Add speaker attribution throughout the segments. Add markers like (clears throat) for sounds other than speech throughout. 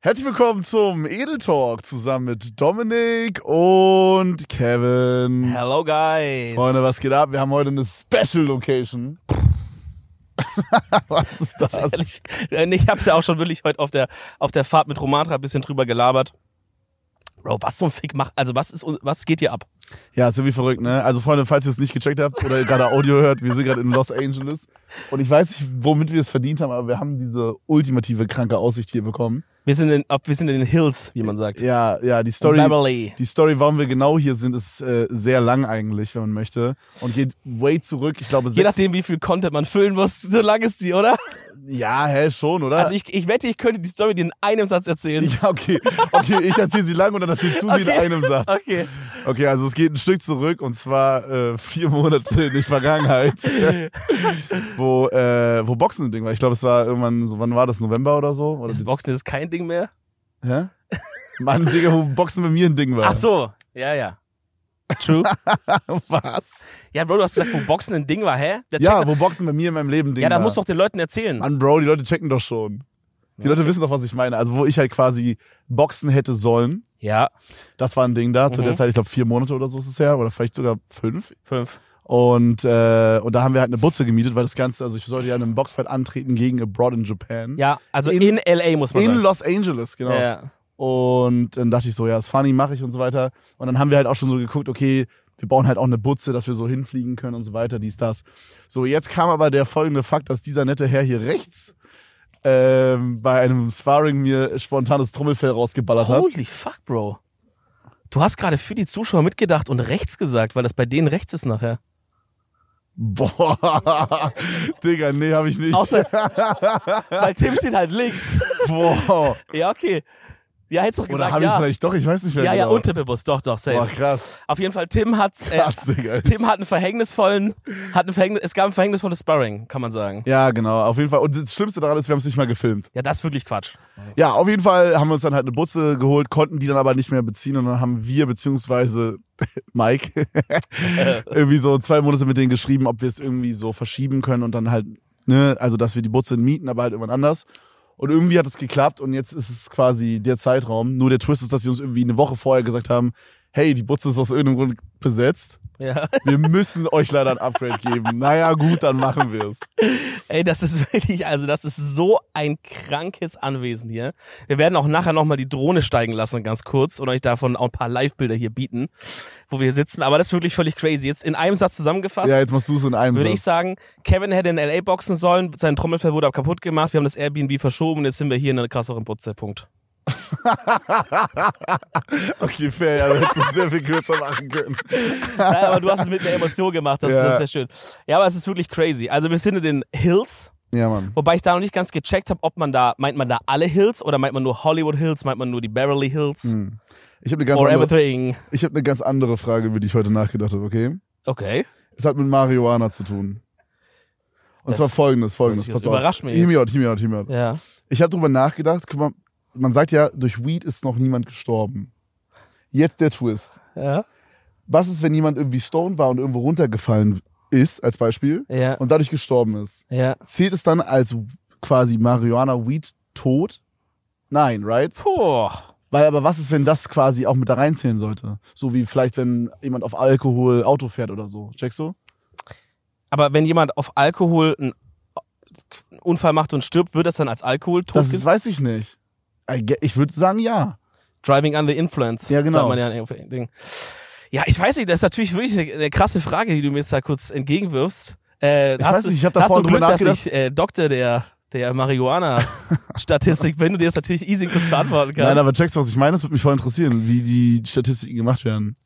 Speaker 1: Herzlich willkommen zum Edel Talk zusammen mit Dominik und Kevin.
Speaker 2: Hello guys.
Speaker 1: Freunde, was geht ab? Wir haben heute eine Special Location. (laughs) was ist
Speaker 2: (laughs)
Speaker 1: das?
Speaker 2: Ehrlich, äh, nee, ich hab's ja auch schon wirklich heute auf der auf der Fahrt mit Romatra ein bisschen drüber gelabert. Bro, was so ein Fick macht, also was ist was geht hier ab?
Speaker 1: Ja, ist irgendwie verrückt, ne? Also Freunde, falls ihr es nicht gecheckt habt oder ihr gerade Audio hört, wir sind gerade in Los Angeles und ich weiß nicht, womit wir es verdient haben, aber wir haben diese ultimative kranke Aussicht hier bekommen.
Speaker 2: Wir sind in auf- wir sind in den Hills, wie man sagt.
Speaker 1: Ja, ja, die Story,
Speaker 2: In Beverly.
Speaker 1: die Story, warum wir genau hier sind, ist äh, sehr lang eigentlich, wenn man möchte und geht way zurück. Ich glaube,
Speaker 2: Je
Speaker 1: sechs,
Speaker 2: nachdem, wie viel Content man füllen muss, (laughs) so lang ist die, oder?
Speaker 1: ja, hä, schon, oder?
Speaker 2: Also ich, ich wette, ich könnte die Story dir in einem Satz erzählen.
Speaker 1: Ja, okay. Okay, ich erzähle sie lang und dann erzählst du sie in
Speaker 2: Okay.
Speaker 1: einem Satz.
Speaker 2: Okay.
Speaker 1: Okay, also es geht ein Stück zurück und zwar äh, vier Monate in die Vergangenheit,
Speaker 2: (laughs)
Speaker 1: wo, äh, wo Boxen ein Ding war. Ich glaube, es war irgendwann so, wann war das? November oder so? Oder
Speaker 2: Ist
Speaker 1: Dez-
Speaker 2: Boxen jetzt kein Ding mehr?
Speaker 1: Hä? Mann, Digga, wo Boxen bei mir ein Ding war.
Speaker 2: Ach so. Ja, ja.
Speaker 1: (laughs)
Speaker 2: True.
Speaker 1: Was?
Speaker 2: Ja, Bro, du hast gesagt, wo Boxen ein Ding war, hä? Der
Speaker 1: Ja,
Speaker 2: checkt-
Speaker 1: wo Boxen bei mir in meinem Leben ein Ding
Speaker 2: ja, da
Speaker 1: war.
Speaker 2: musst du doch den Leuten erzählen.
Speaker 1: Mann, Bro, die Leute checken doch schon. Die Leute wissen doch, was ich meine. Also, wo ich halt quasi Boxen hätte sollen,
Speaker 2: Ja,
Speaker 1: das war ein Ding da. Zu
Speaker 2: Mhm.
Speaker 1: der Zeit, ich glaube, vier Monate oder so ist es her. Oder vielleicht sogar fünf.
Speaker 2: fünf.
Speaker 1: Und, äh, und da haben wir halt eine Butze gemietet, weil das Ganze, also ich sollte ja in einem Boxfight antreten gegen Abroad in Japan.
Speaker 2: Ja, also
Speaker 1: In-
Speaker 2: in, LA muss man
Speaker 1: In
Speaker 2: sagen.
Speaker 1: Los Angeles, genau.
Speaker 2: Ja.
Speaker 1: Und dann dachte ich so, ja, ist funny, mache ich und so weiter. Und dann haben wir halt auch schon so geguckt, okay, wir bauen halt auch eine Butze, dass wir so hinfliegen können und so weiter, dies, das. So, jetzt kam aber der folgende Fakt, dass dieser nette Herr hier rechts ähm, bei einem Sparring mir spontanes Trommelfell rausgeballert hat.
Speaker 2: Holy fuck, Bro. Du hast gerade für die Zuschauer mitgedacht und rechts gesagt, weil das bei denen rechts ist nachher.
Speaker 1: Boah, (laughs) Digga, nee, habe ich nicht. (laughs)
Speaker 2: Außer, weil Tim steht halt links. (laughs)
Speaker 1: Boah.
Speaker 2: Ja, okay. Ja, hättest doch
Speaker 1: Oder
Speaker 2: gesagt,
Speaker 1: habe ich
Speaker 2: ja.
Speaker 1: vielleicht doch, ich weiß nicht mehr
Speaker 2: Ja, ja,
Speaker 1: genau.
Speaker 2: unterbewusst, doch, doch, safe.
Speaker 1: Boah, krass.
Speaker 2: Auf jeden Fall, Tim hat's, äh,
Speaker 1: Krass, Digga.
Speaker 2: Tim hat einen verhängnisvollen, hat einen verhängnis, es gab ein verhängnisvolles Sparring, kann man sagen.
Speaker 1: Ja, genau, auf jeden Fall. Und das Schlimmste daran ist, wir haben es nicht mal gefilmt.
Speaker 2: Ja, das ist wirklich Quatsch.
Speaker 1: Ja, auf jeden Fall haben wir uns dann halt eine Butze geholt, konnten die dann aber nicht mehr beziehen und dann haben wir beziehungsweise (laughs) Mike irgendwie so zwei Monate mit denen geschrieben, ob wir es irgendwie so verschieben können und dann halt, ne, also dass wir die Butze mieten, aber halt irgendwann anders. Und irgendwie hat es geklappt und jetzt ist es quasi der Zeitraum. Nur der Twist ist, dass sie uns irgendwie eine Woche vorher gesagt haben, hey, die Butze ist aus irgendeinem Grund besetzt.
Speaker 2: Ja.
Speaker 1: Wir müssen euch leider ein Upgrade geben. Naja, gut, dann machen wir es.
Speaker 2: Ey, das ist (laughs) wirklich, also das ist so ein krankes Anwesen hier. Wir werden auch nachher nochmal die Drohne steigen lassen, ganz kurz, und euch davon auch ein paar Live-Bilder hier bieten, wo wir hier sitzen. Aber das ist wirklich völlig crazy. Jetzt in einem Satz zusammengefasst.
Speaker 1: Ja, jetzt machst du es in einem
Speaker 2: würde
Speaker 1: Satz.
Speaker 2: ich sagen, Kevin hätte in LA boxen sollen, sein Trommelfell wurde aber kaputt gemacht, wir haben das Airbnb verschoben und jetzt sind wir hier in einer krasseren
Speaker 1: (laughs)
Speaker 2: Putze. Punkt.
Speaker 1: Okay, fair, ja, du hättest es sehr viel kürzer machen können.
Speaker 2: Nein, aber du hast es mit einer Emotion gemacht, das,
Speaker 1: Ja.
Speaker 2: das ist sehr schön. Ja, aber es ist wirklich crazy. Also wir sind in den Hills,
Speaker 1: (laughs) Ja, Mann.
Speaker 2: Wobei ich da noch nicht ganz gecheckt habe, ob man da, meint man da alle Hills oder meint man nur Hollywood Hills, meint man nur die Beverly Hills
Speaker 1: Ich habe eine, ganz
Speaker 2: or
Speaker 1: andere-
Speaker 2: everything.
Speaker 1: ich hab eine ganz andere Frage, über die ich heute nachgedacht habe, okay?
Speaker 2: Okay.
Speaker 1: Es hat mit Marihuana zu tun. Und
Speaker 2: Das-
Speaker 1: zwar folgendes, folgendes.
Speaker 2: das
Speaker 1: pass auf.
Speaker 2: überrascht mich jetzt.
Speaker 1: Hear me out, hear me out, hear me out.
Speaker 2: Ja.
Speaker 1: Ich habe drüber nachgedacht, guck mal, man sagt ja, durch Weed ist noch niemand gestorben. Jetzt der Twist.
Speaker 2: Ja.
Speaker 1: Was ist, wenn jemand irgendwie stoned war und irgendwo runtergefallen ist, als Beispiel,
Speaker 2: Ja.
Speaker 1: und dadurch gestorben ist?
Speaker 2: Ja.
Speaker 1: zählt es dann als quasi Marihuana Weed tot? Nein, right?
Speaker 2: Puh.
Speaker 1: Weil aber was ist, wenn das quasi auch mit da reinzählen sollte? So wie vielleicht, wenn jemand auf Alkohol Auto fährt oder so. Checkst du?
Speaker 2: Aber wenn jemand auf Alkohol einen Unfall macht und stirbt, wird das dann als Alkohol tot?
Speaker 1: Das ist, weiß ich nicht. I ge- Ich würde sagen, ja.
Speaker 2: Driving under influence.
Speaker 1: Ja, genau.
Speaker 2: Sagt man ja, in irgendwelchen Dingen. ja, ich weiß nicht, das ist natürlich wirklich eine, eine krasse Frage, die du mir jetzt da kurz entgegenwirfst. Äh,
Speaker 1: Ich
Speaker 2: hast
Speaker 1: weiß
Speaker 2: du,
Speaker 1: nicht, ich hab da
Speaker 2: hast du
Speaker 1: vorhin drüber
Speaker 2: Glück, dass
Speaker 1: nachgedacht.
Speaker 2: ich äh, Doktor der, der
Speaker 1: (laughs)
Speaker 2: Marihuana-Statistik bin und dir das natürlich easy kurz beantworten kann.
Speaker 1: Nein, aber checkst du, was ich meine? Das würde mich voll interessieren, wie die Statistiken gemacht werden.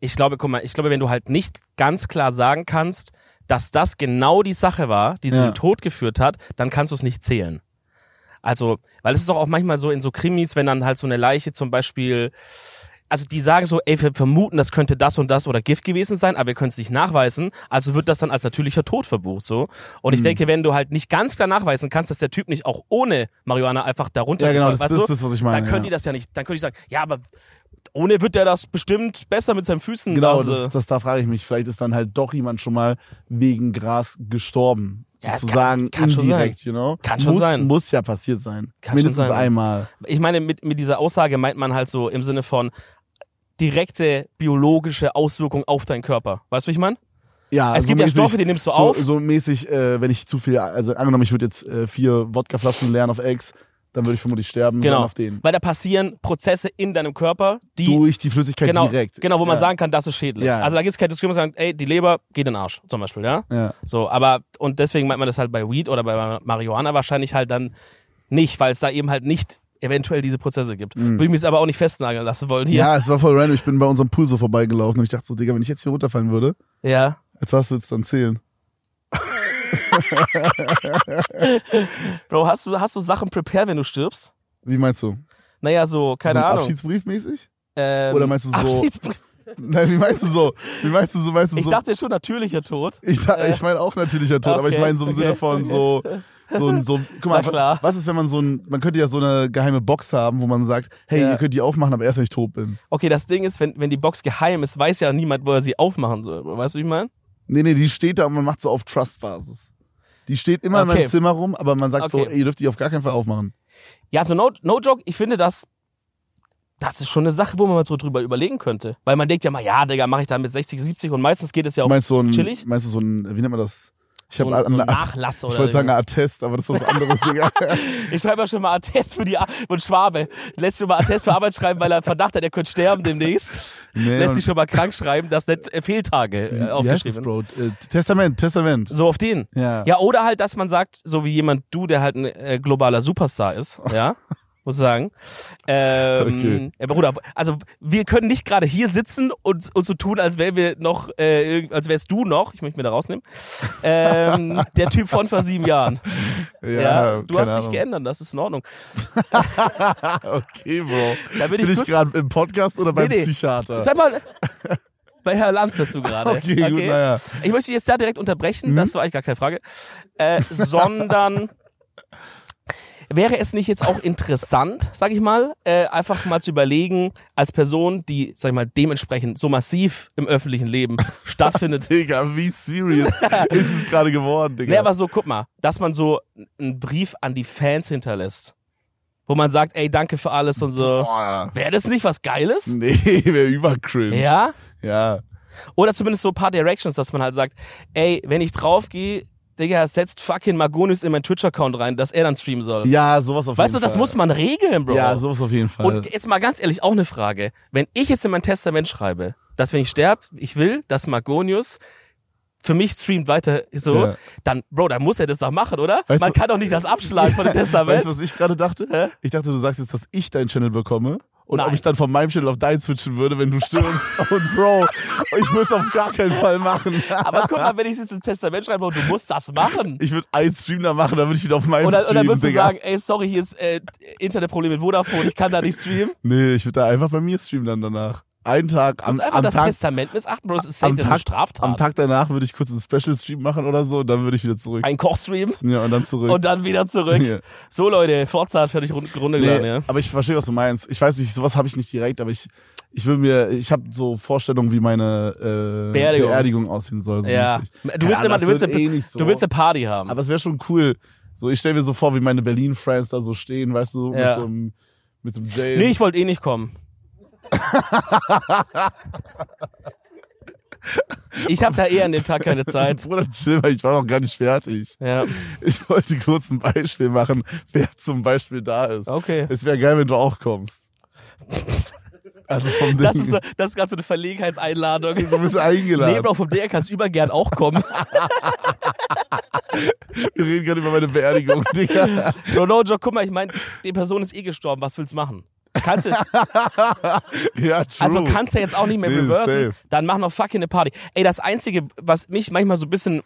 Speaker 2: Ich glaube, guck mal, ich glaube, wenn du halt nicht ganz klar sagen kannst, dass das genau die Sache war, die zu
Speaker 1: Ja.
Speaker 2: dem Tod geführt hat, dann kannst du es nicht zählen. Also, weil es ist doch auch manchmal so in so Krimis, wenn dann halt so eine Leiche zum Beispiel, also die sagen so, ey, wir vermuten, das könnte das und das oder Gift gewesen sein, aber wir können es nicht nachweisen, also wird das dann als natürlicher Tod verbucht, so. Und
Speaker 1: Mhm.
Speaker 2: ich denke, wenn du halt nicht ganz klar nachweisen kannst, dass der Typ nicht auch ohne Marihuana einfach darunter
Speaker 1: Ja, genau,
Speaker 2: gefallen-
Speaker 1: das, das
Speaker 2: weißt du?
Speaker 1: ist das, was ich meine.
Speaker 2: dann können die
Speaker 1: ja.
Speaker 2: das ja nicht. Dann könnte ich sagen, ja, aber ohne wird der das bestimmt besser mit seinen Füßen.
Speaker 1: Genau,
Speaker 2: also.
Speaker 1: das, das, da frage ich mich. Vielleicht ist dann halt doch jemand schon mal wegen Gras gestorben.
Speaker 2: Ja, es
Speaker 1: sozusagen
Speaker 2: kann- kann schon
Speaker 1: indirekt, you know?
Speaker 2: Kann schon
Speaker 1: muss,
Speaker 2: sein.
Speaker 1: Muss ja passiert sein.
Speaker 2: Kann schon
Speaker 1: Mindestens
Speaker 2: sein.
Speaker 1: einmal.
Speaker 2: Ich meine, mit, mit dieser Aussage meint man halt so im Sinne von direkte biologische Auswirkung auf deinen Körper. Weißt du, wie ich meine?
Speaker 1: Ja,
Speaker 2: es
Speaker 1: so
Speaker 2: gibt ja
Speaker 1: mäßig-
Speaker 2: Stoffe, die nimmst du
Speaker 1: so,
Speaker 2: auf.
Speaker 1: So mäßig, äh, wenn ich zu viel, also angenommen, ich würde jetzt äh, vier Wodkaflaschen leeren auf Eggs, dann würde ich vermutlich sterben,
Speaker 2: Genau.
Speaker 1: sondern auf den.
Speaker 2: weil da passieren Prozesse in deinem Körper, die
Speaker 1: Durch die Flüssigkeit
Speaker 2: genau,
Speaker 1: direkt.
Speaker 2: genau, wo man
Speaker 1: ja.
Speaker 2: sagen kann, das ist schädlich.
Speaker 1: Ja.
Speaker 2: Also da gibt es keine Diskussion, man sagt, ey, die Leber geht in den Arsch, zum Beispiel, ja.
Speaker 1: Ja.
Speaker 2: So, aber und deswegen meint man das halt bei Weed oder bei Marihuana wahrscheinlich halt dann nicht, weil es da eben halt nicht eventuell diese Prozesse gibt.
Speaker 1: Mhm.
Speaker 2: Würde ich mich aber auch nicht festnageln lassen wollen hier.
Speaker 1: ja, es war voll random. Ich bin bei unserem Pool so vorbeigelaufen und ich dachte so, Digga, wenn ich jetzt hier runterfallen würde,
Speaker 2: ja.
Speaker 1: als was würdest du dann zählen?
Speaker 2: Bro, hast du, hast du Sachen prepared, wenn du stirbst?
Speaker 1: Wie meinst du?
Speaker 2: Naja, so, keine
Speaker 1: so ein
Speaker 2: Ahnung.
Speaker 1: Abschiedsbrief mäßig? (laughs)
Speaker 2: Ähm,
Speaker 1: Oder meinst du so-
Speaker 2: Abschiedsbrief?
Speaker 1: Nein, wie meinst du so? Wie meinst du so? Meinst du
Speaker 2: Ich
Speaker 1: so?
Speaker 2: dachte schon natürlicher Tod.
Speaker 1: ich da- ich meine auch natürlicher Tod, aber ich
Speaker 2: Äh. Okay,
Speaker 1: meine so im
Speaker 2: okay,
Speaker 1: Sinne von so, so, ein- so, guck mal,
Speaker 2: Na klar.
Speaker 1: was ist, wenn man so ein, man könnte ja so eine geheime Box haben, wo man sagt, hey,
Speaker 2: Ja.
Speaker 1: ihr könnt die aufmachen, aber erst wenn ich tot bin.
Speaker 2: Okay, das Ding ist, wenn, wenn die Box geheim ist, weiß ja niemand, wo er sie aufmachen soll. Bro. Weißt du, wie ich meine?
Speaker 1: Nee, nee, die steht da und man macht so auf Trust-Basis. Die steht immer in
Speaker 2: Okay.
Speaker 1: meinem Zimmer rum, aber man sagt so,
Speaker 2: Okay.
Speaker 1: ey, ihr dürft die auf gar keinen Fall aufmachen.
Speaker 2: Ja, also no, no joke, ich finde das, das ist schon eine Sache, wo man mal so drüber überlegen könnte. Weil man denkt ja mal, ja, Digga, mache ich da mit 60, 70 und meistens geht es ja auch
Speaker 1: meinst du so ein,
Speaker 2: chillig?
Speaker 1: meinst du so ein, wie nennt man das? Ich
Speaker 2: so
Speaker 1: habe
Speaker 2: ein, so ein
Speaker 1: ich
Speaker 2: Nachlass oder
Speaker 1: wollte sagen Attest, aber das ist was anderes,
Speaker 2: (laughs)
Speaker 1: Digga.
Speaker 2: Ich schreibe ja schon mal Attest für die Ar und Schwabe. Lässt schon mal Attest für Arbeit schreiben, weil er Verdacht hat, er könnte sterben demnächst.
Speaker 1: Nee,
Speaker 2: Lässt
Speaker 1: und-
Speaker 2: sich schon mal krank schreiben, dass nicht äh, Fehltage äh,
Speaker 1: Wie heißt das,
Speaker 2: aufgeschrieben.
Speaker 1: Bro? Äh, Testament, Testament.
Speaker 2: So auf den.
Speaker 1: Ja.
Speaker 2: Ja, oder halt, dass man sagt, so wie jemand du, der halt ein äh, globaler Superstar ist,
Speaker 1: (laughs)
Speaker 2: ja, muss ich sagen. Ähm,
Speaker 1: Okay.
Speaker 2: ja, Bruder, also wir können nicht gerade hier sitzen und, und so tun, als wären wir noch, äh, irgend- als wärst du noch, ich möchte mir da rausnehmen, ähm, der Typ von vor sieben Jahren. Ja, du
Speaker 1: keine
Speaker 2: hast dich
Speaker 1: Ahnung.
Speaker 2: geändert, das ist in Ordnung.
Speaker 1: Okay, Bro.
Speaker 2: Da bin
Speaker 1: Bin
Speaker 2: ich
Speaker 1: ich
Speaker 2: kurz.
Speaker 1: gerade im Podcast oder beim
Speaker 2: Nee, nee.
Speaker 1: Psychiater? (laughs)
Speaker 2: Sag mal, bei Herr Lanz bist du gerade.
Speaker 1: Okay, gut, naja. Mhm.
Speaker 2: Ich möchte dich jetzt da direkt unterbrechen, das war eigentlich gar keine Frage, äh, sondern wäre es nicht jetzt auch interessant, sag ich mal, äh, einfach mal zu überlegen, als Person, die, sag ich mal, dementsprechend so massiv im öffentlichen
Speaker 1: (laughs)
Speaker 2: Leben stattfindet.
Speaker 1: Digga, wie
Speaker 2: (laughs)
Speaker 1: serious ist es gerade geworden, Digga?
Speaker 2: Nee, aber so, guck mal, dass man so einen Brief an die Fans hinterlässt, wo man sagt, ey, danke für alles und so.
Speaker 1: Boah.
Speaker 2: Wäre das nicht was Geiles?
Speaker 1: Nee, (laughs) wäre übercringe.
Speaker 2: Ja?
Speaker 1: Ja.
Speaker 2: Oder zumindest so ein paar Directions, dass man halt sagt, ey, wenn ich draufgehe, Digga, setzt fucking Magonis in meinen Twitch-Account rein, dass er dann streamen soll.
Speaker 1: Ja, sowas auf
Speaker 2: weißt du,
Speaker 1: jeden Fall.
Speaker 2: das muss man regeln, Bro.
Speaker 1: Ja, halt. sowas auf jeden Fall.
Speaker 2: Und jetzt mal ganz ehrlich, auch eine Frage. Wenn ich jetzt in mein Testament schreibe, dass wenn ich sterbe, ich will, dass Magonius für mich streamt weiter so,
Speaker 1: Ja.
Speaker 2: dann, Bro, dann muss er das doch machen, oder?
Speaker 1: Weißt
Speaker 2: man
Speaker 1: du-
Speaker 2: kann doch nicht das abschlagen von dem Testament.
Speaker 1: (laughs) weißt du, was ich gerade dachte?
Speaker 2: Hä?
Speaker 1: Ich dachte, du sagst jetzt, dass ich deinen Channel bekomme. Und
Speaker 2: Nein.
Speaker 1: ob ich dann von meinem Channel auf deinen switchen würde, wenn du
Speaker 2: (laughs)
Speaker 1: stirbst. Und Bro, ich würde es auf gar keinen Fall machen.
Speaker 2: Aber guck mal, wenn ich jetzt ins Testament schreibe, Bro, du musst das machen.
Speaker 1: (laughs) Ich würde einen Stream da machen, dann würde ich wieder auf meinen
Speaker 2: Und dann,
Speaker 1: Stream,
Speaker 2: und dann würdest du
Speaker 1: Digga.
Speaker 2: sagen, ey, sorry, hier ist äh, Internetproblem mit Vodafone, ich kann da nicht streamen.
Speaker 1: Nee, ich würde da einfach bei mir streamen dann danach. Einen Tag am,
Speaker 2: Uns einfach
Speaker 1: am
Speaker 2: das
Speaker 1: Tag.
Speaker 2: Testament missachten, Bro. Das ist safe,
Speaker 1: am
Speaker 2: das ist eine
Speaker 1: Tag-
Speaker 2: Straftat.
Speaker 1: Am Tag danach würde ich kurz einen Special-Stream machen oder so und dann würde ich wieder zurück.
Speaker 2: Ein Kochstream
Speaker 1: Ja, und dann (laughs) zurück.
Speaker 2: und dann wieder zurück.
Speaker 1: Ja.
Speaker 2: So, Leute, Forza hat fertig rund- runtergeladen,
Speaker 1: Nee,
Speaker 2: ja.
Speaker 1: Aber ich verstehe, was du meinst. Ich weiß nicht, sowas habe ich nicht direkt, aber ich, ich will mir, ich habe so Vorstellungen, wie meine äh,
Speaker 2: Beerdigung.
Speaker 1: Beerdigung aussehen soll. So
Speaker 2: Ja.
Speaker 1: mäßig.
Speaker 2: Du willst
Speaker 1: Keine
Speaker 2: immer,
Speaker 1: Ahnung,
Speaker 2: du willst,
Speaker 1: das
Speaker 2: eine,
Speaker 1: wird eh nicht so.
Speaker 2: du willst eine Party haben.
Speaker 1: aber es wäre schon cool. So, ich stelle mir so vor, wie meine Berlin-Friends da so stehen, weißt du,
Speaker 2: Ja.
Speaker 1: mit so einem, mit so einem Jay.
Speaker 2: nee, ich wollte eh nicht kommen. ich habe da eh an dem Tag keine
Speaker 1: (laughs)
Speaker 2: Zeit.
Speaker 1: Bruder, chill mal, ich war noch gar nicht fertig.
Speaker 2: Ja,
Speaker 1: Ich wollte kurz ein Beispiel machen, wer zum Beispiel da ist.
Speaker 2: okay.
Speaker 1: Es wäre geil, wenn du auch kommst. Also vom Ding.
Speaker 2: Das ist, so- das ist gerade so eine Verlegenheitseinladung.
Speaker 1: du bist
Speaker 2: Nee,
Speaker 1: eingeladen.
Speaker 2: Bro, vom DR kannst übergern auch kommen. (laughs)
Speaker 1: Wir reden gerade über meine Beerdigung, (laughs) Digga.
Speaker 2: Bro, no joke, guck mal, ich meine, die Person ist eh gestorben, was willst du machen? Kannst du,
Speaker 1: Ja, true.
Speaker 2: Also kannst du jetzt auch nicht mehr
Speaker 1: Nee,
Speaker 2: reversen.
Speaker 1: safe.
Speaker 2: Dann mach noch fucking eine Party. Ey, das Einzige, was mich manchmal so ein bisschen,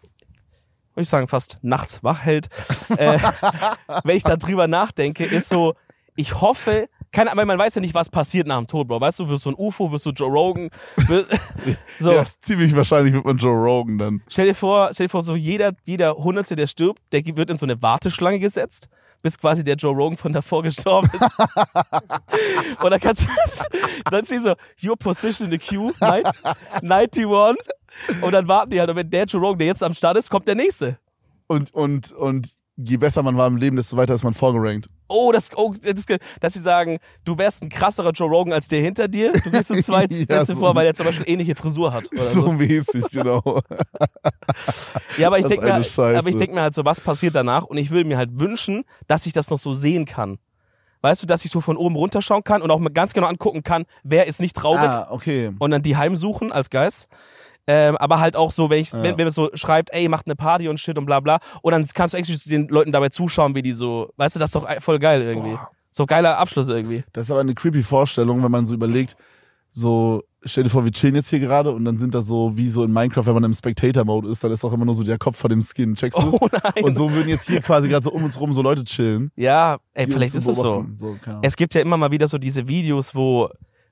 Speaker 2: würde ich sagen, fast nachts wach hält, äh, (laughs) wenn ich da drüber nachdenke, ist so, ich hoffe, keine, aber man weiß ja nicht, was passiert nach dem Tod, Bro. Weißt du, wirst du ein UFO, wirst du Joe Rogan. Wirst, (laughs) so,
Speaker 1: Ja, ist ziemlich wahrscheinlich wird man Joe Rogan dann.
Speaker 2: stell dir vor, stell dir vor, so jeder, jeder Hundertste, der stirbt, der wird in so eine Warteschlange gesetzt. Bis quasi der Joe Rogan von davor (laughs) gestorben
Speaker 1: (laughs)
Speaker 2: ist. Und dann kannst du, dann steht so, your position in the queue, nein, 91. Und dann warten die halt. Und wenn der Joe Rogan, der jetzt am Start ist, kommt der nächste.
Speaker 1: Und, und, und je besser man war im Leben, desto weiter ist man vorgerankt.
Speaker 2: Oh, das, oh das, dass sie sagen, du wärst ein krasserer Joe Rogan als der hinter dir. Du bist in
Speaker 1: (laughs)
Speaker 2: zwei
Speaker 1: Ja,
Speaker 2: Plätze
Speaker 1: so.
Speaker 2: vor, weil er zum Beispiel ähnliche Frisur hat. Oder so.
Speaker 1: So mäßig,
Speaker 2: (laughs)
Speaker 1: genau.
Speaker 2: Ja, aber ich
Speaker 1: Das ist
Speaker 2: denke mir,
Speaker 1: eine Scheiße.
Speaker 2: aber ich denk mir halt so, was passiert danach? Und ich würde mir halt wünschen, dass ich das noch so sehen kann. Weißt du, dass ich so von oben runterschauen kann und auch mal ganz genau angucken kann, wer ist nicht traurig
Speaker 1: ah, okay.
Speaker 2: und dann die heimsuchen als Geist. Ähm, aber halt auch so, wenn ich,
Speaker 1: Ja.
Speaker 2: wenn, wenn man so schreibt, ey, macht eine Party und shit und bla bla. Und dann kannst du eigentlich den Leuten dabei zuschauen, wie die so, weißt du, das ist doch voll geil irgendwie.
Speaker 1: Boah.
Speaker 2: So geiler Abschluss irgendwie.
Speaker 1: Das ist aber eine creepy Vorstellung, wenn man so überlegt, so, stell dir vor, wir chillen jetzt hier gerade und dann sind das so, wie so in Minecraft, wenn man im Spectator-Mode ist, dann ist auch immer nur so der Kopf vor dem Skin, checkst du?
Speaker 2: (laughs) Oh nein.
Speaker 1: Und so würden jetzt hier quasi gerade so um uns rum so Leute chillen.
Speaker 2: ja, ey,
Speaker 1: die
Speaker 2: vielleicht
Speaker 1: uns
Speaker 2: ist es so.
Speaker 1: beobachten. so keine Ahnung.
Speaker 2: Es gibt ja immer mal wieder so diese Videos, wo,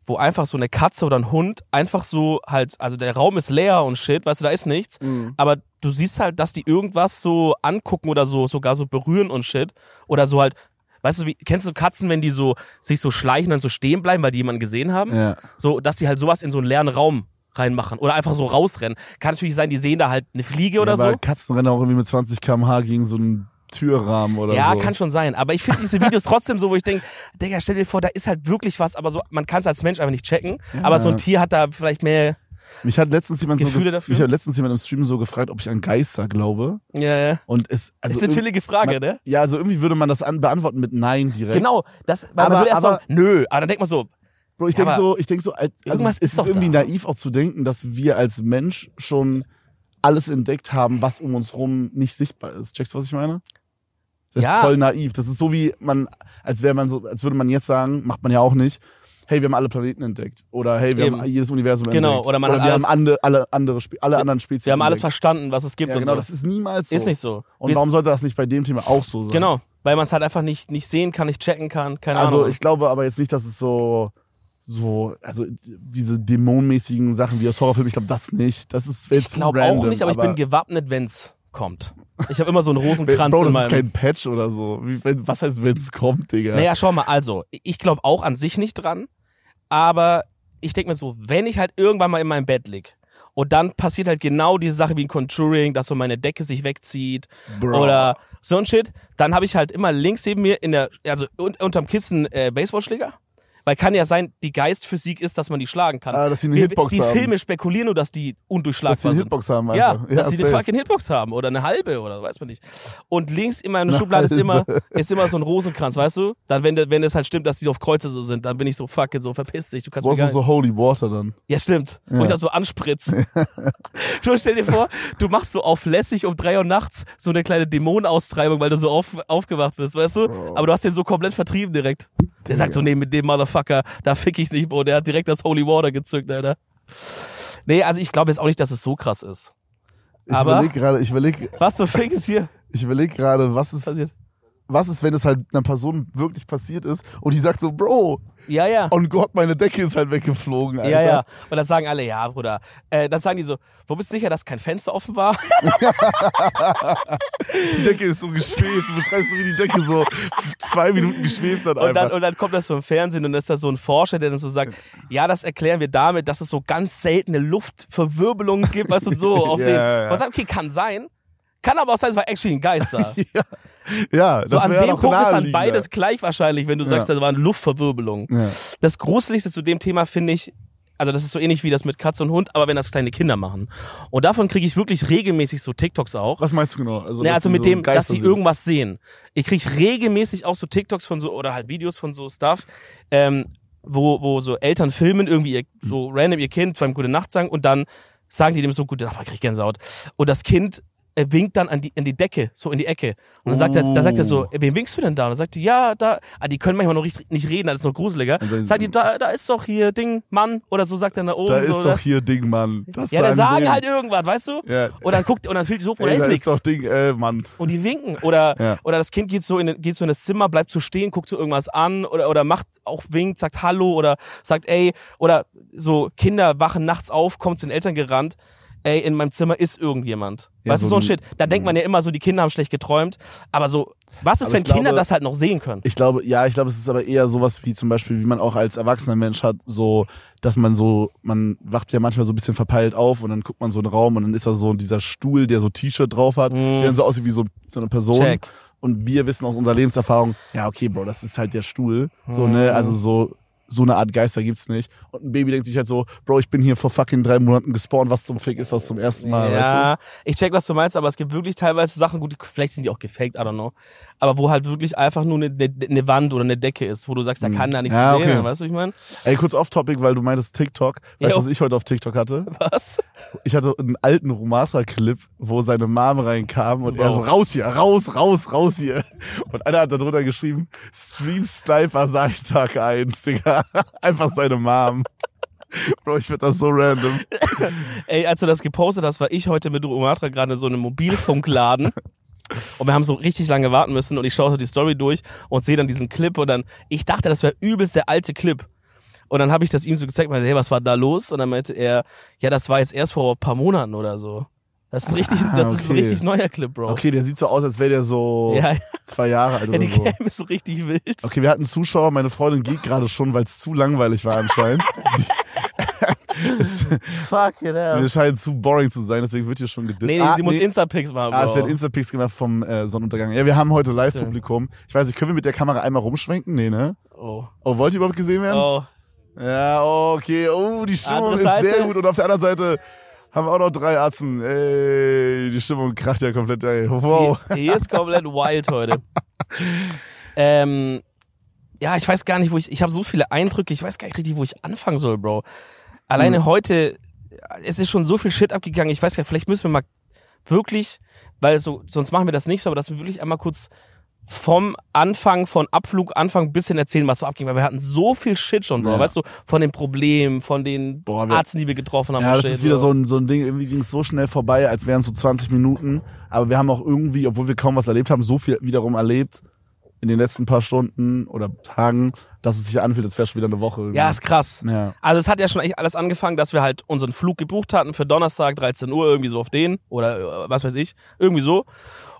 Speaker 2: wo einfach so eine Katze oder ein Hund einfach so halt, also der Raum ist leer und shit, weißt du, da ist nichts.
Speaker 1: Mhm.
Speaker 2: Aber du siehst halt, dass die irgendwas so angucken oder so, sogar so berühren und shit. Oder so halt, weißt du, wie, kennst du Katzen, wenn die so sich so schleichen und dann so stehen bleiben, weil die jemanden gesehen haben?
Speaker 1: Ja.
Speaker 2: So, dass die halt sowas in so einen leeren Raum reinmachen oder einfach so rausrennen. Kann natürlich sein, die sehen da halt eine Fliege oder
Speaker 1: ja,
Speaker 2: so.
Speaker 1: aber Katzen rennen auch irgendwie mit 20 km/h gegen so einen Türrahmen oder
Speaker 2: Ja,
Speaker 1: so.
Speaker 2: kann schon sein. Aber ich finde diese
Speaker 1: (laughs)
Speaker 2: Videos trotzdem so, wo ich denke, Digga, stell dir vor, da ist halt wirklich was, aber so, man kann es als Mensch einfach nicht checken. Aber so ein Tier hat da vielleicht mehr.
Speaker 1: Mich hat letztens jemand so
Speaker 2: Gefühle
Speaker 1: ge-
Speaker 2: dafür?
Speaker 1: Mich hat letztens jemand im Stream so gefragt, ob ich an Geister glaube.
Speaker 2: Ja, ja.
Speaker 1: Und es also
Speaker 2: ist eine
Speaker 1: irg-
Speaker 2: chillige Frage,
Speaker 1: man,
Speaker 2: ne?
Speaker 1: Ja, also irgendwie würde man das an, beantworten mit Nein direkt.
Speaker 2: Genau, das, weil
Speaker 1: Aber-
Speaker 2: man würde erst
Speaker 1: aber-
Speaker 2: sagen, nö, aber dann denkt man so,
Speaker 1: Bro, ich denk
Speaker 2: Ja,
Speaker 1: denke
Speaker 2: aber
Speaker 1: so, ich denke so, als- also
Speaker 2: irgendwas
Speaker 1: es
Speaker 2: ist
Speaker 1: ist
Speaker 2: doch
Speaker 1: irgendwie
Speaker 2: da.
Speaker 1: naiv auch zu denken, dass wir als Mensch schon alles entdeckt haben, was um uns rum nicht sichtbar ist. Checkst du, was ich meine? Das
Speaker 2: Ja.
Speaker 1: ist voll naiv. Das ist so wie man, als wäre man so, als würde man jetzt sagen, macht man ja auch nicht. Hey, wir haben alle Planeten entdeckt. Oder hey, wir
Speaker 2: Eben.
Speaker 1: haben jedes Universum
Speaker 2: Genau,
Speaker 1: entdeckt.
Speaker 2: oder man hat
Speaker 1: wir
Speaker 2: alles-
Speaker 1: haben ande, alle, andere, Spe- alle anderen Spezies
Speaker 2: wir haben alles
Speaker 1: entdeckt.
Speaker 2: verstanden, was es gibt
Speaker 1: Ja,
Speaker 2: und
Speaker 1: genau,
Speaker 2: so.
Speaker 1: das ist niemals so.
Speaker 2: Ist nicht so.
Speaker 1: Und
Speaker 2: Wir-
Speaker 1: warum sollte das nicht bei dem Thema auch so sein?
Speaker 2: Genau, weil man es halt einfach nicht, nicht sehen kann, nicht checken kann, keine
Speaker 1: Also
Speaker 2: Ahnung.
Speaker 1: ich glaube aber jetzt nicht, dass es so so also diese dämonmäßigen Sachen wie aus Horrorfilmen, ich glaube das nicht. Das ist jetzt
Speaker 2: ich glaube
Speaker 1: random,
Speaker 2: auch nicht, aber, ich bin gewappnet, wenn's kommt. Ich habe
Speaker 1: (laughs)
Speaker 2: immer so einen Rosenkranz
Speaker 1: Bro,
Speaker 2: in
Speaker 1: das
Speaker 2: meinem.
Speaker 1: ist kein Patch oder so. Wie, wenn, was heißt, wenn es kommt, Digga?
Speaker 2: Naja, schau mal, also, ich glaube auch an sich nicht dran, aber ich denke mir so, wenn ich halt irgendwann mal in meinem Bett lieg und dann passiert halt genau diese Sache wie in Contouring, dass so meine Decke sich wegzieht
Speaker 1: Bro.
Speaker 2: oder so ein Shit, dann habe ich halt immer links neben mir in der, also un unterm Kissen äh, Baseballschläger. Weil kann ja sein, die Geistphysik ist, dass man die schlagen kann.
Speaker 1: Ah, dass die eine
Speaker 2: Wir-
Speaker 1: Hitbox
Speaker 2: Die
Speaker 1: haben.
Speaker 2: Filme spekulieren nur, dass die
Speaker 1: dass die
Speaker 2: undurchschlagbar
Speaker 1: einen
Speaker 2: sind.
Speaker 1: Hitbox haben
Speaker 2: Ja,
Speaker 1: einfach.
Speaker 2: dass sie eine
Speaker 1: safe.
Speaker 2: fucking Hitbox haben oder eine halbe oder weiß man nicht. Und links in meiner
Speaker 1: Eine
Speaker 2: Schublade ist
Speaker 1: halbe.
Speaker 2: immer, ist immer so ein Rosenkranz, weißt du? Dann, wenn, de- wenn es halt stimmt, dass die so auf Kreuze so sind, dann bin ich so fucking so, verpiss dich, du kannst
Speaker 1: so
Speaker 2: mir
Speaker 1: hast
Speaker 2: gar
Speaker 1: du so
Speaker 2: nicht.
Speaker 1: Holy Water dann.
Speaker 2: Ja, stimmt. Wo ich das so anspritze. du stell dir vor, du machst so auf lässig um drei Uhr nachts so eine kleine Dämonenaustreibung, weil du so auf, aufgewacht bist, weißt du? Aber du hast den so komplett vertrieben direkt. Der sagt so, nee, mit dem Motherfucker, da fick ich nicht, Bro. Der hat direkt das Holy Water gezückt, Alter. Nee, also ich glaube jetzt auch nicht, dass es so krass ist.
Speaker 1: Ich
Speaker 2: Aber-
Speaker 1: überleg gerade, ich überleg,
Speaker 2: Was so fick
Speaker 1: (laughs)
Speaker 2: ist hier
Speaker 1: ich überleg gerade, was ist,
Speaker 2: passiert?
Speaker 1: was ist, wenn es halt einer Person wirklich passiert ist und die sagt so, Bro,
Speaker 2: Ja, ja.
Speaker 1: und Gott, meine Decke ist halt weggeflogen, Oh, Alter.
Speaker 2: Ja, ja. Und dann sagen alle, ja, Bruder. Äh, dann sagen die so, wo bist du sicher, dass kein Fenster
Speaker 1: (laughs)
Speaker 2: offen war?
Speaker 1: Die Decke ist so geschwebt. Du beschreibst so, wie die Decke so zwei Minuten geschwebt hat
Speaker 2: Und dann,
Speaker 1: einfach.
Speaker 2: und dann kommt das so im Fernsehen und dann ist da so ein Forscher, der dann so sagt, ja, das erklären wir damit, dass es so ganz seltene Luftverwirbelungen gibt, weißt du, und so
Speaker 1: (laughs)
Speaker 2: auf
Speaker 1: Ja,
Speaker 2: den.
Speaker 1: ja, ja.
Speaker 2: Man sagt, okay, kann sein. Kann aber auch sein, es war actually
Speaker 1: (laughs)
Speaker 2: ein Geister.
Speaker 1: ja, das
Speaker 2: so an
Speaker 1: wär
Speaker 2: dem
Speaker 1: noch
Speaker 2: Punkt ist dann
Speaker 1: naheliegender.
Speaker 2: beides gleich wahrscheinlich, wenn du sagst,
Speaker 1: Ja.
Speaker 2: das waren Luftverwirbelungen.
Speaker 1: Ja.
Speaker 2: Das Gruseligste zu dem Thema finde ich, also das ist so ähnlich wie das mit Katze und Hund, aber wenn das kleine Kinder machen. Und davon kriege ich wirklich regelmäßig so TikToks auch.
Speaker 1: Was meinst du genau? Also,
Speaker 2: Ja,
Speaker 1: dass
Speaker 2: also
Speaker 1: die
Speaker 2: mit
Speaker 1: so
Speaker 2: dem,
Speaker 1: Geister
Speaker 2: dass sie
Speaker 1: sind.
Speaker 2: irgendwas sehen. Ich krieg regelmäßig auch so TikToks von so oder halt Videos von so Stuff, ähm, wo, wo so Eltern filmen, irgendwie ihr,
Speaker 1: Hm.
Speaker 2: so random ihr Kind, zwar Gute Nacht sagen und dann sagen die dem so Gute Nacht, ich krieg Gänsehaut. Und das Kind äh, winkt dann an die, an die Decke, so in die Ecke. Und dann sagt er, da sagt er so,
Speaker 1: Oh.
Speaker 2: "Äh, wem winkst du denn da? Und dann sagt die, ja, da. Ah, die können manchmal noch nicht, nicht reden, das ist noch gruseliger.
Speaker 1: Und dann-
Speaker 2: Sagt die, da, da ist doch hier Ding, Mann, oder so sagt er da oben.
Speaker 1: Da
Speaker 2: so,
Speaker 1: ist
Speaker 2: oder?
Speaker 1: doch hier Ding, Mann. Das
Speaker 2: ja, dann
Speaker 1: sagen
Speaker 2: sagen
Speaker 1: wir.
Speaker 2: halt irgendwas, weißt du?
Speaker 1: Ja.
Speaker 2: Und dann guckt, und dann fühlt die so,
Speaker 1: Ey,
Speaker 2: oder ist
Speaker 1: da
Speaker 2: nichts
Speaker 1: ist doch Ding, äh, Mann.
Speaker 2: und die winken oder
Speaker 1: (laughs) Ja.
Speaker 2: oder das Kind geht so in geht so in das Zimmer, bleibt so stehen, guckt so irgendwas an oder oder macht auch winkt, sagt hallo oder sagt ey oder so Kinder wachen nachts auf, kommt zu den Eltern gerannt. ey, in meinem Zimmer ist irgendjemand. weißt du, so ein Shit. Da denkt man ja immer so, die Kinder haben schlecht geträumt. Aber so, was
Speaker 1: Mhm.
Speaker 2: ist,
Speaker 1: Aber
Speaker 2: wenn
Speaker 1: ich glaube-
Speaker 2: Kinder das halt noch sehen können?
Speaker 1: Ich glaube, ja, ich glaube, es ist aber eher sowas wie zum Beispiel, wie man auch als erwachsener Mensch hat, so, dass man so, man wacht ja manchmal so ein bisschen verpeilt auf und dann guckt man so einen Raum und dann ist da so dieser Stuhl, der so T-Shirt drauf hat, der dann so aussieht wie so, so eine Person.
Speaker 2: Mhm. Check.
Speaker 1: Und wir wissen aus unserer Lebenserfahrung, ja, okay, Bro, das ist halt der Stuhl. So, ne,
Speaker 2: Mhm.
Speaker 1: also so, so eine Art Geister gibt's nicht. Und ein Baby denkt sich halt so, Bro, ich bin hier vor fucking drei Monaten gespawnt, was zum Fick ist das zum ersten Mal, weißt
Speaker 2: ja, ich check, was du meinst, aber es gibt wirklich teilweise Sachen, gut, die- vielleicht sind die auch gefaked, I don't know. Aber wo halt wirklich einfach nur eine, eine, eine Wand oder eine Decke ist, wo du sagst, da kann da nichts
Speaker 1: Mhm. Ja,
Speaker 2: gesehen werden,
Speaker 1: okay.
Speaker 2: weißt du, wie ich meine?
Speaker 1: du? Ey, kurz off-topic, weil du meintest TikTok. Weißt
Speaker 2: Jo.
Speaker 1: du, was ich heute auf TikTok hatte?
Speaker 2: (laughs) Was?
Speaker 1: Ich hatte einen alten Romatra-Clip, wo seine Mom reinkam und er
Speaker 2: Wow.
Speaker 1: so, raus hier, raus, raus, raus hier. Und einer hat da drunter geschrieben, Stream Sniper sag ich Tag 1, Digga. (laughs) Einfach seine Mom. Bro, ich find das so random.
Speaker 2: Ey, als du das gepostet hast, war ich heute mit Rumatra gerade in so
Speaker 1: (laughs)
Speaker 2: einem Mobilfunkladen. Und wir haben so richtig lange warten müssen und ich schaue so die Story durch und sehe dann diesen Clip und dann, ich dachte, das wäre übelst der alte Clip. Und dann habe ich das ihm so gezeigt, meinte, hey, was war da los? Und dann meinte er, ja, das war jetzt erst vor ein paar Monaten oder so. Das ist ein richtig,
Speaker 1: Ah,
Speaker 2: das ist ein
Speaker 1: okay.
Speaker 2: richtig neuer Clip, Bro.
Speaker 1: Okay, der sieht so aus, als wäre der so
Speaker 2: Ja, ja,
Speaker 1: zwei Jahre alt oder
Speaker 2: die
Speaker 1: so.
Speaker 2: Game ist so richtig wild.
Speaker 1: Okay, wir hatten Zuschauer, meine Freundin geht gerade schon, weil es zu langweilig war
Speaker 2: (laughs)
Speaker 1: anscheinend.
Speaker 2: Fuck it up.
Speaker 1: Mir scheint zu boring zu sein, deswegen wird hier schon gedippt.
Speaker 2: Nee, nee,
Speaker 1: Ah,
Speaker 2: sie muss Instapics machen, Bro.
Speaker 1: Ah, es werden Instapics gemacht vom äh, Sonnenuntergang. Ja, wir haben heute Live-Publikum. Ich weiß nicht, können wir mit der Kamera einmal rumschwenken? Nee, ne?
Speaker 2: oh.
Speaker 1: Oh, wollt ihr überhaupt gesehen werden?
Speaker 2: oh.
Speaker 1: Ja, okay. Oh, die Stimmung
Speaker 2: Andere
Speaker 1: ist
Speaker 2: Seite.
Speaker 1: sehr gut. Und auf der anderen Seite haben wir auch noch drei Atzen. Ey, die Stimmung kracht ja komplett. Ey.
Speaker 2: (laughs)
Speaker 1: Wow.
Speaker 2: Hier, hier ist komplett wild heute. Ähm, ja, ich weiß gar nicht, wo ich. Ich habe so viele Eindrücke, ich weiß gar nicht richtig, wo ich anfangen soll, Bro. Alleine
Speaker 1: Hm.
Speaker 2: heute, es ist schon so viel Shit abgegangen, ich weiß gar nicht, vielleicht müssen wir mal wirklich, weil so, sonst machen wir das nicht so, aber dass wir wirklich einmal kurz vom Anfang, von Abflug, Anfang ein bisschen erzählen, was so abging, weil wir hatten so viel Shit schon, Bro.
Speaker 1: Ja.
Speaker 2: Weißt du, von den Problemen, von den
Speaker 1: Boah, wir-
Speaker 2: Ärzten, die wir getroffen haben.
Speaker 1: Ja,
Speaker 2: und
Speaker 1: das
Speaker 2: shit,
Speaker 1: ist wieder
Speaker 2: Bro.
Speaker 1: so ein, so ein Ding. Irgendwie ging es so schnell vorbei, als wären es so 20 Minuten. Aber wir haben auch irgendwie, obwohl wir kaum was erlebt haben, so viel wiederum erlebt in den letzten paar Stunden oder Tagen, dass es sich anfühlt, als wäre schon wieder eine Woche.
Speaker 2: Ja, ist krass.
Speaker 1: Ja.
Speaker 2: Also es hat ja schon echt alles angefangen, dass wir halt unseren Flug gebucht hatten für Donnerstag 13 Uhr irgendwie so auf den oder äh, was weiß ich, irgendwie so.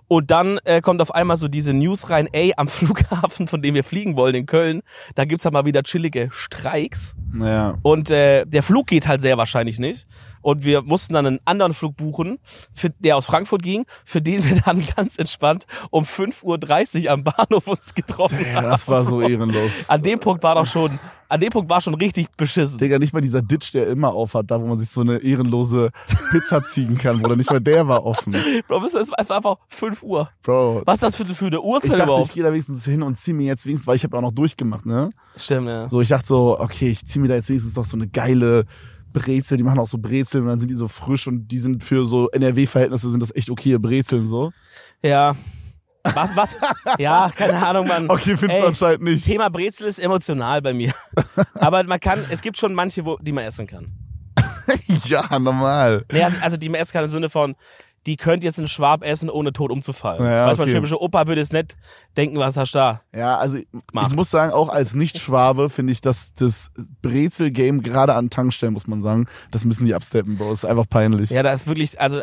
Speaker 2: Und dann äh, kommt auf einmal so diese News rein, ey, am (laughs) Flughafen, von dem wir fliegen wollen in Köln, da gibt's halt mal wieder chillige Streiks
Speaker 1: ja.
Speaker 2: und äh, der Flug geht halt sehr wahrscheinlich nicht und wir mussten dann einen anderen Flug buchen, für, der aus Frankfurt ging, für den wir dann (laughs) ganz entspannt um 5:30 Uhr am Bahnhof uns getroffen
Speaker 1: Ja,
Speaker 2: haben.
Speaker 1: das war so ehrenlos.
Speaker 2: An dem Punkt war doch schon, an dem Punkt war schon richtig beschissen.
Speaker 1: Digga, nicht mal dieser Ditch, der immer auf hat, da wo man sich so eine ehrenlose Pizza ziehen kann, Bruder. Nicht mal der war offen.
Speaker 2: Bro, wisst ihr, es war einfach, einfach 5 Uhr.
Speaker 1: Bro.
Speaker 2: Was ist das für, für eine
Speaker 1: Ich
Speaker 2: Uhrzeit
Speaker 1: dachte, ich
Speaker 2: überhaupt?
Speaker 1: gehe da wenigstens hin und zieh mir jetzt wenigstens, weil ich habe auch noch durchgemacht, ne?
Speaker 2: Stimmt, ja.
Speaker 1: So, ich dachte so, okay, ich zieh mir da jetzt wenigstens noch so eine geile Brezel, die machen auch so Brezeln und dann sind die so frisch und die sind für so NRW-Verhältnisse sind das echt okay, Brezeln so.
Speaker 2: Ja. Was, was? ja, keine Ahnung, Mann.
Speaker 1: Okay, findest du
Speaker 2: Ey,
Speaker 1: anscheinend nicht. (laughs)
Speaker 2: Thema Brezel ist emotional bei mir. (laughs) Aber man kann, es gibt schon manche, wo, die man essen kann.
Speaker 1: ja, normal.
Speaker 2: Nee, also, also die man essen kann im Sinne von, die könnt jetzt einen Schwab essen, ohne tot umzufallen.
Speaker 1: Ja,
Speaker 2: weißt du, mein
Speaker 1: okay.
Speaker 2: schwäbischer Opa würde es nicht denken, was hast du da?
Speaker 1: Ja, also
Speaker 2: Macht.
Speaker 1: ich muss sagen, auch als Nicht-Schwabe finde ich, dass das Brezel-Game gerade an Tankstellen, muss man sagen, das müssen die absteppen, Bro. Das ist einfach peinlich.
Speaker 2: Ja, das ist wirklich, also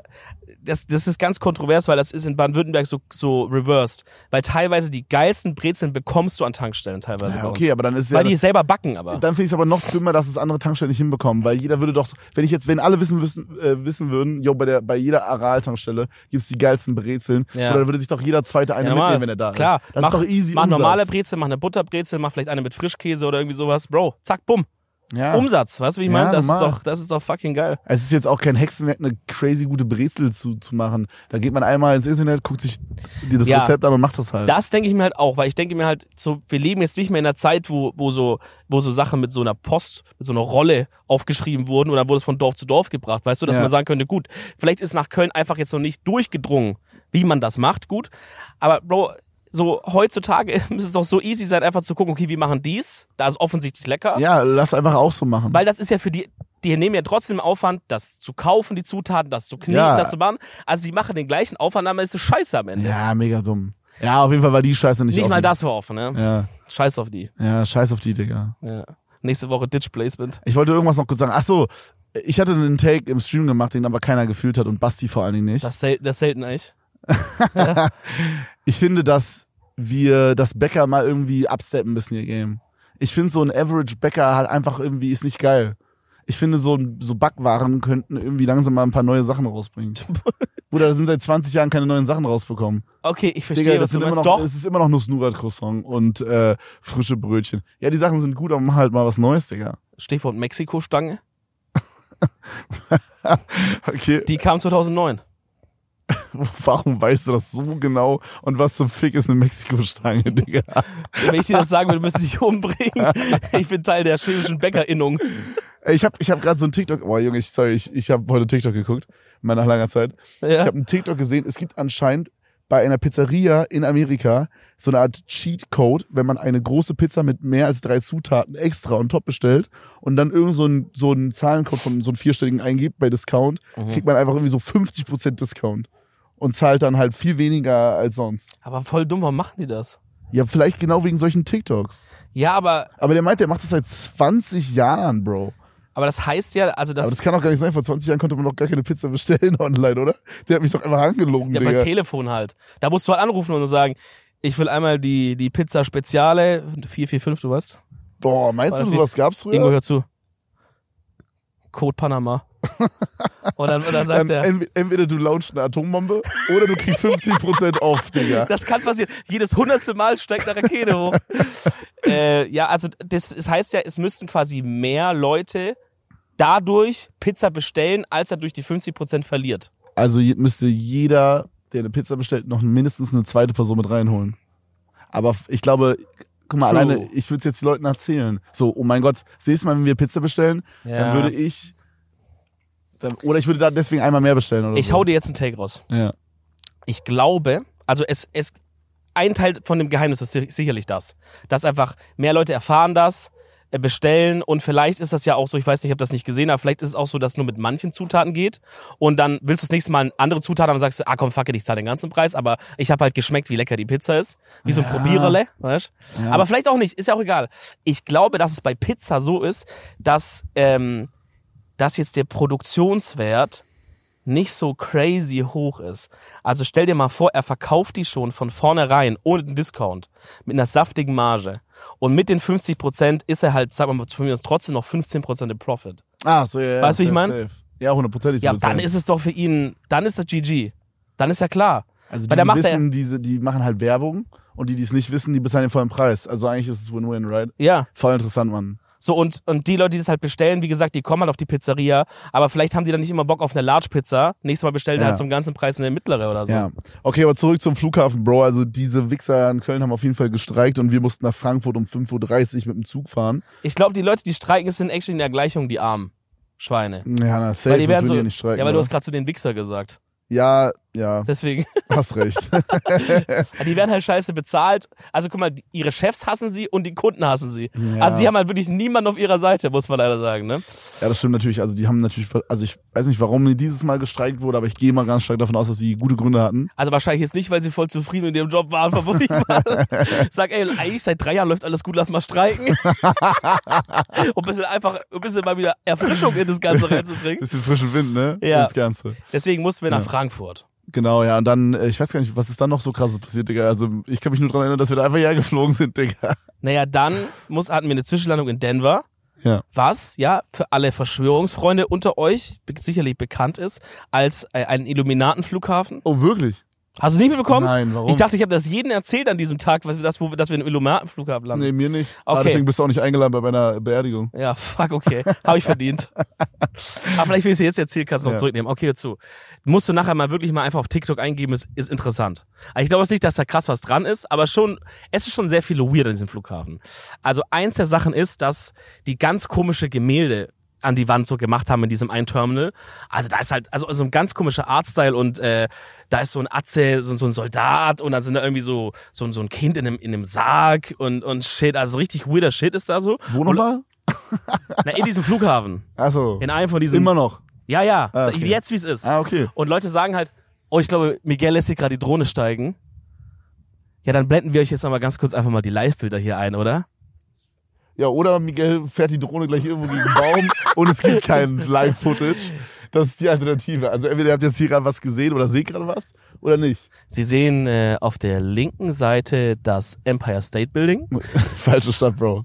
Speaker 2: das, das ist ganz kontrovers, weil das ist in Baden-Württemberg so, so reversed. Weil teilweise die geilsten Brezeln bekommst du an Tankstellen
Speaker 1: Ja,
Speaker 2: teilweise Also bei uns.
Speaker 1: okay, aber dann ist ja.
Speaker 2: Weil die selber backen, aber.
Speaker 1: dann finde ich es aber noch dümmer, dass es andere Tankstellen nicht hinbekommen, weil jeder würde doch, wenn ich jetzt, wenn alle wissen, wissen, äh, wissen würden, jo, bei der, bei jeder Aral-Tankstelle gibt's die geilsten Brezeln,
Speaker 2: Ja.
Speaker 1: oder dann würde sich doch jeder zweite eine
Speaker 2: Ja, normal.
Speaker 1: mitnehmen, wenn er da
Speaker 2: Klar.
Speaker 1: ist. Das ist
Speaker 2: mach,
Speaker 1: doch easy
Speaker 2: Mach
Speaker 1: Umsatz.
Speaker 2: normale Brezel, mach eine Butterbrezel, mach vielleicht eine mit Frischkäse oder irgendwie sowas. Bro, zack, bumm.
Speaker 1: ja.
Speaker 2: Umsatz, weißt du, wie ich
Speaker 1: Ja,
Speaker 2: meine? Das, ist
Speaker 1: normal.
Speaker 2: doch- das ist doch fucking geil.
Speaker 1: Es ist jetzt auch kein Hexenwerk, eine crazy gute Brezel zu, zu machen. Da geht man einmal ins Internet, guckt sich dir das
Speaker 2: Ja.
Speaker 1: Rezept an und macht das halt.
Speaker 2: Das denke ich mir halt auch, weil ich denke mir halt, so, wir leben jetzt nicht mehr in einer Zeit, wo, wo, so, wo so Sachen mit so einer Post, mit so einer Rolle aufgeschrieben wurden oder wurde es von Dorf zu Dorf gebracht, weißt du, dass
Speaker 1: Ja.
Speaker 2: man sagen könnte, gut, vielleicht ist nach Köln einfach jetzt noch nicht durchgedrungen, wie man das macht, gut. Aber Bro, so heutzutage (laughs) müsste es doch so easy sein, einfach zu gucken, okay, wir machen dies, da ist offensichtlich lecker.
Speaker 1: ja, lass einfach auch so machen.
Speaker 2: Weil das ist ja für die, die nehmen ja trotzdem Aufwand, das zu kaufen, die Zutaten, das zu kneten,
Speaker 1: Ja.
Speaker 2: das zu machen. Also die machen den gleichen Aufwand, aber es ist scheiße am Ende.
Speaker 1: Ja, mega dumm. Ja, auf jeden Fall war die Scheiße nicht
Speaker 2: Nicht mal
Speaker 1: offen.
Speaker 2: das war offen, ne?
Speaker 1: Ja,
Speaker 2: Scheiß auf die.
Speaker 1: ja, scheiß auf die, Digga.
Speaker 2: Ja. Nächste Woche Ditch Placement.
Speaker 1: Ich wollte irgendwas noch kurz sagen. Ach so, Ich hatte einen Take im Stream gemacht, den aber keiner gefühlt hat und Basti vor allen Dingen nicht.
Speaker 2: Das, sel das selten echt.
Speaker 1: ich finde, dass wir das Bäcker mal irgendwie upsteppen müssen ihr Game. Ich finde so ein Average Bäcker hat einfach irgendwie ist nicht geil. Ich finde so so Backwaren könnten irgendwie langsam mal ein paar neue Sachen
Speaker 2: (laughs)
Speaker 1: rausbringen. Bruder, da sind seit 20 Jahren keine neuen Sachen rausbekommen.
Speaker 2: Okay, ich verstehe,
Speaker 1: Digga, das
Speaker 2: was du
Speaker 1: sind immer
Speaker 2: meinst.
Speaker 1: noch,
Speaker 2: Doch,
Speaker 1: Es ist immer noch nur Nougat Croissant und äh, frische Brötchen. Ja, die Sachen sind gut, aber mach halt mal was Neues, Digga. (laughs)
Speaker 2: Stichwort Mexiko-Stange.
Speaker 1: Okay,
Speaker 2: Die kam 2009.
Speaker 1: (laughs) warum weißt du das so genau? Und was zum Fick ist eine Mexiko-Stange, Digga?
Speaker 2: Wenn ich dir das sagen würde, müsste ich dich umbringen.
Speaker 1: (laughs)
Speaker 2: Ich bin Teil der schwäbischen Bäckerinnung.
Speaker 1: Ey, Ich habe ich hab gerade so ein TikTok, boah Junge, ich, sorry, ich, ich habe heute TikTok geguckt, mal nach langer Zeit. Ich
Speaker 2: Ja.
Speaker 1: habe einen TikTok gesehen, es gibt anscheinend bei einer Pizzeria in Amerika so eine Art Cheatcode, wenn man eine große Pizza mit mehr als drei Zutaten extra und top bestellt und dann irgend so einen, so einen Zahlencode von so einem vierstelligen eingibt bei Discount, kriegt man einfach irgendwie so 50% Discount und zahlt dann halt viel weniger als sonst.
Speaker 2: Aber voll dumm, warum machen die das?
Speaker 1: Ja, vielleicht genau wegen solchen TikToks.
Speaker 2: Ja, aber,
Speaker 1: Aber der meint, der macht das seit 20 Jahren, Bro.
Speaker 2: aber das heißt ja, also
Speaker 1: Aber
Speaker 2: das,
Speaker 1: das kann doch gar nicht sein. Vor 20 Jahren konnte man doch gar keine Pizza bestellen (laughs) online, oder? Der hat mich doch einfach angelogen,
Speaker 2: ja, bei
Speaker 1: Digga.
Speaker 2: Telefon halt. Da musst du halt anrufen und sagen, ich will einmal die, die Pizza Speziale, 445, du weißt.
Speaker 1: Boah, meinst du,
Speaker 2: Bei-
Speaker 1: sowas gab's
Speaker 2: Ingo,
Speaker 1: früher?
Speaker 2: hör zu. Code
Speaker 1: (laughs)
Speaker 2: Panama. und, dann, und dann sagt
Speaker 1: Dann
Speaker 2: er,
Speaker 1: entweder, entweder du launchst eine Atombombe oder du kriegst 50% off,
Speaker 2: (laughs)
Speaker 1: Digga.
Speaker 2: das kann passieren. Jedes hundertste Mal steigt eine Rakete hoch. äh, ja, also das, das heißt ja, es müssten quasi mehr Leute dadurch Pizza bestellen, als er durch die 50% verliert.
Speaker 1: Also je- müsste jeder, der eine Pizza bestellt, noch mindestens eine zweite Person mit reinholen. Aber f- ich glaube, guck mal,
Speaker 2: True.
Speaker 1: alleine, ich würde es jetzt den Leuten erzählen. So, oh mein Gott, siehst Mal, wenn wir Pizza bestellen, dann
Speaker 2: Ja.
Speaker 1: würde ich. Dann, oder ich würde da deswegen einmal mehr bestellen, oder
Speaker 2: Ich
Speaker 1: so.
Speaker 2: hau dir jetzt einen Take raus.
Speaker 1: Ja.
Speaker 2: Ich glaube, also es, es ein Teil von dem Geheimnis ist si- sicherlich das, dass einfach mehr Leute erfahren das, äh, bestellen und vielleicht ist das ja auch so, ich weiß nicht, ich habe das nicht gesehen, aber vielleicht ist es auch so, dass nur mit manchen Zutaten geht und dann willst du das nächste Mal andere Zutaten haben und sagst, du, ah komm, fuck it, ich zahle den ganzen Preis, aber ich habe halt geschmeckt, wie lecker die Pizza ist, wie so ein
Speaker 1: Ja.
Speaker 2: Probiererle, weißt?
Speaker 1: Ja.
Speaker 2: Aber vielleicht auch nicht, ist ja auch egal. Ich glaube, dass es bei Pizza so ist, dass ähm, dass jetzt der Produktionswert nicht so crazy hoch ist. Also stell dir mal vor, er verkauft die schon von vornherein ohne den Discount mit einer saftigen Marge. Und mit den 50% ist er halt, sagen wir mal, zumindest trotzdem noch 15% im Profit.
Speaker 1: Ah, so, ja, ja,
Speaker 2: Weißt du, wie ich
Speaker 1: safe,
Speaker 2: mein?
Speaker 1: safe. Ja, 100%.
Speaker 2: Ja, dann ist es doch für ihn, dann ist das GG. Dann ist ja klar.
Speaker 1: Also die,
Speaker 2: Weil der
Speaker 1: die
Speaker 2: macht ja-
Speaker 1: wissen, diese, die machen halt Werbung und die, die es nicht wissen, die bezahlen den vollen Preis. Also eigentlich ist es Win-Win, right?
Speaker 2: Ja.
Speaker 1: Voll interessant, Mann.
Speaker 2: So, und, und die Leute, die das halt bestellen, wie gesagt, die kommen halt auf die Pizzeria, aber vielleicht haben die dann nicht immer Bock auf eine Large Pizza. Nächstes Mal bestellen die
Speaker 1: Ja.
Speaker 2: halt zum ganzen Preis eine mittlere oder so.
Speaker 1: Ja. Okay, aber zurück zum Flughafen, Bro. Also diese Wichser in Köln haben auf jeden Fall gestreikt und wir mussten nach Frankfurt um 5.30 Uhr mit dem Zug fahren.
Speaker 2: Ich glaube, die Leute, die streiken, sind actually in der Gleichung die armen Schweine.
Speaker 1: Ja, na, safe,
Speaker 2: Weil die
Speaker 1: sonst würden
Speaker 2: werden
Speaker 1: ja
Speaker 2: so,
Speaker 1: genau. nicht streiken.
Speaker 2: ja, weil du
Speaker 1: oder?
Speaker 2: hast gerade zu den Wichser gesagt.
Speaker 1: ja, ja,
Speaker 2: Deswegen,
Speaker 1: hast recht.
Speaker 2: die werden halt scheiße bezahlt. Also guck mal, die- ihre Chefs hassen sie und die Kunden hassen sie.
Speaker 1: Ja.
Speaker 2: (laughs) Also die haben halt wirklich niemanden auf ihrer Seite, muss man leider sagen. Ne?
Speaker 1: ja, das stimmt natürlich. Also die haben natürlich, also ich weiß nicht, warum mir dieses Mal gestreikt wurde, aber ich gehe mal ganz stark davon aus, dass sie gute Gründe hatten.
Speaker 2: Also wahrscheinlich jetzt nicht, weil sie voll zufrieden mit ihrem Job waren, vermute ich
Speaker 1: (laughs)
Speaker 2: mal. Sag, ey, eigentlich seit drei Jahren läuft alles gut, lass mal streiken. um ein bisschen einfach, um ein bisschen mal wieder Erfrischung in das Ganze reinzubringen.
Speaker 1: Bisschen frischen Wind, ne?
Speaker 2: Ja.
Speaker 1: Das Ganze.
Speaker 2: Deswegen mussten wir nach
Speaker 1: Ja.
Speaker 2: Frankfurt.
Speaker 1: Genau, ja, und dann, äh, ich weiß gar nicht, was ist dann noch so krasses passiert, Digga. Also, ich kann mich nur dran erinnern, dass wir da einfach hergeflogen sind, Digga.
Speaker 2: Naja, dann muss, hatten wir eine Zwischenlandung in Denver.
Speaker 1: Ja.
Speaker 2: was ja für alle Verschwörungsfreunde unter euch be sicherlich bekannt ist als äh, einen Illuminatenflughafen.
Speaker 1: Oh, wirklich?
Speaker 2: Hast du es nicht mitbekommen?
Speaker 1: Nein, warum?
Speaker 2: Ich dachte, ich habe das jedem erzählt an diesem Tag, was, das, wo wir, dass wir in einem Illuminatenflughafen landen.
Speaker 1: Nee, mir nicht. Ah,
Speaker 2: Okay.
Speaker 1: deswegen bist du auch nicht eingeladen bei meiner Beerdigung.
Speaker 2: Ja, fuck, okay. Habe ich verdient. Aber vielleicht, wenn ich es jetzt erzählen kannst du noch
Speaker 1: Ja.
Speaker 2: zurücknehmen. Okay, hör zu. Musst du nachher mal wirklich mal einfach auf TikTok eingeben, ist, ist interessant. Also Ich glaube jetzt nicht, dass da krass was dran ist, aber schon, es ist schon sehr viel weird an diesem Flughafen. Also eins der Sachen ist, dass die ganz komische Gemälde an die Wand so gemacht haben in diesem einen Terminal. Also da ist halt, also so ein ganz komischer Artstyle und äh, da ist so ein Atze, so, so ein Soldat und dann sind da irgendwie so, so, ein- so ein Kind in einem, in einem Sarg und, und Shit. Also richtig weirder Shit ist da so.
Speaker 1: Wo nochmal?
Speaker 2: Na, in diesem Flughafen.
Speaker 1: Achso.
Speaker 2: In einem von diesen.
Speaker 1: Immer noch.
Speaker 2: Ja, ja.
Speaker 1: Ah, okay.
Speaker 2: Jetzt, wie es ist.
Speaker 1: Ah, okay.
Speaker 2: Und Leute sagen halt, oh, ich glaube, Miguel lässt hier gerade die Drohne steigen. Ja, dann blenden wir euch jetzt einmal ganz kurz einfach mal die Live-Bilder hier ein, oder?
Speaker 1: Ja, oder Miguel fährt die Drohne gleich irgendwo gegen den Baum und es gibt kein Live-Footage. Das ist die Alternative. Also entweder ihr habt jetzt hier gerade was gesehen oder seht gerade was oder nicht.
Speaker 2: Sie sehen äh, auf der linken Seite das Empire State Building.
Speaker 1: Falsche Stadt, Bro.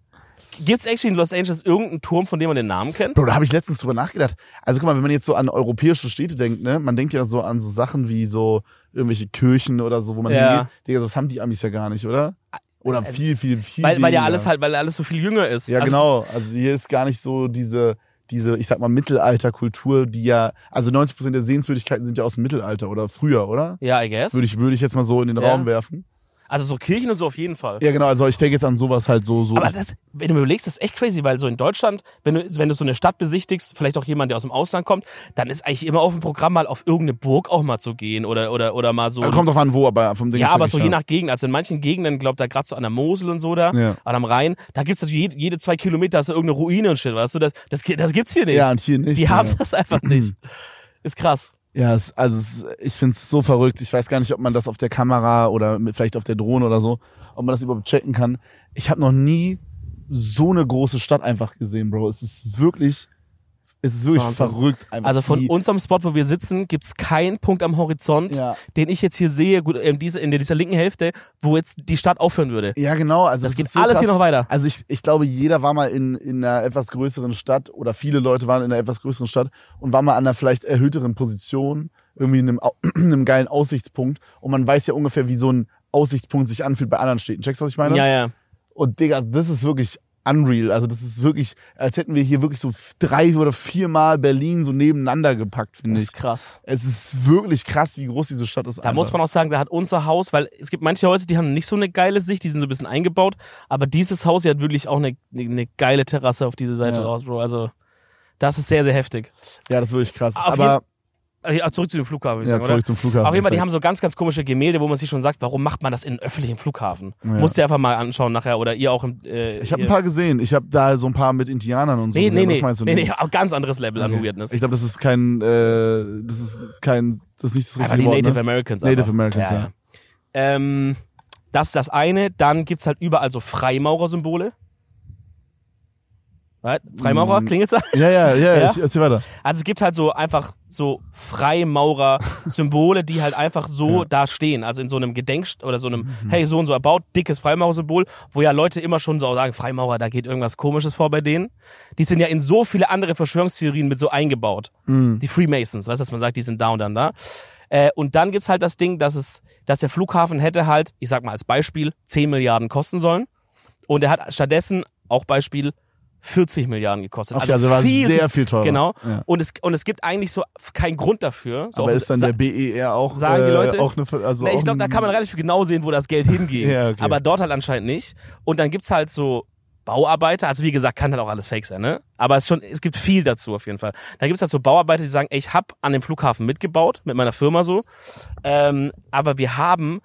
Speaker 2: Gibt es actually in Los Angeles irgendeinen Turm, von dem man den Namen kennt?
Speaker 1: Bro, da habe ich letztens drüber nachgedacht. Also guck mal, wenn man jetzt so an europäische Städte denkt, ne, man denkt ja so an so Sachen wie so irgendwelche Kirchen oder so, wo man
Speaker 2: Ja. Äh,
Speaker 1: hingeht. Digga, das haben die Amis ja gar nicht, oder? Oder viel, viel, viel.
Speaker 2: Weil, weil ja
Speaker 1: weniger.
Speaker 2: alles halt, weil alles so viel jünger ist.
Speaker 1: Ja,
Speaker 2: Also
Speaker 1: genau. Also hier ist gar nicht so diese, diese, ich sag mal, Mittelalterkultur, die ja, also 90 Prozent der Sehenswürdigkeiten sind ja aus dem Mittelalter oder früher, oder?
Speaker 2: Ja, I guess.
Speaker 1: Würde ich, würde ich jetzt mal so in den
Speaker 2: Ja.
Speaker 1: Raum werfen.
Speaker 2: Also so Kirchen und so auf jeden Fall.
Speaker 1: Ja, genau. Also ich denke jetzt an sowas halt so, so.
Speaker 2: Aber das, ist- wenn du mir überlegst, das ist echt crazy, weil so in Deutschland, wenn du, wenn du so eine Stadt besichtigst, vielleicht auch jemand, der aus dem Ausland kommt, dann ist eigentlich immer auf dem Programm mal auf irgendeine Burg auch mal zu gehen oder, oder, oder mal so.
Speaker 1: Kommt drauf an, wo, aber vom Ding
Speaker 2: ja, aber so je
Speaker 1: natürlich,
Speaker 2: nach Gegend. Also in manchen Gegenden, glaubt da gerade so an der Mosel und so da,
Speaker 1: Ja.
Speaker 2: an am Rhein, da gibt's also jede, jede zwei Kilometer ist da irgendeine Ruine und shit, weißt du? Das, das, ge- das gibt's hier nicht.
Speaker 1: ja. Ja, und hier nicht.
Speaker 2: Die
Speaker 1: ne?
Speaker 2: haben das
Speaker 1: (clears throat)
Speaker 2: einfach nicht. Ist krass.
Speaker 1: Ja, es, also es, ich find's so verrückt. Ich weiß gar nicht, ob man das auf der Kamera oder mit, vielleicht auf der Drohne oder so, ob man das überhaupt checken kann. Ich habe noch nie so eine große Stadt einfach gesehen, Bro. Es ist wirklich, es ist wirklich
Speaker 2: Wahnsinn.
Speaker 1: verrückt. Einfach
Speaker 2: Also von
Speaker 1: wie-
Speaker 2: unserem Spot, wo wir sitzen, gibt's keinen Punkt am Horizont,
Speaker 1: Ja.
Speaker 2: den ich jetzt hier sehe, gut, in dieser, in dieser linken Hälfte, wo jetzt die Stadt aufhören würde.
Speaker 1: Ja, genau. Also
Speaker 2: Das
Speaker 1: es
Speaker 2: geht
Speaker 1: ist so
Speaker 2: alles
Speaker 1: krass.
Speaker 2: hier noch weiter.
Speaker 1: Also ich, ich glaube, jeder war mal in, in einer etwas größeren Stadt oder viele Leute waren in einer etwas größeren Stadt und war mal an einer vielleicht erhöhteren Position, irgendwie in einem, Au- (clears throat) in einem geilen Aussichtspunkt. Und man weiß ja ungefähr, wie so ein Aussichtspunkt sich anfühlt bei anderen Städten. Checkst du, was ich meine?
Speaker 2: Ja, ja.
Speaker 1: Und Digga, das ist wirklich unreal. Also das ist wirklich, als hätten wir hier wirklich so f- drei oder viermal Berlin so nebeneinander gepackt, finde
Speaker 2: Das
Speaker 1: ich.
Speaker 2: ist krass.
Speaker 1: Es ist wirklich krass, wie groß diese Stadt ist.
Speaker 2: Da muss man auch sagen, da hat unser Haus, weil es gibt manche Häuser, die haben nicht so eine geile Sicht, die sind so ein bisschen eingebaut, aber dieses Haus hier hat wirklich auch eine, eine, eine geile Terrasse auf diese Seite
Speaker 1: Ja.
Speaker 2: raus, Bro. Also, das ist sehr, sehr heftig.
Speaker 1: Ja, das ist wirklich krass.
Speaker 2: Auf
Speaker 1: Aber
Speaker 2: Äh, Ja, zurück zu dem Flughafen, würde ich
Speaker 1: ja,
Speaker 2: sagen,
Speaker 1: zurück
Speaker 2: oder?
Speaker 1: zum Flughafen.
Speaker 2: Auf jeden Fall, die haben so ganz, ganz komische Gemälde, wo man sich schon sagt, warum macht man das in einem öffentlichen Flughafen?
Speaker 1: Ja.
Speaker 2: Musst du einfach mal anschauen nachher oder ihr auch im. Äh,
Speaker 1: ich habe ein
Speaker 2: hier.
Speaker 1: paar gesehen. Ich habe da so ein paar mit Indianern und so.
Speaker 2: Nee,
Speaker 1: gesehen,
Speaker 2: nee,
Speaker 1: aber
Speaker 2: nee.
Speaker 1: Das meinst du
Speaker 2: nee,
Speaker 1: nicht?
Speaker 2: nee, auch ganz anderes Level an Weirdness.
Speaker 1: Ich glaube, das ist kein, äh, das ist kein, das ist nicht das
Speaker 2: Aber
Speaker 1: richtige
Speaker 2: die
Speaker 1: Wort.
Speaker 2: Native
Speaker 1: ne?
Speaker 2: Americans.
Speaker 1: Native
Speaker 2: aber.
Speaker 1: Americans, ja.
Speaker 2: Ähm, das ist das eine. Dann gibt's halt überall so Freimaurer-Symbole. Right? Freimaurer,
Speaker 1: Mm.
Speaker 2: klingelt's (laughs) da?
Speaker 1: Ja, ja, ja,
Speaker 2: Ja?
Speaker 1: Ich, erzähl weiter.
Speaker 2: Also es gibt halt so einfach so Freimaurer-Symbole, die halt einfach so da stehen. Also in so einem Gedenk oder so einem,
Speaker 1: Mhm.
Speaker 2: hey, so und so erbaut, dickes Freimaurersymbol, wo ja Leute immer schon so sagen, Freimaurer, da geht irgendwas komisches vor bei denen. Die sind ja in so viele andere Verschwörungstheorien mit so eingebaut.
Speaker 1: Hm.
Speaker 2: Die Freemasons, weißt du, dass man sagt, die sind da und dann da. Äh, und dann gibt's halt das Ding, dass es, dass der Flughafen hätte halt, ich sag mal als Beispiel, 10 Milliarden kosten sollen. Und er hat stattdessen, auch Beispiel, 40 Milliarden gekostet.
Speaker 1: Okay, also war sehr viel teurer.
Speaker 2: Genau.
Speaker 1: Ja.
Speaker 2: Und, es, und es gibt eigentlich so keinen Grund dafür. So
Speaker 1: Aber
Speaker 2: offen-
Speaker 1: ist dann der
Speaker 2: Sa-
Speaker 1: BER auch,
Speaker 2: sagen die
Speaker 1: äh,
Speaker 2: Leute-
Speaker 1: auch eine, Ver- also
Speaker 2: Na,
Speaker 1: auch
Speaker 2: ich glaube, da
Speaker 1: ein-
Speaker 2: kann man relativ genau sehen, wo das Geld
Speaker 1: (laughs)
Speaker 2: hingeht.
Speaker 1: Ja, okay.
Speaker 2: Aber dort halt anscheinend nicht. Und dann gibt's halt so Bauarbeiter, also wie gesagt, kann halt auch alles Fake sein, ne? Aber es, ist schon, es gibt viel dazu auf jeden Fall. Dann gibt's halt so Bauarbeiter, die sagen, ey, ich hab an dem Flughafen mitgebaut, mit meiner Firma so. Ähm, aber wir haben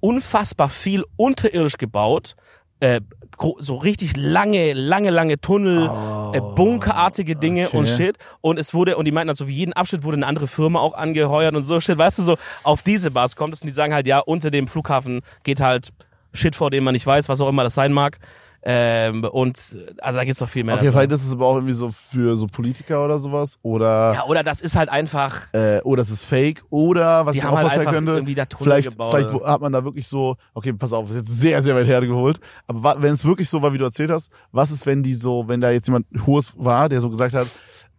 Speaker 2: unfassbar viel unterirdisch gebaut. Äh, gro- so richtig lange, lange, lange Tunnel, äh, bunkerartige Dinge
Speaker 1: Oh, okay.
Speaker 2: und shit. Und es wurde, und die meinten, also wie jeden Abschnitt wurde eine andere Firma auch angeheuert und so shit. Weißt du, so auf diese Bars kommt es und die sagen halt, ja, unter dem Flughafen geht halt shit vor, den man nicht weiß, was auch immer das sein mag. Ähm, und also da geht's noch viel mehr.
Speaker 1: Okay,
Speaker 2: dazu.
Speaker 1: vielleicht ist es aber auch irgendwie so für so Politiker oder sowas oder
Speaker 2: ja, oder das ist halt einfach.
Speaker 1: äh, oder es ist Fake oder was
Speaker 2: Die
Speaker 1: ich mir
Speaker 2: haben
Speaker 1: auch
Speaker 2: halt
Speaker 1: vorstellen
Speaker 2: einfach
Speaker 1: könnte.
Speaker 2: irgendwie da Tunnel
Speaker 1: Vielleicht,
Speaker 2: gebaut.
Speaker 1: vielleicht wo- hat man da wirklich so, okay, pass auf, ist jetzt sehr, sehr weit hergeholt. Aber wa- wenn es wirklich so war, wie du erzählt hast, was ist, wenn die so, wenn da jetzt jemand hohes war, der so gesagt hat,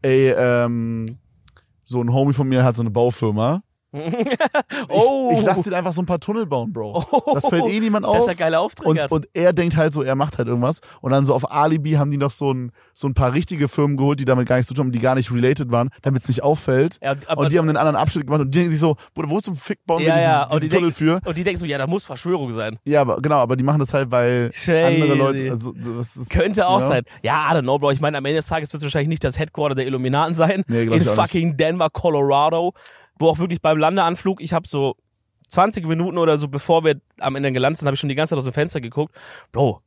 Speaker 1: ey, ähm, so ein Homie von mir hat so eine Baufirma.
Speaker 2: oh,
Speaker 1: Ich, ich lasse den einfach so ein paar Tunnel bauen, Bro.
Speaker 2: Oh.
Speaker 1: das fällt eh niemand
Speaker 2: das
Speaker 1: auf.
Speaker 2: ist ja geiler Auftritt.
Speaker 1: Und,
Speaker 2: Gerd.
Speaker 1: und er denkt halt so, er macht halt irgendwas. Und dann so auf Alibi haben die noch so ein, so ein paar richtige Firmen geholt, die damit gar nichts zu tun haben, die gar nicht related waren, damit es nicht auffällt.
Speaker 2: Ja, aber-
Speaker 1: und die haben einen anderen Abschnitt gemacht und die denken sich so, Bruder, wo zum Fick bauen
Speaker 2: Ja,
Speaker 1: wir diesen,
Speaker 2: ja, und
Speaker 1: diesen
Speaker 2: die
Speaker 1: Tunnel für?
Speaker 2: und die denken so, ja, da muss Verschwörung sein.
Speaker 1: Ja, aber genau, aber die machen das halt, weil
Speaker 2: Crazy.
Speaker 1: andere Leute. Also, das ist,
Speaker 2: Könnte auch
Speaker 1: ja.
Speaker 2: sein. Ja, I don't know, Bro. Ich meine, am Ende des Tages wird es wahrscheinlich nicht das Headquarter der Illuminaten sein.
Speaker 1: Nee, glaub
Speaker 2: in
Speaker 1: ich auch
Speaker 2: fucking Denver, Colorado, wo auch wirklich beim Landeanflug, ich habe so 20 Minuten oder so, bevor wir am Ende gelandet sind, habe ich schon die ganze Zeit aus dem Fenster geguckt. Bro,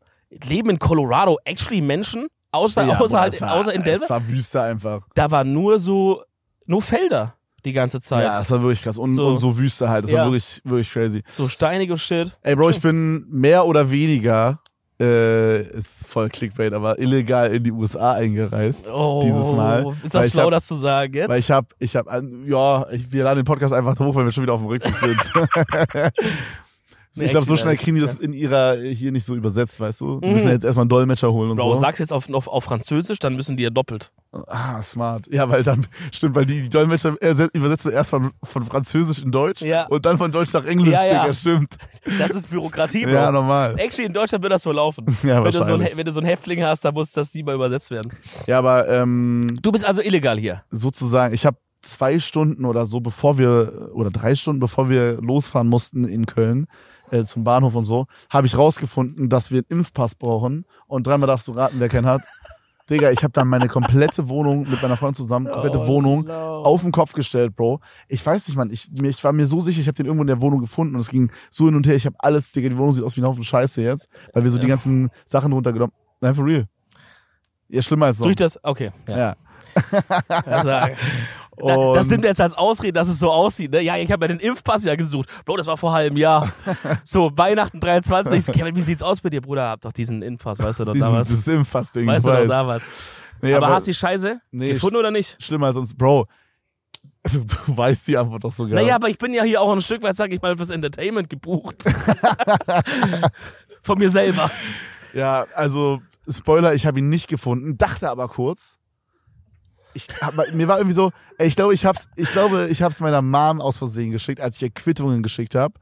Speaker 2: leben in Colorado actually Menschen? Außer,
Speaker 1: Ja,
Speaker 2: außer,
Speaker 1: Bruder,
Speaker 2: halt,
Speaker 1: es war,
Speaker 2: außer in
Speaker 1: Es
Speaker 2: Denver?
Speaker 1: war Wüste einfach.
Speaker 2: Da war nur so, nur Felder die ganze Zeit.
Speaker 1: Ja, es war wirklich krass. Und
Speaker 2: So.
Speaker 1: so, und so Wüste halt. Das
Speaker 2: Ja.
Speaker 1: war wirklich, wirklich crazy.
Speaker 2: So steinige Shit.
Speaker 1: Ey, Bro, ich bin mehr oder weniger äh, ist voll Clickbait, aber illegal in die USA eingereist.
Speaker 2: Oh,
Speaker 1: Dieses Mal,
Speaker 2: Ist
Speaker 1: weil
Speaker 2: das
Speaker 1: ich
Speaker 2: schlau,
Speaker 1: hab-
Speaker 2: das zu sagen jetzt?
Speaker 1: Weil ich habe, ich habe, ja, ich, wir laden den Podcast einfach hoch, wenn wir schon wieder auf dem Rückweg sind.
Speaker 2: (laughs) Nee,
Speaker 1: ich glaube, so schnell
Speaker 2: actually, ja.
Speaker 1: kriegen die das in ihrer hier nicht so übersetzt, weißt du? Die
Speaker 2: Mhm.
Speaker 1: müssen ja jetzt erstmal einen Dolmetscher holen und
Speaker 2: Bro,
Speaker 1: so.
Speaker 2: sag's jetzt auf, auf, auf Französisch, dann müssen die ja doppelt.
Speaker 1: Ah, smart. Ja, weil dann, stimmt, weil die, die Dolmetscher erse- übersetzen erst von, von Französisch in Deutsch
Speaker 2: Ja.
Speaker 1: und dann von Deutsch nach Englisch,
Speaker 2: Ja, ja.
Speaker 1: Digga, stimmt.
Speaker 2: Das
Speaker 1: (laughs)
Speaker 2: ist Bürokratie, Bro.
Speaker 1: Ja, normal.
Speaker 2: Actually, in Deutschland wird das so laufen.
Speaker 1: (laughs) Ja,
Speaker 2: wenn, du so ein,
Speaker 1: wahrscheinlich.
Speaker 2: Hä- wenn du so ein Häftling hast, dann muss das siebenmal übersetzt werden.
Speaker 1: Ja, aber ähm,
Speaker 2: Du bist also illegal hier.
Speaker 1: sozusagen, ich habe zwei Stunden oder so, bevor wir, oder drei Stunden, bevor wir losfahren mussten in Köln äh, zum Bahnhof und so, habe ich rausgefunden, dass wir einen Impfpass brauchen. Und dreimal darfst du raten, wer keinen hat. Digga, ich habe dann meine komplette Wohnung mit meiner Freundin zusammen, komplette
Speaker 2: Oh,
Speaker 1: Wohnung
Speaker 2: no.
Speaker 1: auf den Kopf gestellt, Bro. Ich weiß nicht, Mann, ich, mir- ich war mir so sicher, ich habe den irgendwo in der Wohnung gefunden und es ging so hin und her. Ich habe alles, Digga, die Wohnung sieht aus wie ein Haufen Scheiße jetzt, weil wir so die
Speaker 2: Ja.
Speaker 1: ganzen Sachen runtergenommen. Nein, for real. Ja, schlimmer als
Speaker 2: Durch
Speaker 1: sonst.
Speaker 2: das, okay. Ja.
Speaker 1: Ja. (laughs) Oh, ähm.
Speaker 2: Also, da, das nimmt er jetzt als Ausrede, dass es so aussieht. Ne? Ja, ich habe ja den Impfpass ja gesucht. Bro, das war vor
Speaker 1: (laughs)
Speaker 2: halbem Jahr. So, Weihnachten 23. Ich so, Kevin, wie sieht's aus bei dir, Bruder? Hab doch diesen Impfpass, weißt du doch
Speaker 1: Diesen,
Speaker 2: damals.
Speaker 1: dieses Impfpass-Ding.
Speaker 2: Weißt du
Speaker 1: ich
Speaker 2: doch
Speaker 1: weiß.
Speaker 2: damals.
Speaker 1: Nee,
Speaker 2: aber, hast du die Scheiße
Speaker 1: Nee,
Speaker 2: gefunden oder nicht?
Speaker 1: schlimmer als sonst. Bro, (laughs) du, du weißt die Antwort doch sogar.
Speaker 2: Naja, aber ich bin ja hier auch ein Stück weit, sag ich mal, fürs Entertainment gebucht.
Speaker 1: (laughs)
Speaker 2: (laughs) Von mir selber.
Speaker 1: Ja, also Spoiler, ich habe ihn nicht gefunden, dachte aber kurz. Ich hab, mir war irgendwie so, ey, ich glaube, ich hab's, ich glaube, ich hab's meiner Mom aus Versehen geschickt, als ich ihr Quittungen geschickt habe.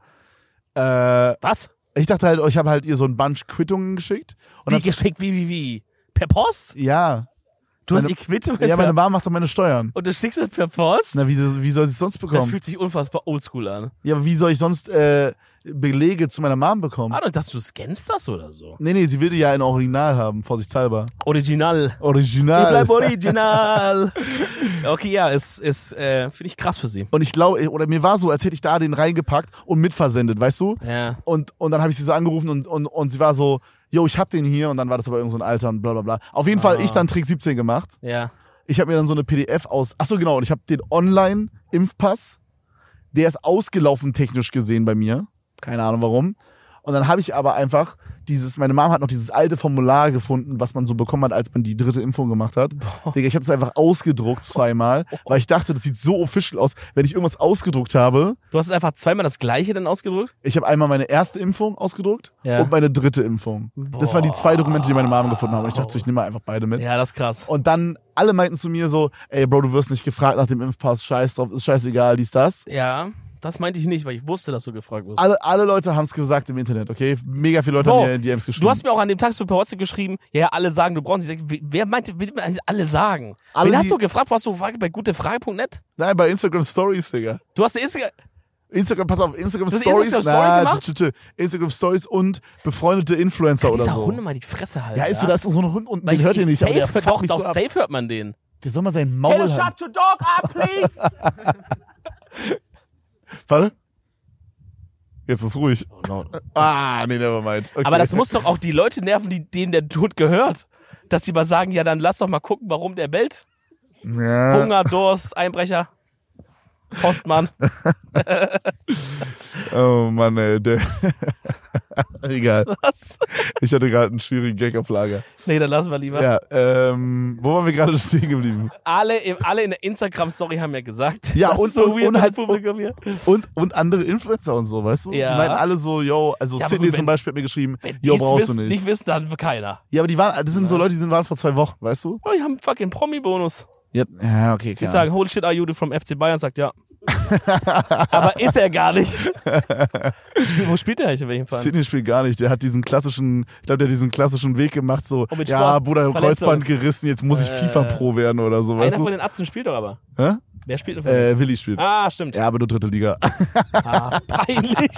Speaker 1: Äh,
Speaker 2: Was?
Speaker 1: ich dachte halt, oh, ich habe halt ihr so ein Bunch Quittungen geschickt. Und
Speaker 2: Wie
Speaker 1: hab's,
Speaker 2: geschickt, wie, wie, wie? Per Post?
Speaker 1: ja,
Speaker 2: Du hast die
Speaker 1: Meine-
Speaker 2: Quittung
Speaker 1: ja, meine Mom macht doch meine Steuern.
Speaker 2: und du schickst es per Post?
Speaker 1: Na, wie, wie soll sie es sonst
Speaker 2: das
Speaker 1: bekommen?
Speaker 2: fühlt sich unfassbar oldschool an.
Speaker 1: Ja, aber wie soll ich sonst äh, Belege zu meiner Mom bekommen?
Speaker 2: Ah, ich dachte, du scannst das oder so.
Speaker 1: Nee, nee, sie will die ja in Original haben, vorsichtshalber.
Speaker 2: Original. Ich
Speaker 1: Original.
Speaker 2: bleib original.
Speaker 1: (laughs)
Speaker 2: okay, ja, ist, ist äh, finde ich krass für sie.
Speaker 1: Und ich glaube, oder mir war so, als hätte ich da den reingepackt und mitversendet, weißt du?
Speaker 2: Ja.
Speaker 1: Und, und dann habe ich sie so angerufen und, und, und sie war so, yo, ich hab den hier. Und dann war das aber irgend so ein Alter und bla bla bla. Auf jeden Fall, ich dann Trick 17 gemacht.
Speaker 2: Ja.
Speaker 1: Ich habe mir dann so eine PDF aus, ach so genau, und ich habe den Online-Impfpass. Der ist ausgelaufen technisch gesehen bei mir. Keine Ahnung warum. Und dann habe ich aber einfach dieses, meine Mom hat noch dieses alte Formular gefunden, was man so bekommen hat, als man die dritte Impfung gemacht hat. Digga, ich habe es einfach ausgedruckt zweimal, weil ich dachte, das sieht so official aus. Wenn ich irgendwas ausgedruckt habe,
Speaker 2: Du hast es einfach zweimal das gleiche dann ausgedrückt?
Speaker 1: ich habe einmal meine erste Impfung ausgedruckt
Speaker 2: Ja.
Speaker 1: und meine dritte Impfung. Das waren die zwei Dokumente, die meine Mom gefunden haben. Und ich dachte, so, ich nehme mal einfach beide mit.
Speaker 2: Ja, das ist krass.
Speaker 1: Und dann alle meinten zu mir so, ey Bro, du wirst nicht gefragt nach dem Impfpass, scheiß drauf, ist scheißegal, dies, das.
Speaker 2: Ja, das meinte ich nicht, weil ich wusste, dass du gefragt wirst.
Speaker 1: Alle, alle Leute haben es gesagt im Internet, okay? Mega viele Leute
Speaker 2: Bro,
Speaker 1: haben mir in DMs geschrieben.
Speaker 2: Du hast mir auch an dem Tag so per WhatsApp geschrieben, ja, ja, alle sagen, du brauchst nicht. Ich denk, Wer meinte, will man alle sagen?
Speaker 1: Alle,
Speaker 2: Wen hast
Speaker 1: die-
Speaker 2: du gefragt? Warst du bei gutefrage.net?
Speaker 1: Nein, bei Instagram Stories, Digga.
Speaker 2: Du hast eine Instagram.
Speaker 1: Instagram, pass auf, Instagram
Speaker 2: Du hast
Speaker 1: Stories.
Speaker 2: Instagram Story
Speaker 1: na,
Speaker 2: gemacht?
Speaker 1: chill, chill, chill. Instagram Stories und befreundete Influencer oder
Speaker 2: Dieser
Speaker 1: so.
Speaker 2: Hunde mal die Fresse halten.
Speaker 1: ja, ist so, da ist so ein Hund unten,
Speaker 2: Weil
Speaker 1: den
Speaker 2: ich,
Speaker 1: hört ihr
Speaker 2: ich
Speaker 1: nicht. aber der
Speaker 2: Safe, hört-
Speaker 1: fuckt
Speaker 2: doch,
Speaker 1: mich
Speaker 2: doch,
Speaker 1: so ab.
Speaker 2: safe hört man den.
Speaker 1: Der soll mal sein Maul halten.
Speaker 2: your dog (laughs) up, please!
Speaker 1: Warte. Jetzt ist ruhig.
Speaker 2: Oh, no.
Speaker 1: (laughs) Ah, nee, nevermind. Okay.
Speaker 2: Aber das muss doch auch die Leute nerven, die, denen der Hund gehört. Dass die mal sagen, ja, dann lass doch mal gucken, warum der bellt.
Speaker 1: Ja.
Speaker 2: Hunger, Durst, Einbrecher,
Speaker 1: (laughs)
Speaker 2: Postmann.
Speaker 1: Oh Mann, ey. Der (laughs) Egal.
Speaker 2: Was?
Speaker 1: Ich hatte gerade einen schwierigen Gag auf Lager.
Speaker 2: Nee, dann lassen wir lieber.
Speaker 1: Ja, ähm, wo waren wir gerade (laughs) stehen geblieben?
Speaker 2: Alle, im- alle in der Instagram-Story haben ja gesagt.
Speaker 1: Ja,
Speaker 2: das
Speaker 1: und-
Speaker 2: ist so
Speaker 1: und-
Speaker 2: weird
Speaker 1: und
Speaker 2: mit
Speaker 1: halt-
Speaker 2: Publikum hier.
Speaker 1: Und, und andere Influencer und so, weißt du?
Speaker 2: Ja.
Speaker 1: Die meinten alle so, yo, also
Speaker 2: Ja, aber
Speaker 1: Sydney
Speaker 2: wenn-
Speaker 1: zum Beispiel hat mir geschrieben,
Speaker 2: Die
Speaker 1: yo,
Speaker 2: es
Speaker 1: brauchst
Speaker 2: wissen,
Speaker 1: du nicht.
Speaker 2: wissen, dann keiner.
Speaker 1: Ja, aber die waren, das sind so Leute, die sind, waren vor zwei Wochen, weißt du?
Speaker 2: Oh, die haben einen fucking Promi-Bonus.
Speaker 1: Ja, ja okay,
Speaker 2: Die
Speaker 1: klar.
Speaker 2: sagen, holy shit, are you the from FC Bayern?
Speaker 1: (laughs)
Speaker 2: Sagt ja. Aber ist er gar nicht. Spiel, wo spielt er eigentlich in welchem Fall?
Speaker 1: Sydney spielt gar nicht. Der hat diesen klassischen, ich glaube, der hat diesen klassischen Weg gemacht, so,
Speaker 2: Und Oh, mit
Speaker 1: ja,
Speaker 2: Sport-
Speaker 1: Bruder,
Speaker 2: Verletzung.
Speaker 1: Kreuzband gerissen, jetzt muss ich
Speaker 2: Äh,
Speaker 1: FIFA-Pro werden oder so,
Speaker 2: Einer
Speaker 1: weißt
Speaker 2: von
Speaker 1: du?
Speaker 2: den Atzen spielt doch aber.
Speaker 1: Hä?
Speaker 2: Wer spielt denn von denen?
Speaker 1: Äh, Willi spielt.
Speaker 2: Ah, stimmt.
Speaker 1: Ja, aber nur dritte Liga.
Speaker 2: Ah, peinlich.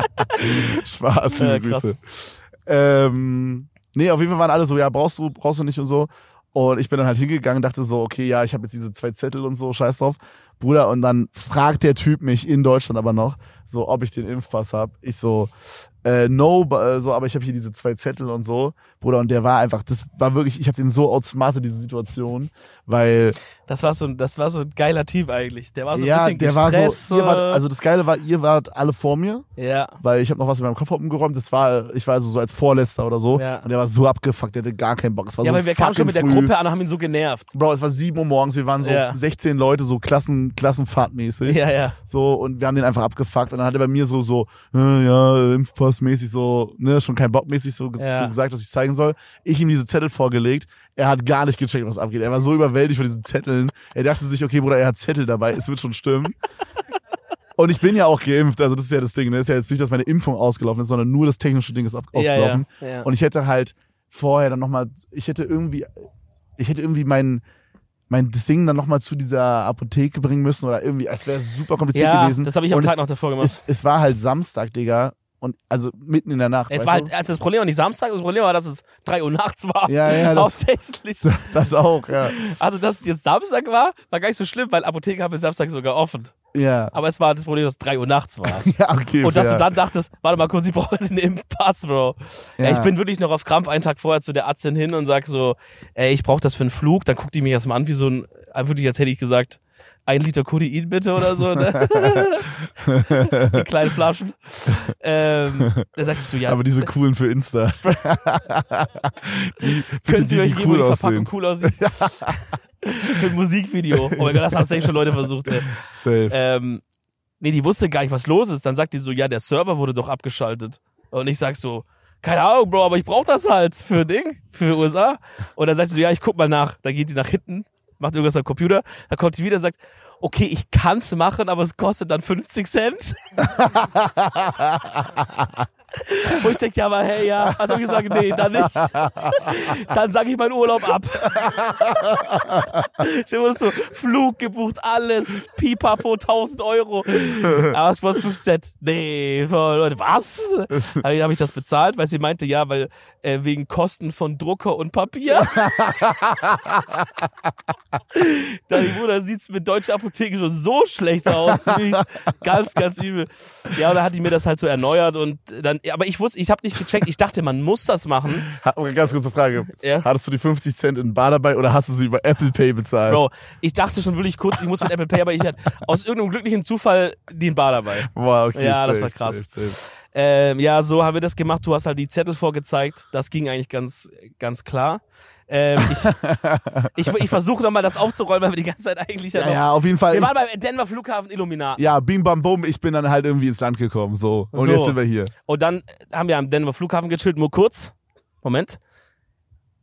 Speaker 1: (laughs) Spaß, liebe
Speaker 2: Ja, krass.
Speaker 1: Grüße. Ähm, nee, auf jeden Fall waren alle so, ja, brauchst du, brauchst du nicht und so. Und ich bin dann halt hingegangen dachte so, okay, ja, ich habe jetzt diese zwei Zettel und so, scheiß drauf. Bruder, und dann fragt der Typ mich in Deutschland aber noch, so, ob ich den Impfpass habe. Ich so, äh, no, ba- äh, so, aber ich habe hier diese zwei Zettel und so. Bruder, und der war einfach, das war wirklich, ich habe den so outsmartet, diese Situation, weil,
Speaker 2: Das war so ein, das war so ein geiler Typ eigentlich. Der war so Also ein
Speaker 1: ja,
Speaker 2: bisschen
Speaker 1: der war
Speaker 2: gestresst.
Speaker 1: so, ihr wart,
Speaker 2: so.
Speaker 1: also das Geile war, ihr wart alle vor mir,
Speaker 2: äh, ja.
Speaker 1: weil ich habe noch was in meinem Koffer umgeräumt, das war, ich war also so als Vorletzter oder so,
Speaker 2: Ja.
Speaker 1: und der war so abgefuckt, der hatte gar keinen Bock, es war
Speaker 2: ja,
Speaker 1: so
Speaker 2: aber wir kamen
Speaker 1: fucking
Speaker 2: schon mit der
Speaker 1: früh.
Speaker 2: Gruppe an und haben ihn so genervt.
Speaker 1: Bro, es war 7 Uhr morgens, wir waren so
Speaker 2: Ja.
Speaker 1: 16 Leute, so Klassen, Klassenfahrtmäßig.
Speaker 2: Ja, ja.
Speaker 1: So, und wir haben den einfach abgefuckt. Und dann hat er bei mir so, so, äh, ja, Impfpass-mäßig so, ne, schon kein Bock-mäßig so ge-
Speaker 2: Ja.
Speaker 1: gesagt, dass ich zeigen soll. Ich ihm diese Zettel vorgelegt. Er hat gar nicht gecheckt, was abgeht. Er war so überwältigt von diesen Zetteln. Er dachte sich, okay, Bruder, er hat Zettel dabei, es wird schon
Speaker 2: (laughs)
Speaker 1: stimmen. Und ich bin ja auch geimpft, also das ist ja das Ding. Ne? Es ist ja jetzt nicht, dass meine Impfung ausgelaufen ist, sondern nur das technische Ding ist ab
Speaker 2: Ja,
Speaker 1: ausgelaufen.
Speaker 2: ja. ja.
Speaker 1: Und ich hätte halt vorher dann nochmal, ich hätte irgendwie, ich hätte irgendwie mein, mein das Ding dann nochmal zu dieser Apotheke bringen müssen oder irgendwie, es wäre super kompliziert
Speaker 2: ja,
Speaker 1: gewesen.
Speaker 2: das habe ich am
Speaker 1: und
Speaker 2: Tag
Speaker 1: es,
Speaker 2: noch davor gemacht.
Speaker 1: Es, es war halt Samstag, Digga. Und also mitten in der Nacht.
Speaker 2: es
Speaker 1: weißt
Speaker 2: war halt,
Speaker 1: du?
Speaker 2: also das Problem war nicht Samstag, das Problem war, dass es 3 Uhr nachts war.
Speaker 1: Ja, ja, das- (laughs)
Speaker 2: Hauptsächlich.
Speaker 1: Das auch, ja.
Speaker 2: Also, dass es jetzt Samstag war, war gar nicht so schlimm, weil Apotheke haben bis Samstag sogar offen.
Speaker 1: Ja. (laughs)
Speaker 2: Aber es war das Problem, dass es 3 Uhr nachts war.
Speaker 1: Ja, okay.
Speaker 2: Und dass
Speaker 1: fair.
Speaker 2: du dann dachtest, warte mal kurz, ich brauche den Impfpass, Bro. Ey,
Speaker 1: Ja.
Speaker 2: ich bin wirklich noch auf Krampf einen Tag vorher zu der Ärztin hin und sag so, ey, ich brauche das für einen Flug. Dann guckt die mich erstmal an wie so ein, äh, wirklich als hätte ich gesagt, ein Liter Codein bitte oder
Speaker 1: (laughs)
Speaker 2: so. Ne? Die kleinen Flaschen. Ähm, dann sagst du, ja,
Speaker 1: Aber diese coolen für
Speaker 2: (laughs)
Speaker 1: Insta. (laughs) die, bitte
Speaker 2: können Sie
Speaker 1: die,
Speaker 2: euch
Speaker 1: die
Speaker 2: geben, wo
Speaker 1: cool
Speaker 2: die Verpackung
Speaker 1: aussehen.
Speaker 2: cool aussieht. (laughs) für ein Musikvideo. Oh mein Gott, das haben safe schon Leute versucht, ey.
Speaker 1: Safe.
Speaker 2: ähm, nee, die wusste gar nicht, was los ist. Dann sagt die so, ja, der Server wurde doch abgeschaltet. Und ich sag so, keine Ahnung, Bro, aber ich brauch das halt für Ding, für USA. Und dann sagt sie so, ja, ich guck mal nach. Dann geht die nach hinten, macht irgendwas am Computer. Dann kommt die wieder und sagt, okay, ich kann's machen, aber es kostet dann 50 Cent. Wo ich denk, ja, aber hey, ja. Also hab ich gesagt, nee, dann nicht. Dann sag ich meinen Urlaub ab. Ich wurde so Flug gebucht, alles, pipapo, 1000 Euro. Aber es war 5 Cent. Nee, voll, Leute, was? Habe hab ich das bezahlt? Weil sie meinte, ja, weil äh, wegen Kosten von Drucker und Papier. Dein Bruder sieht's mit deutscher Apotheke schon so schlecht aus. Wirklich ganz, ganz übel. Ja, und dann hat die mir das halt so erneuert und dann, aber ich wusste, ich habe nicht gecheckt. Ich dachte, man muss das machen.
Speaker 1: Ha- Ganz kurze Frage.
Speaker 2: Ja.
Speaker 1: Hattest du die 50 Cent in Bar dabei oder hast du sie über Apple Pay bezahlt?
Speaker 2: Bro, ich dachte schon wirklich kurz, ich muss mit Apple Pay, aber ich hatte aus irgendeinem glücklichen Zufall den Bar dabei.
Speaker 1: Wow, okay.
Speaker 2: Ja, das
Speaker 1: safe,
Speaker 2: war krass.
Speaker 1: Safe, safe.
Speaker 2: Ähm, ja, so haben wir das gemacht. Du hast halt die Zettel vorgezeigt. Das ging eigentlich ganz, ganz klar. Ähm,
Speaker 1: (laughs)
Speaker 2: ich ich, ich versuche nochmal das aufzuräumen, weil wir die ganze Zeit eigentlich ja,
Speaker 1: Ja,
Speaker 2: noch-
Speaker 1: ja, auf jeden Fall.
Speaker 2: Wir
Speaker 1: Ich-
Speaker 2: waren beim Denver Flughafen Illuminat.
Speaker 1: ja, bim bam bum, ich bin dann halt irgendwie ins Land gekommen, so. Und
Speaker 2: So.
Speaker 1: jetzt sind wir hier.
Speaker 2: Und dann haben wir am Denver Flughafen gechillt, nur kurz. Moment.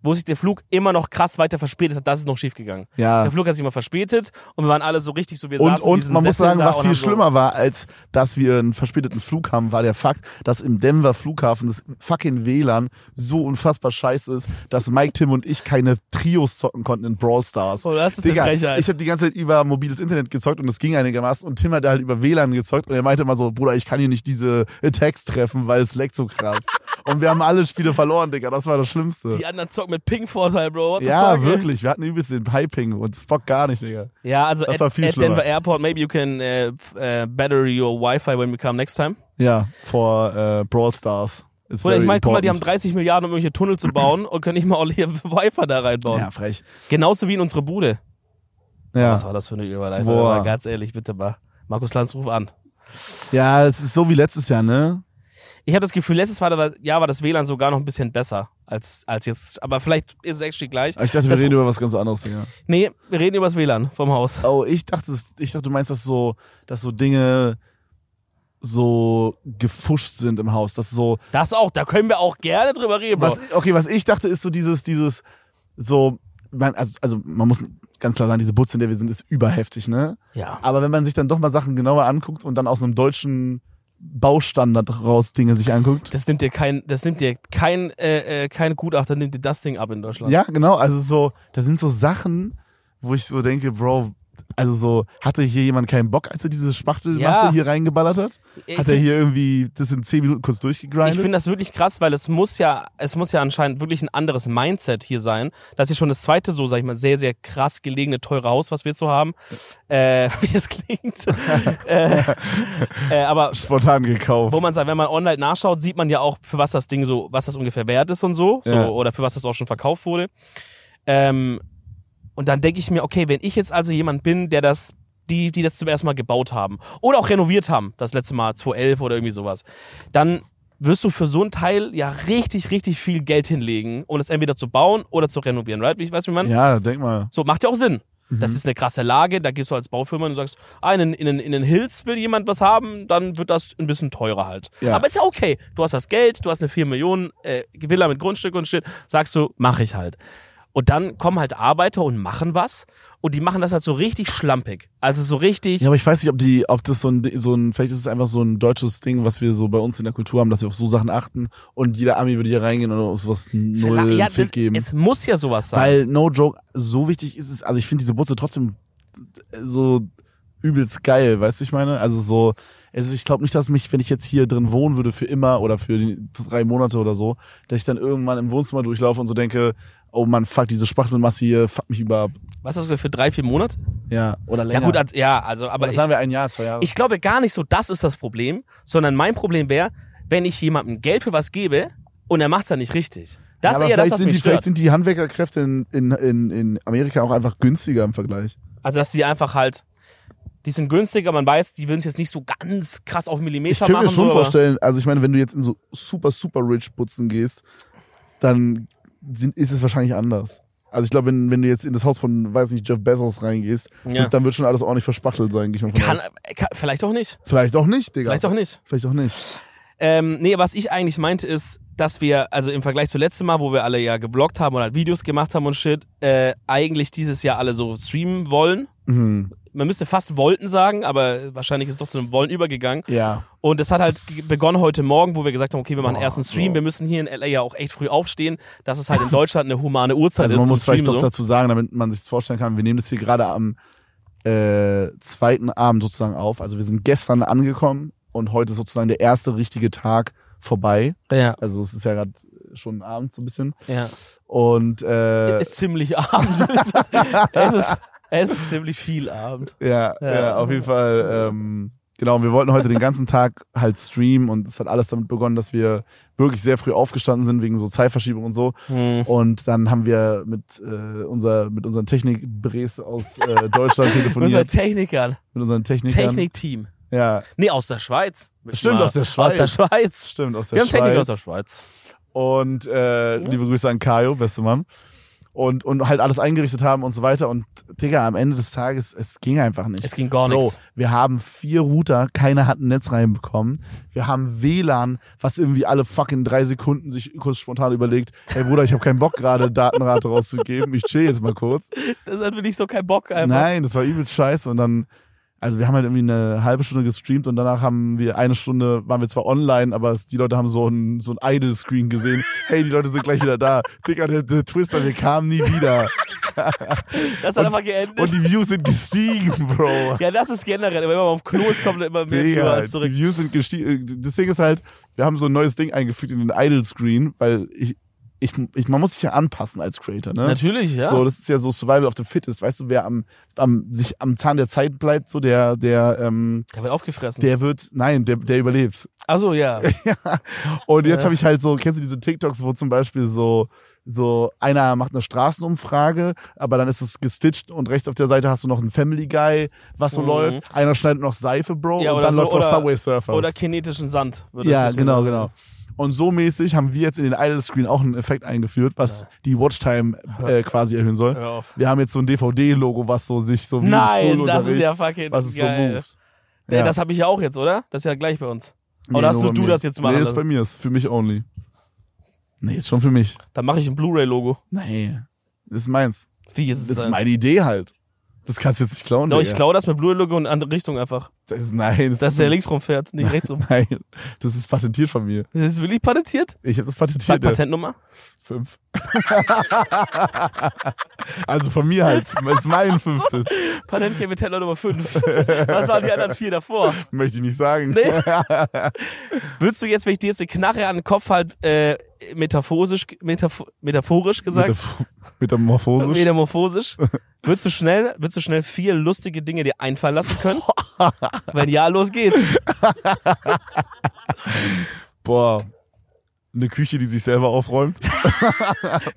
Speaker 2: Wo sich der Flug immer noch krass weiter verspätet hat, das ist noch schief gegangen.
Speaker 1: Ja.
Speaker 2: Der Flug hat sich immer verspätet und wir waren alle so richtig so, wir
Speaker 1: Und,
Speaker 2: saßen in
Speaker 1: und
Speaker 2: diesen
Speaker 1: man muss
Speaker 2: Sesseln
Speaker 1: sagen,
Speaker 2: da
Speaker 1: was
Speaker 2: und
Speaker 1: viel
Speaker 2: haben so-
Speaker 1: schlimmer war, als dass wir einen verspäteten Flug haben, war der Fakt, dass im Denver Flughafen das fucking WLAN so unfassbar scheiße ist, dass Mike, Tim und ich keine Trios zocken konnten in Brawl Stars.
Speaker 2: Oh, das ist eine
Speaker 1: Digga,
Speaker 2: Frechheit.
Speaker 1: ich habe die ganze Zeit über mobiles Internet gezockt und das ging einigermaßen und Tim hat halt über WLAN gezockt und er meinte immer so, Bruder, ich kann hier nicht diese Attacks treffen, weil es leckt so
Speaker 2: (laughs)
Speaker 1: krass. und wir haben alle Spiele verloren, Digga, das war das Schlimmste.
Speaker 2: Die anderen zocken mit Ping-Vorteil, Bro. What the
Speaker 1: Ja,
Speaker 2: fuck, ey?
Speaker 1: wirklich. Wir hatten übelst den Piping und das bockt gar nicht, Digga.
Speaker 2: Ja, also
Speaker 1: Das
Speaker 2: at,
Speaker 1: war viel
Speaker 2: at Denver
Speaker 1: schlimmer.
Speaker 2: Airport, maybe you can äh, f- äh, better your Wi-Fi when we come next time.
Speaker 1: Ja, vor äh, Brawl Stars. It's
Speaker 2: Oder ich
Speaker 1: very
Speaker 2: meine, guck mal, die haben
Speaker 1: important.
Speaker 2: 30 Milliarden, um irgendwelche Tunnel
Speaker 1: (laughs)
Speaker 2: zu bauen und können nicht mal alle hier (laughs) Wi-Fi da reinbauen.
Speaker 1: Ja, frech.
Speaker 2: Genauso wie in unsere Bude. Was
Speaker 1: Ja.
Speaker 2: war das für eine Überleitung?
Speaker 1: Boah.
Speaker 2: Aber ganz ehrlich, bitte mal. Markus Lanz, ruf an.
Speaker 1: ja, es ist so wie letztes Jahr, ne?
Speaker 2: Ich habe das Gefühl, letztes Jahr war, ja, war das WLAN sogar noch ein bisschen besser als, als jetzt. Aber vielleicht ist es actually gleich.
Speaker 1: Aber Ich dachte, wir
Speaker 2: Das-
Speaker 1: reden über was ganz anderes, Digga.
Speaker 2: Nee, wir reden über das WLAN vom Haus.
Speaker 1: Oh, ich dachte, es- ich dachte, du meinst, dass so, dass so Dinge so gefuscht sind im Haus, dass so
Speaker 2: Das auch, da können wir auch gerne drüber reden. Bro.
Speaker 1: Was, okay, was ich dachte, ist so dieses, dieses, so, man, also, also man muss ganz klar sagen, diese Butze, in der wir sind, ist überheftig, ne?
Speaker 2: Ja.
Speaker 1: Aber wenn man sich dann doch mal Sachen genauer anguckt und dann aus einem deutschen Baustandard raus Dinge sich anguckt.
Speaker 2: Das nimmt dir kein, das nimmt dir kein, äh, äh, kein Gutachter nimmt dir das Ding ab in Deutschland.
Speaker 1: Ja, genau, also so, da sind so Sachen, wo ich so denke, Bro, Also so, hatte hier jemand keinen Bock, als er diese Spachtelmasse
Speaker 2: Ja.
Speaker 1: hier reingeballert hat?
Speaker 2: Ich
Speaker 1: Hat er
Speaker 2: find-
Speaker 1: hier irgendwie das in 10 Minuten kurz
Speaker 2: Ich
Speaker 1: durchgegrindet?
Speaker 2: finde das wirklich krass, weil es muss ja, es muss ja anscheinend wirklich ein anderes Mindset hier sein, dass hier schon das zweite so, sag ich mal, sehr, sehr krass gelegene, teure Haus, was wir jetzt so haben, äh, (laughs) wie es klingt, äh, äh, aber
Speaker 1: Spontan gekauft.
Speaker 2: wo man sagt, wenn man online nachschaut, sieht man ja auch, für was das Ding so, was das ungefähr wert ist und so, so
Speaker 1: Ja.
Speaker 2: oder für was das auch schon verkauft wurde. Ähm, und dann denke ich mir, okay, wenn ich jetzt also jemand bin, der das, die, die das zum ersten Mal gebaut haben oder auch renoviert haben, das letzte Mal 2011 oder irgendwie sowas, dann wirst du für so ein Teil ja richtig, richtig viel Geld hinlegen, um es entweder zu bauen oder zu renovieren, right? Wie ich weiß, wie man.
Speaker 1: ja, denk mal.
Speaker 2: So, macht ja auch Sinn.
Speaker 1: Mhm.
Speaker 2: Das ist eine krasse Lage, da gehst du als Baufirma und sagst, ah, in, den- in, den- in den Hills will jemand was haben, dann wird das ein bisschen teurer halt.
Speaker 1: Ja.
Speaker 2: Aber ist ja okay. Du hast das Geld, du hast eine 4 Millionen äh, Villa mit Grundstück und shit, sagst du, mach ich halt. Und dann kommen halt Arbeiter und machen was und die machen das halt so richtig schlampig. Also so richtig,
Speaker 1: Ja, aber ich weiß nicht, ob die, ob das so ein, Di- so ein, vielleicht ist es einfach so ein deutsches Ding, was wir so bei uns in der Kultur haben, dass wir auf so Sachen achten und jeder Ami würde hier reingehen und auf sowas null
Speaker 2: ja,
Speaker 1: ja,
Speaker 2: das,
Speaker 1: Fick geben.
Speaker 2: es muss ja sowas sein.
Speaker 1: Weil, no joke, so wichtig ist es, also ich finde diese Butze trotzdem äh, so übelst geil, weißt du, ich meine? Also so, es ist, ich glaube nicht, dass mich, wenn ich jetzt hier drin wohnen würde für immer oder für die drei Monate oder so, dass ich dann irgendwann im Wohnzimmer durchlaufe und so denke, oh man, fuck, diese Spachtelmasse hier, fuck mich über,
Speaker 2: was hast du gesagt, für drei, vier Monate?
Speaker 1: ja, oder länger.
Speaker 2: Ja gut, als- ja, also, aber
Speaker 1: oder
Speaker 2: ich,
Speaker 1: sagen wir ein Jahr, zwei Jahre.
Speaker 2: Ich glaube gar nicht so, das ist das Problem, sondern mein Problem wäre, wenn ich jemandem Geld für was gebe und er macht's dann nicht richtig.
Speaker 1: ja,
Speaker 2: Das ist
Speaker 1: aber
Speaker 2: eher das,
Speaker 1: vielleicht
Speaker 2: was
Speaker 1: sind, die,
Speaker 2: mich
Speaker 1: vielleicht
Speaker 2: stört.
Speaker 1: sind die Handwerkerkräfte in, in, in, in Amerika auch einfach günstiger im Vergleich.
Speaker 2: Also, dass die einfach halt, die sind günstiger, man weiß, die würden es jetzt nicht so ganz krass auf
Speaker 1: Ich
Speaker 2: Millimeter
Speaker 1: könnte
Speaker 2: machen.
Speaker 1: mir schon
Speaker 2: so, aber-
Speaker 1: vorstellen, also ich meine, wenn du jetzt in so super, super rich Putzen gehst, dann sind, ist es wahrscheinlich anders. Also ich glaube, wenn, wenn du jetzt in das Haus von, weiß nicht, Jeff Bezos reingehst,
Speaker 2: Ja.
Speaker 1: dann wird schon alles ordentlich verspachtelt sein. Gehe ich mal von
Speaker 2: Kann,
Speaker 1: aus.
Speaker 2: kann, vielleicht auch nicht.
Speaker 1: Vielleicht auch nicht, Digga.
Speaker 2: Vielleicht auch nicht.
Speaker 1: Vielleicht auch nicht.
Speaker 2: Ähm, nee, was ich eigentlich meinte ist, dass wir, also im Vergleich zu letztem Mal, wo wir alle ja gebloggt haben und halt Videos gemacht haben und shit, äh, eigentlich dieses Jahr alle so streamen wollen.
Speaker 1: Mhm.
Speaker 2: Man müsste fast wollten sagen, aber wahrscheinlich ist es doch zu einem Wollen übergegangen.
Speaker 1: Ja.
Speaker 2: Und es hat halt ge- begonnen heute Morgen, wo wir gesagt haben, okay, wir machen
Speaker 1: Boah,
Speaker 2: ersten Stream,
Speaker 1: Bro.
Speaker 2: wir müssen hier in LA ja auch echt früh aufstehen, dass es halt in Deutschland eine humane Uhrzeit
Speaker 1: Also
Speaker 2: ist.
Speaker 1: man
Speaker 2: zum
Speaker 1: muss vielleicht
Speaker 2: Streamen
Speaker 1: doch
Speaker 2: so.
Speaker 1: dazu sagen, damit man sich das vorstellen kann, wir nehmen das hier gerade am äh, zweiten Abend sozusagen auf. Also wir sind gestern angekommen und heute ist sozusagen der erste richtige Tag vorbei.
Speaker 2: Ja,
Speaker 1: Also es ist ja gerade schon Abend so ein bisschen.
Speaker 2: ne? ja.
Speaker 1: Und äh,
Speaker 2: ist ziemlich (laughs) Abend. es, ist, es ist ziemlich viel Abend.
Speaker 1: Ja,
Speaker 2: Ja.
Speaker 1: ja. auf jeden Fall. Ähm, genau, und wir wollten heute den ganzen Tag halt streamen und es hat alles damit begonnen, dass wir wirklich sehr früh aufgestanden sind wegen so Zeitverschiebung und so.
Speaker 2: Hm.
Speaker 1: Und dann haben wir mit, äh, unser, mit unseren Technik-Bres aus äh, Deutschland
Speaker 2: Unser
Speaker 1: telefoniert.
Speaker 2: Technikern,
Speaker 1: mit unseren Technikern.
Speaker 2: Technikteam.
Speaker 1: Ja,
Speaker 2: Nee, aus der Schweiz.
Speaker 1: Stimmt,
Speaker 2: Mal-
Speaker 1: aus der Schweiz.
Speaker 2: Aus der Schweiz.
Speaker 1: stimmt, aus der
Speaker 2: Wir haben
Speaker 1: Schweiz.
Speaker 2: Techniker aus der Schweiz.
Speaker 1: Und äh, liebe Grüße an Kajo, beste Mann. Und, und halt alles eingerichtet haben und so weiter. Und Digga, am Ende des Tages, es ging einfach nicht.
Speaker 2: Es ging gar
Speaker 1: Bro,
Speaker 2: nichts. (laughs)
Speaker 1: wir haben vier Router, keiner hat ein Netz reinbekommen. Wir haben WLAN, was irgendwie alle fucking drei Sekunden sich kurz spontan überlegt, hey Bruder, ich habe keinen Bock gerade Datenrate rauszugeben, ich chill jetzt mal kurz.
Speaker 2: Das hat wirklich so keinen Bock einfach.
Speaker 1: Nein, das war übelst scheiße und dann also wir haben halt irgendwie eine halbe Stunde gestreamt und danach haben wir eine Stunde, waren wir zwar online, aber es, die Leute haben so ein, so ein Idle-Screen gesehen. Hey, die Leute sind gleich wieder da. Digga, der, der Twister, wir kamen nie wieder.
Speaker 2: Das hat einfach geendet.
Speaker 1: Und die Views sind gestiegen, Bro.
Speaker 2: ja, das ist generell. Wenn man auf Klo ist, kommt immer mehr
Speaker 1: Digga,
Speaker 2: Videos halt zurück.
Speaker 1: die Views sind gestiegen. Das Ding ist halt, wir haben so ein neues Ding eingefügt in den Idle-Screen, weil ich, ich, ich, man muss sich ja anpassen als Creator, ne?
Speaker 2: Natürlich, ja.
Speaker 1: So, das ist ja so Survival of the Fittest. Weißt du, wer am, am, sich am Zahn der Zeit bleibt, so der, der, ähm,
Speaker 2: der wird aufgefressen.
Speaker 1: der wird, nein, der, der überlebt. (laughs)
Speaker 2: Also ja.
Speaker 1: Und jetzt
Speaker 2: Ja.
Speaker 1: habe ich halt so, kennst du diese TikToks, wo zum Beispiel so, so einer macht eine Straßenumfrage, aber dann ist es gestitcht und rechts auf der Seite hast du noch einen Family Guy, was so
Speaker 2: Mhm.
Speaker 1: läuft. Einer schneidet noch Seife, Bro,
Speaker 2: Ja,
Speaker 1: und
Speaker 2: oder
Speaker 1: dann
Speaker 2: so,
Speaker 1: läuft
Speaker 2: oder-
Speaker 1: noch Subway Surfers.
Speaker 2: Oder kinetischen Sand. würde
Speaker 1: Ja,
Speaker 2: ich so
Speaker 1: genau,
Speaker 2: sagen.
Speaker 1: genau. Und so mäßig haben wir jetzt in den Idle Screen auch einen Effekt eingeführt, was die Watchtime äh, quasi erhöhen soll.
Speaker 2: Hör auf.
Speaker 1: Wir haben jetzt so ein DVD-Logo, was so sich so wie im
Speaker 2: Nein, das ist
Speaker 1: Schulunterricht,
Speaker 2: ja fucking
Speaker 1: was es so
Speaker 2: geil.
Speaker 1: moved.
Speaker 2: Nee,
Speaker 1: Ja.
Speaker 2: Das habe ich ja auch jetzt, oder? Das ist ja gleich bei uns.
Speaker 1: Nee,
Speaker 2: Oder hast
Speaker 1: nur
Speaker 2: du,
Speaker 1: bei
Speaker 2: du
Speaker 1: mir.
Speaker 2: das jetzt ne? machen
Speaker 1: Nee, ist
Speaker 2: lassen?
Speaker 1: bei mir, ist für mich only. Nee, ist schon für mich.
Speaker 2: Dann mache ich ein Blu-ray-Logo.
Speaker 1: Nee. Das ist meins.
Speaker 2: Wie ist
Speaker 1: Das
Speaker 2: es
Speaker 1: ist
Speaker 2: denn?
Speaker 1: meine Idee halt. Das kannst du jetzt nicht klauen.
Speaker 2: Doch, ich
Speaker 1: Digga.
Speaker 2: klaue das mit Blu-ray-Logo in andere Richtung einfach.
Speaker 1: Das ist, nein, das
Speaker 2: Dass der links rumfährt, nicht rechts rum.
Speaker 1: (laughs) Nein, das ist patentiert von mir.
Speaker 2: Das ist wirklich patentiert?
Speaker 1: Ich habe das
Speaker 2: Sag
Speaker 1: patentiert. ja.
Speaker 2: Patentnummer.
Speaker 1: Fünf. Also von mir halt. Ist mein fünftes.
Speaker 2: Patentcase mit Teller Nummer 5. Was waren die anderen vier davor?
Speaker 1: Möchte ich nicht sagen.
Speaker 2: Nee. Würdest du jetzt, wenn ich dir jetzt eine Knarre an den Kopf halt äh, metaphorisch, metaph metaphorisch gesagt,
Speaker 1: Metaph metamorphosisch.
Speaker 2: metamorphosisch, würdest du schnell, würdest du schnell vier lustige Dinge dir einfallen lassen
Speaker 1: (laughs)
Speaker 2: können? Wenn ja, los geht's.
Speaker 1: Boah. Eine Küche, die sich selber aufräumt.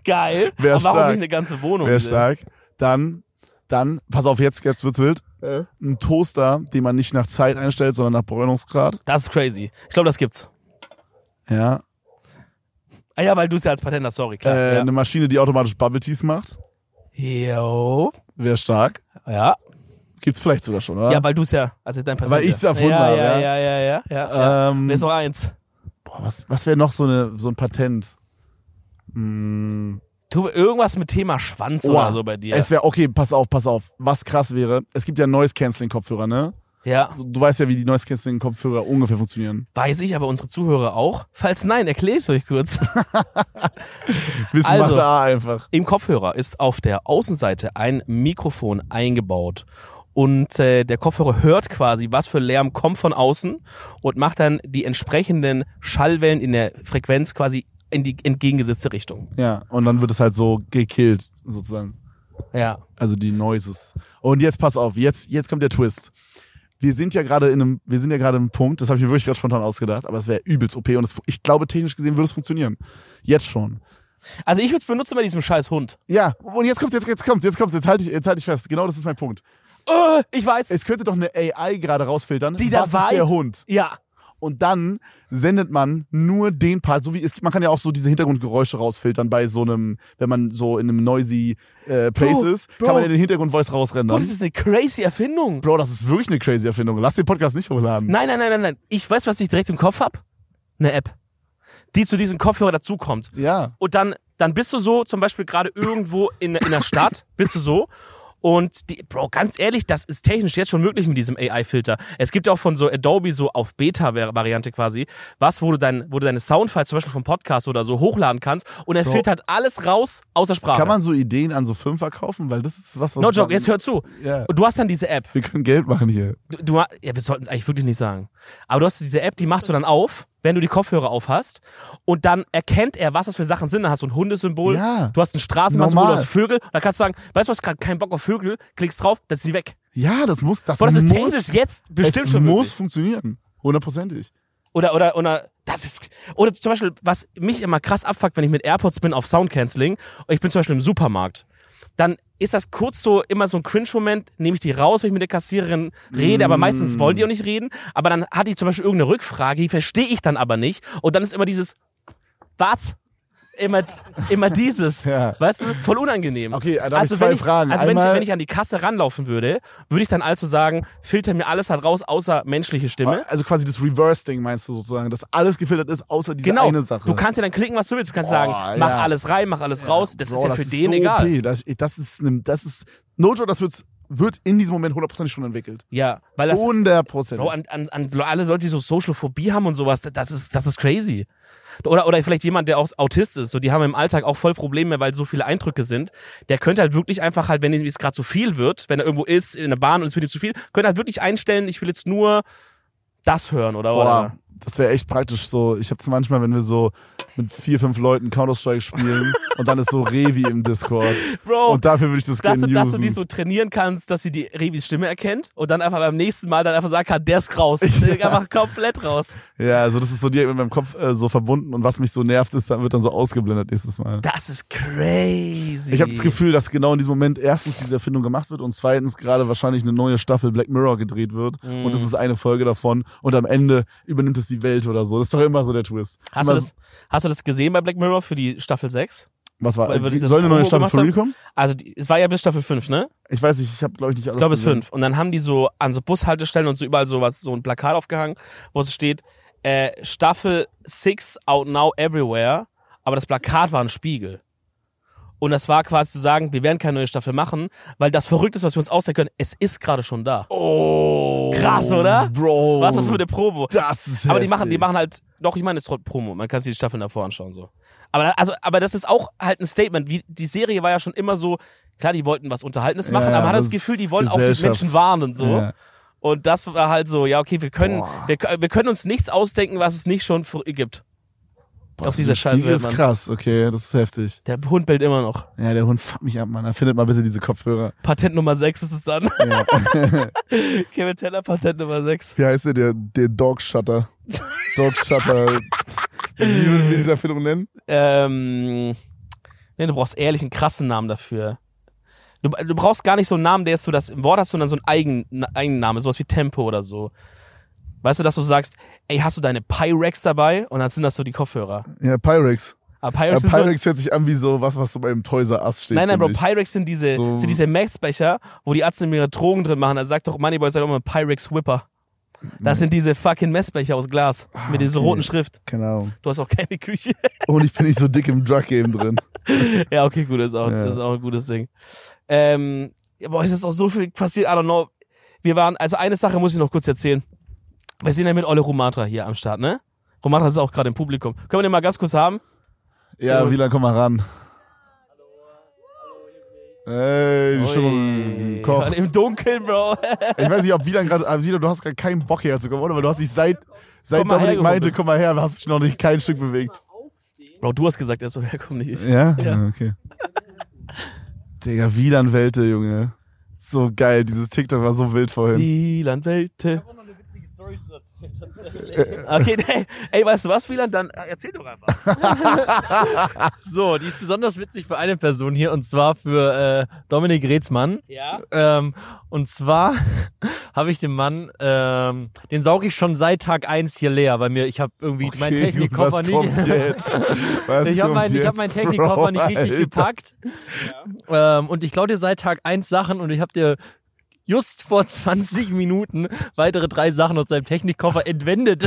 Speaker 2: Geil.
Speaker 1: Wär
Speaker 2: Aber warum
Speaker 1: stark.
Speaker 2: nicht eine ganze Wohnung?
Speaker 1: Wäre stark. Dann, dann, pass auf, jetzt, jetzt wird's wild.
Speaker 2: Äh.
Speaker 1: Ein Toaster, den man nicht nach Zeit einstellt, sondern nach Bräunungsgrad.
Speaker 2: Das ist crazy. Ich glaube, das gibt's.
Speaker 1: Ja.
Speaker 2: Ah ja, weil du es ja als Patent hast, sorry, klar.
Speaker 1: Äh, Eine Maschine, die automatisch Bubble Teas macht.
Speaker 2: ja. Yo.
Speaker 1: Wäre stark.
Speaker 2: Ja.
Speaker 1: Gibt's vielleicht sogar schon, oder?
Speaker 2: Ja, weil du es ja, also dein Patent.
Speaker 1: Weil ich's erfunden
Speaker 2: ja,
Speaker 1: habe,
Speaker 2: Ja,
Speaker 1: ja.
Speaker 2: ja, ja, ja, ja. ja.
Speaker 1: ähm,
Speaker 2: Mir ist noch eins.
Speaker 1: boah, was was wäre noch so, eine, so ein Patent? Hm,
Speaker 2: Tu irgendwas mit Thema Schwanz
Speaker 1: Oha.
Speaker 2: oder so bei dir.
Speaker 1: Es wäre, okay, pass auf, pass auf. Was krass wäre, es gibt ja Noise-Canceling-Kopfhörer, ne?
Speaker 2: ja,
Speaker 1: Du weißt ja, wie die Noise-Canceling-Kopfhörer ungefähr funktionieren.
Speaker 2: weiß ich, aber unsere Zuhörer auch. Falls nein, erkläre ich euch kurz.
Speaker 1: Wissen
Speaker 2: Also.
Speaker 1: macht da einfach.
Speaker 2: Im Kopfhörer ist auf der Außenseite ein Mikrofon eingebaut. Und äh, der Kopfhörer hört quasi, was für Lärm kommt von außen und macht dann die entsprechenden Schallwellen in der Frequenz quasi in die entgegengesetzte Richtung.
Speaker 1: Ja, und dann wird es halt so gekillt, sozusagen.
Speaker 2: Ja.
Speaker 1: Also die Noises. Und jetzt pass auf, jetzt, jetzt kommt der Twist. Wir sind ja gerade in einem, wir sind ja gerade im Punkt, das habe ich mir wirklich gerade spontan ausgedacht, aber es wäre übelst OP und es, ich glaube, technisch gesehen würde es funktionieren. Jetzt schon.
Speaker 2: Also ich würde es benutzen bei diesem scheiß Hund.
Speaker 1: Ja, und jetzt kommt's, jetzt, jetzt kommt's, jetzt kommt's, jetzt halte ich, jetzt halt ich fest. Genau das ist mein Punkt.
Speaker 2: Äh, ich weiß.
Speaker 1: Es könnte doch eine AI gerade rausfiltern,
Speaker 2: Die
Speaker 1: was
Speaker 2: dabei-
Speaker 1: ist der Hund?
Speaker 2: ja.
Speaker 1: Und dann sendet man nur den Part, so wie es, man kann ja auch so diese Hintergrundgeräusche rausfiltern bei so einem, wenn man so in einem noisy äh, Place
Speaker 2: Bro,
Speaker 1: ist,
Speaker 2: Bro.
Speaker 1: kann man ja den Hintergrundvoice
Speaker 2: Bro,
Speaker 1: rausrendern.
Speaker 2: das ist eine crazy Erfindung.
Speaker 1: Bro, das ist wirklich eine crazy Erfindung. Lass den Podcast nicht hochladen.
Speaker 2: Nein, nein, nein, nein, nein. Ich weiß, was ich direkt im Kopf hab. Eine App, die zu diesem Kopfhörer dazukommt.
Speaker 1: Ja.
Speaker 2: Und dann, dann bist du so, zum Beispiel gerade irgendwo in, in der Stadt, bist du so. Und die, Bro, ganz ehrlich, das ist technisch jetzt schon möglich mit diesem AI-Filter. Es gibt auch von so Adobe so auf Beta-Variante quasi, was, wo du, dein, wo du deine Soundfiles zum Beispiel vom Podcast oder so hochladen kannst und er
Speaker 1: Bro.
Speaker 2: filtert alles raus außer Sprache.
Speaker 1: Kann man so Ideen an so Firmen verkaufen? Weil das ist was, was.
Speaker 2: Ah, no joke, jetzt hör zu.
Speaker 1: Ja.
Speaker 2: Und du hast dann diese App.
Speaker 1: Wir können Geld machen hier.
Speaker 2: du, du, ja, wir sollten es eigentlich wirklich nicht sagen. Aber du hast diese App, die machst du dann auf, wenn du die Kopfhörer auf hast. Und dann erkennt er, was das für Sachen sind. Da hast du ein Hundesymbol,
Speaker 1: Ja.
Speaker 2: du hast ein Straßenbahnsymbol, du
Speaker 1: Normal.
Speaker 2: hast Vögel. Da kannst du sagen, weißt du was, gerade keinen Bock auf Vögel, klickst drauf, dann sind die weg.
Speaker 1: Ja, das muss. Das,
Speaker 2: Boah, das ist
Speaker 1: muss,
Speaker 2: technisch jetzt bestimmt
Speaker 1: es
Speaker 2: schon
Speaker 1: muss
Speaker 2: möglich.
Speaker 1: funktionieren. Hundertprozentig.
Speaker 2: Oder, oder, oder, das ist, oder zum Beispiel, was mich immer krass abfuckt, wenn ich mit AirPods bin auf Soundcanceling und ich bin zum Beispiel im Supermarkt, dann ist das kurz so immer so ein Cringe-Moment, nehme ich die raus, wenn ich mit der Kassiererin rede, aber meistens wollen die auch nicht reden, aber dann hat die zum Beispiel irgendeine Rückfrage, die verstehe ich dann aber nicht und dann ist immer dieses, was? Immer, immer
Speaker 1: (laughs)
Speaker 2: dieses.
Speaker 1: Ja.
Speaker 2: Weißt du, voll unangenehm.
Speaker 1: Okay, da hab ich
Speaker 2: also
Speaker 1: zwei
Speaker 2: wenn ich,
Speaker 1: Fragen.
Speaker 2: Also wenn ich,
Speaker 1: Einmal-
Speaker 2: wenn ich an die Kasse ranlaufen würde, würde ich dann also sagen, filter mir alles halt raus, außer menschliche Stimme.
Speaker 1: Also quasi das Reverse-Ding meinst du sozusagen, dass alles gefiltert ist, außer diese
Speaker 2: Genau.
Speaker 1: eine Sache.
Speaker 2: Du kannst ja dann klicken, was du willst. Du kannst
Speaker 1: Boah,
Speaker 2: sagen, mach
Speaker 1: ja.
Speaker 2: alles rein, mach alles raus. Das
Speaker 1: Bro,
Speaker 2: ist ja für den
Speaker 1: so
Speaker 2: egal.
Speaker 1: OP. Das, das ist, ne- das ist, no joke, das wird, wird in diesem Moment hundertprozentig schon entwickelt.
Speaker 2: Ja, weil
Speaker 1: Oh,
Speaker 2: das Bro,
Speaker 1: Hundertprozentig.
Speaker 2: an, an, an alle Leute, die so Socialphobie haben und sowas, das ist, das ist crazy. Oder, oder vielleicht jemand, der auch Autist ist, so die haben im Alltag auch voll Probleme, weil so viele Eindrücke sind. Der könnte halt wirklich einfach halt, wenn ihm jetzt gerade zu viel wird, wenn er irgendwo ist, in der Bahn und es wird ihm zu viel, könnte halt wirklich einstellen, ich will jetzt nur das hören oder,
Speaker 1: Boah,
Speaker 2: oder.
Speaker 1: das wäre echt praktisch so. Ich hab's manchmal, wenn wir so mit vier, fünf Leuten Counter-Strike
Speaker 2: (laughs)
Speaker 1: spielen und dann ist so Revi im Discord.
Speaker 2: Bro,
Speaker 1: Und dafür würde ich das
Speaker 2: dass du,
Speaker 1: gerne
Speaker 2: dass du
Speaker 1: usen.
Speaker 2: die so trainieren kannst, dass sie die Revis Stimme erkennt und dann einfach beim nächsten Mal dann einfach sagen kann, der ist raus. Einfach komplett raus.
Speaker 1: Ja, also das ist so direkt mit meinem Kopf äh, so verbunden und was mich so nervt, ist, dann wird dann so ausgeblendet nächstes Mal.
Speaker 2: Das ist crazy.
Speaker 1: Ich habe das Gefühl, dass genau in diesem Moment erstens diese Erfindung gemacht wird und zweitens gerade wahrscheinlich eine neue Staffel Black Mirror gedreht wird und es
Speaker 2: Mm.
Speaker 1: ist eine Folge davon und am Ende übernimmt es die Welt oder so. Das ist doch immer so der Twist.
Speaker 2: Hast du,
Speaker 1: immer
Speaker 2: das, hast du das gesehen bei Black Mirror für die Staffel 6?
Speaker 1: was war?
Speaker 2: weil wir
Speaker 1: äh,
Speaker 2: diese
Speaker 1: soll eine neue
Speaker 2: Promo
Speaker 1: Staffel
Speaker 2: gemacht
Speaker 1: von
Speaker 2: haben?
Speaker 1: Real kommen?
Speaker 2: Also die, es war ja bis Staffel 5, ne?
Speaker 1: Ich weiß nicht, ich habe glaube ich nicht alles
Speaker 2: Ich glaube es ist
Speaker 1: gesehen.
Speaker 2: 5. Und dann haben die so an so Bushaltestellen und so überall sowas, so ein Plakat aufgehangen, wo es steht, äh, Staffel 6 out now everywhere. Aber das Plakat war ein Spiegel. Und das war quasi zu sagen, wir werden keine neue Staffel machen, weil das verrückt ist, was wir uns ausdenken können, es ist gerade schon da.
Speaker 1: Oh,
Speaker 2: Krass, oder?
Speaker 1: Bro.
Speaker 2: Was ist das für eine Promo?
Speaker 1: Das ist
Speaker 2: Aber die machen, die
Speaker 1: heftig.
Speaker 2: machen halt, doch, ich meine, es ist trotzdem Promo. Man kann sich die Staffeln davor anschauen, so. Aber, da- also, aber das ist auch halt ein Statement. Wie, die Serie war ja schon immer so
Speaker 3: klar, die wollten was Unterhaltendes machen,
Speaker 1: Ja,
Speaker 3: aber man hat das
Speaker 1: das
Speaker 3: Gefühl, die wollen auch die
Speaker 1: Gesellschafts-
Speaker 3: Menschen warnen so.
Speaker 1: Ja.
Speaker 3: Und das war halt so, ja, okay, wir können,
Speaker 1: Boah.
Speaker 3: wir, kö- wir können uns nichts ausdenken, was es nicht schon fr- gibt. Auf dieser
Speaker 1: Scheiße.
Speaker 3: Scheiße,
Speaker 1: Das ist
Speaker 3: Mann.
Speaker 1: krass, okay, das ist heftig.
Speaker 3: Der Hund bellt immer noch.
Speaker 1: Ja, der Hund fuck mich ab, Mann. Er findet mal bitte diese Kopfhörer.
Speaker 3: Patent Nummer 6 ist es dann.
Speaker 1: Ja.
Speaker 3: (laughs) Kevin Teller, Patent Nummer 6.
Speaker 1: Wie heißt der? Der, der Dog Shutter. Dog
Speaker 3: (laughs)
Speaker 1: Shutter. Wie würden wir diese Erfindung nennen?
Speaker 3: Ähm, nee, du brauchst ehrlich einen krassen Namen dafür. Du, du brauchst gar nicht so einen Namen, der ist so das im Wort hast, sondern so einen Eigen, na- Eigenname, sowas wie Tempo oder so. Weißt du, dass du sagst, ey, hast du deine Pyrex dabei? Und dann sind das so die Kopfhörer.
Speaker 1: Ja, Pyrex.
Speaker 3: Aber
Speaker 1: Ja,
Speaker 3: Pyrex sind so,
Speaker 1: Pyrex hört sich an wie so was, was so bei einem Toys R Us steht.
Speaker 3: Nein, nein, Bro,
Speaker 1: finde ich.
Speaker 3: Pyrex sind diese,
Speaker 1: So-
Speaker 3: sind diese Messbecher, wo die Ärzte ihre Drogen drin machen. Da sagt doch Moneyboy, sagt auch immer Pyrex Whipper. Das sind diese fucking Messbecher aus Glas mit dieser
Speaker 1: Ah, okay.
Speaker 3: roten Schrift.
Speaker 1: Keine Ahnung.
Speaker 3: Du hast auch keine Küche. (laughs)
Speaker 1: Und ich bin nicht so dick im Drug Game drin.
Speaker 3: ja, okay, gut, das ist auch,
Speaker 1: Ja.
Speaker 3: das ist auch ein gutes Ding. Ähm, ja, boah, es ist auch so viel passiert, I don't know. Wir waren, also eine Sache muss ich noch kurz erzählen. Wir sind ja mit Ole Romatra hier am Start, ne? Romatra ist auch gerade im Publikum. Können wir den mal ganz kurz haben?
Speaker 1: Ja, Wieland, komm mal ran. Ey, die Stimmung
Speaker 3: Ui.
Speaker 1: kocht.
Speaker 3: Im Dunkeln, Bro. (laughs)
Speaker 1: Ich weiß nicht, ob Wieland gerade, aber Wieland, du hast gerade keinen Bock hierher zu kommen, oder? Weil du hast dich seit, seit
Speaker 3: Komm mal her,
Speaker 1: Dominik meinte,
Speaker 3: Junge.
Speaker 1: komm mal her, hast dich noch nicht kein Stück bewegt.
Speaker 3: Bro, du hast gesagt, er ist so herkommen, nicht ich.
Speaker 1: Ja?
Speaker 3: Ja.
Speaker 1: ja okay. Digga, Wieland Welte, Junge. So geil, dieses TikTok war so wild vorhin.
Speaker 3: Wieland Welte.
Speaker 2: auch noch eine witzige Story zu erzählen. tatsächlich.
Speaker 3: Äh, Okay, ey, ey, weißt du was, Wieland? Dann äh, erzähl doch einfach.
Speaker 2: (laughs) So, die ist besonders witzig für eine Person hier und zwar für äh, Dominik Reetzmann.
Speaker 3: Ja.
Speaker 2: Ähm, und zwar (laughs) habe ich den Mann, ähm, den sauge ich schon seit Tag eins hier leer bei mir. Ich habe irgendwie
Speaker 1: Okay,
Speaker 2: meinen
Speaker 1: was
Speaker 2: Technikkoffer
Speaker 1: kommt
Speaker 2: nicht.
Speaker 1: jetzt? Was
Speaker 2: Ich habe
Speaker 1: kommt
Speaker 2: meinen, ich
Speaker 1: jetzt,
Speaker 2: hab meinen (laughs)
Speaker 1: Bro,
Speaker 2: Technikkoffer nicht richtig
Speaker 1: Alter?
Speaker 2: gepackt. Ähm, und ich klaue dir seit Tag eins Sachen und ich habe dir just vor 20 Minuten weitere drei Sachen aus deinem Technikkoffer entwendet.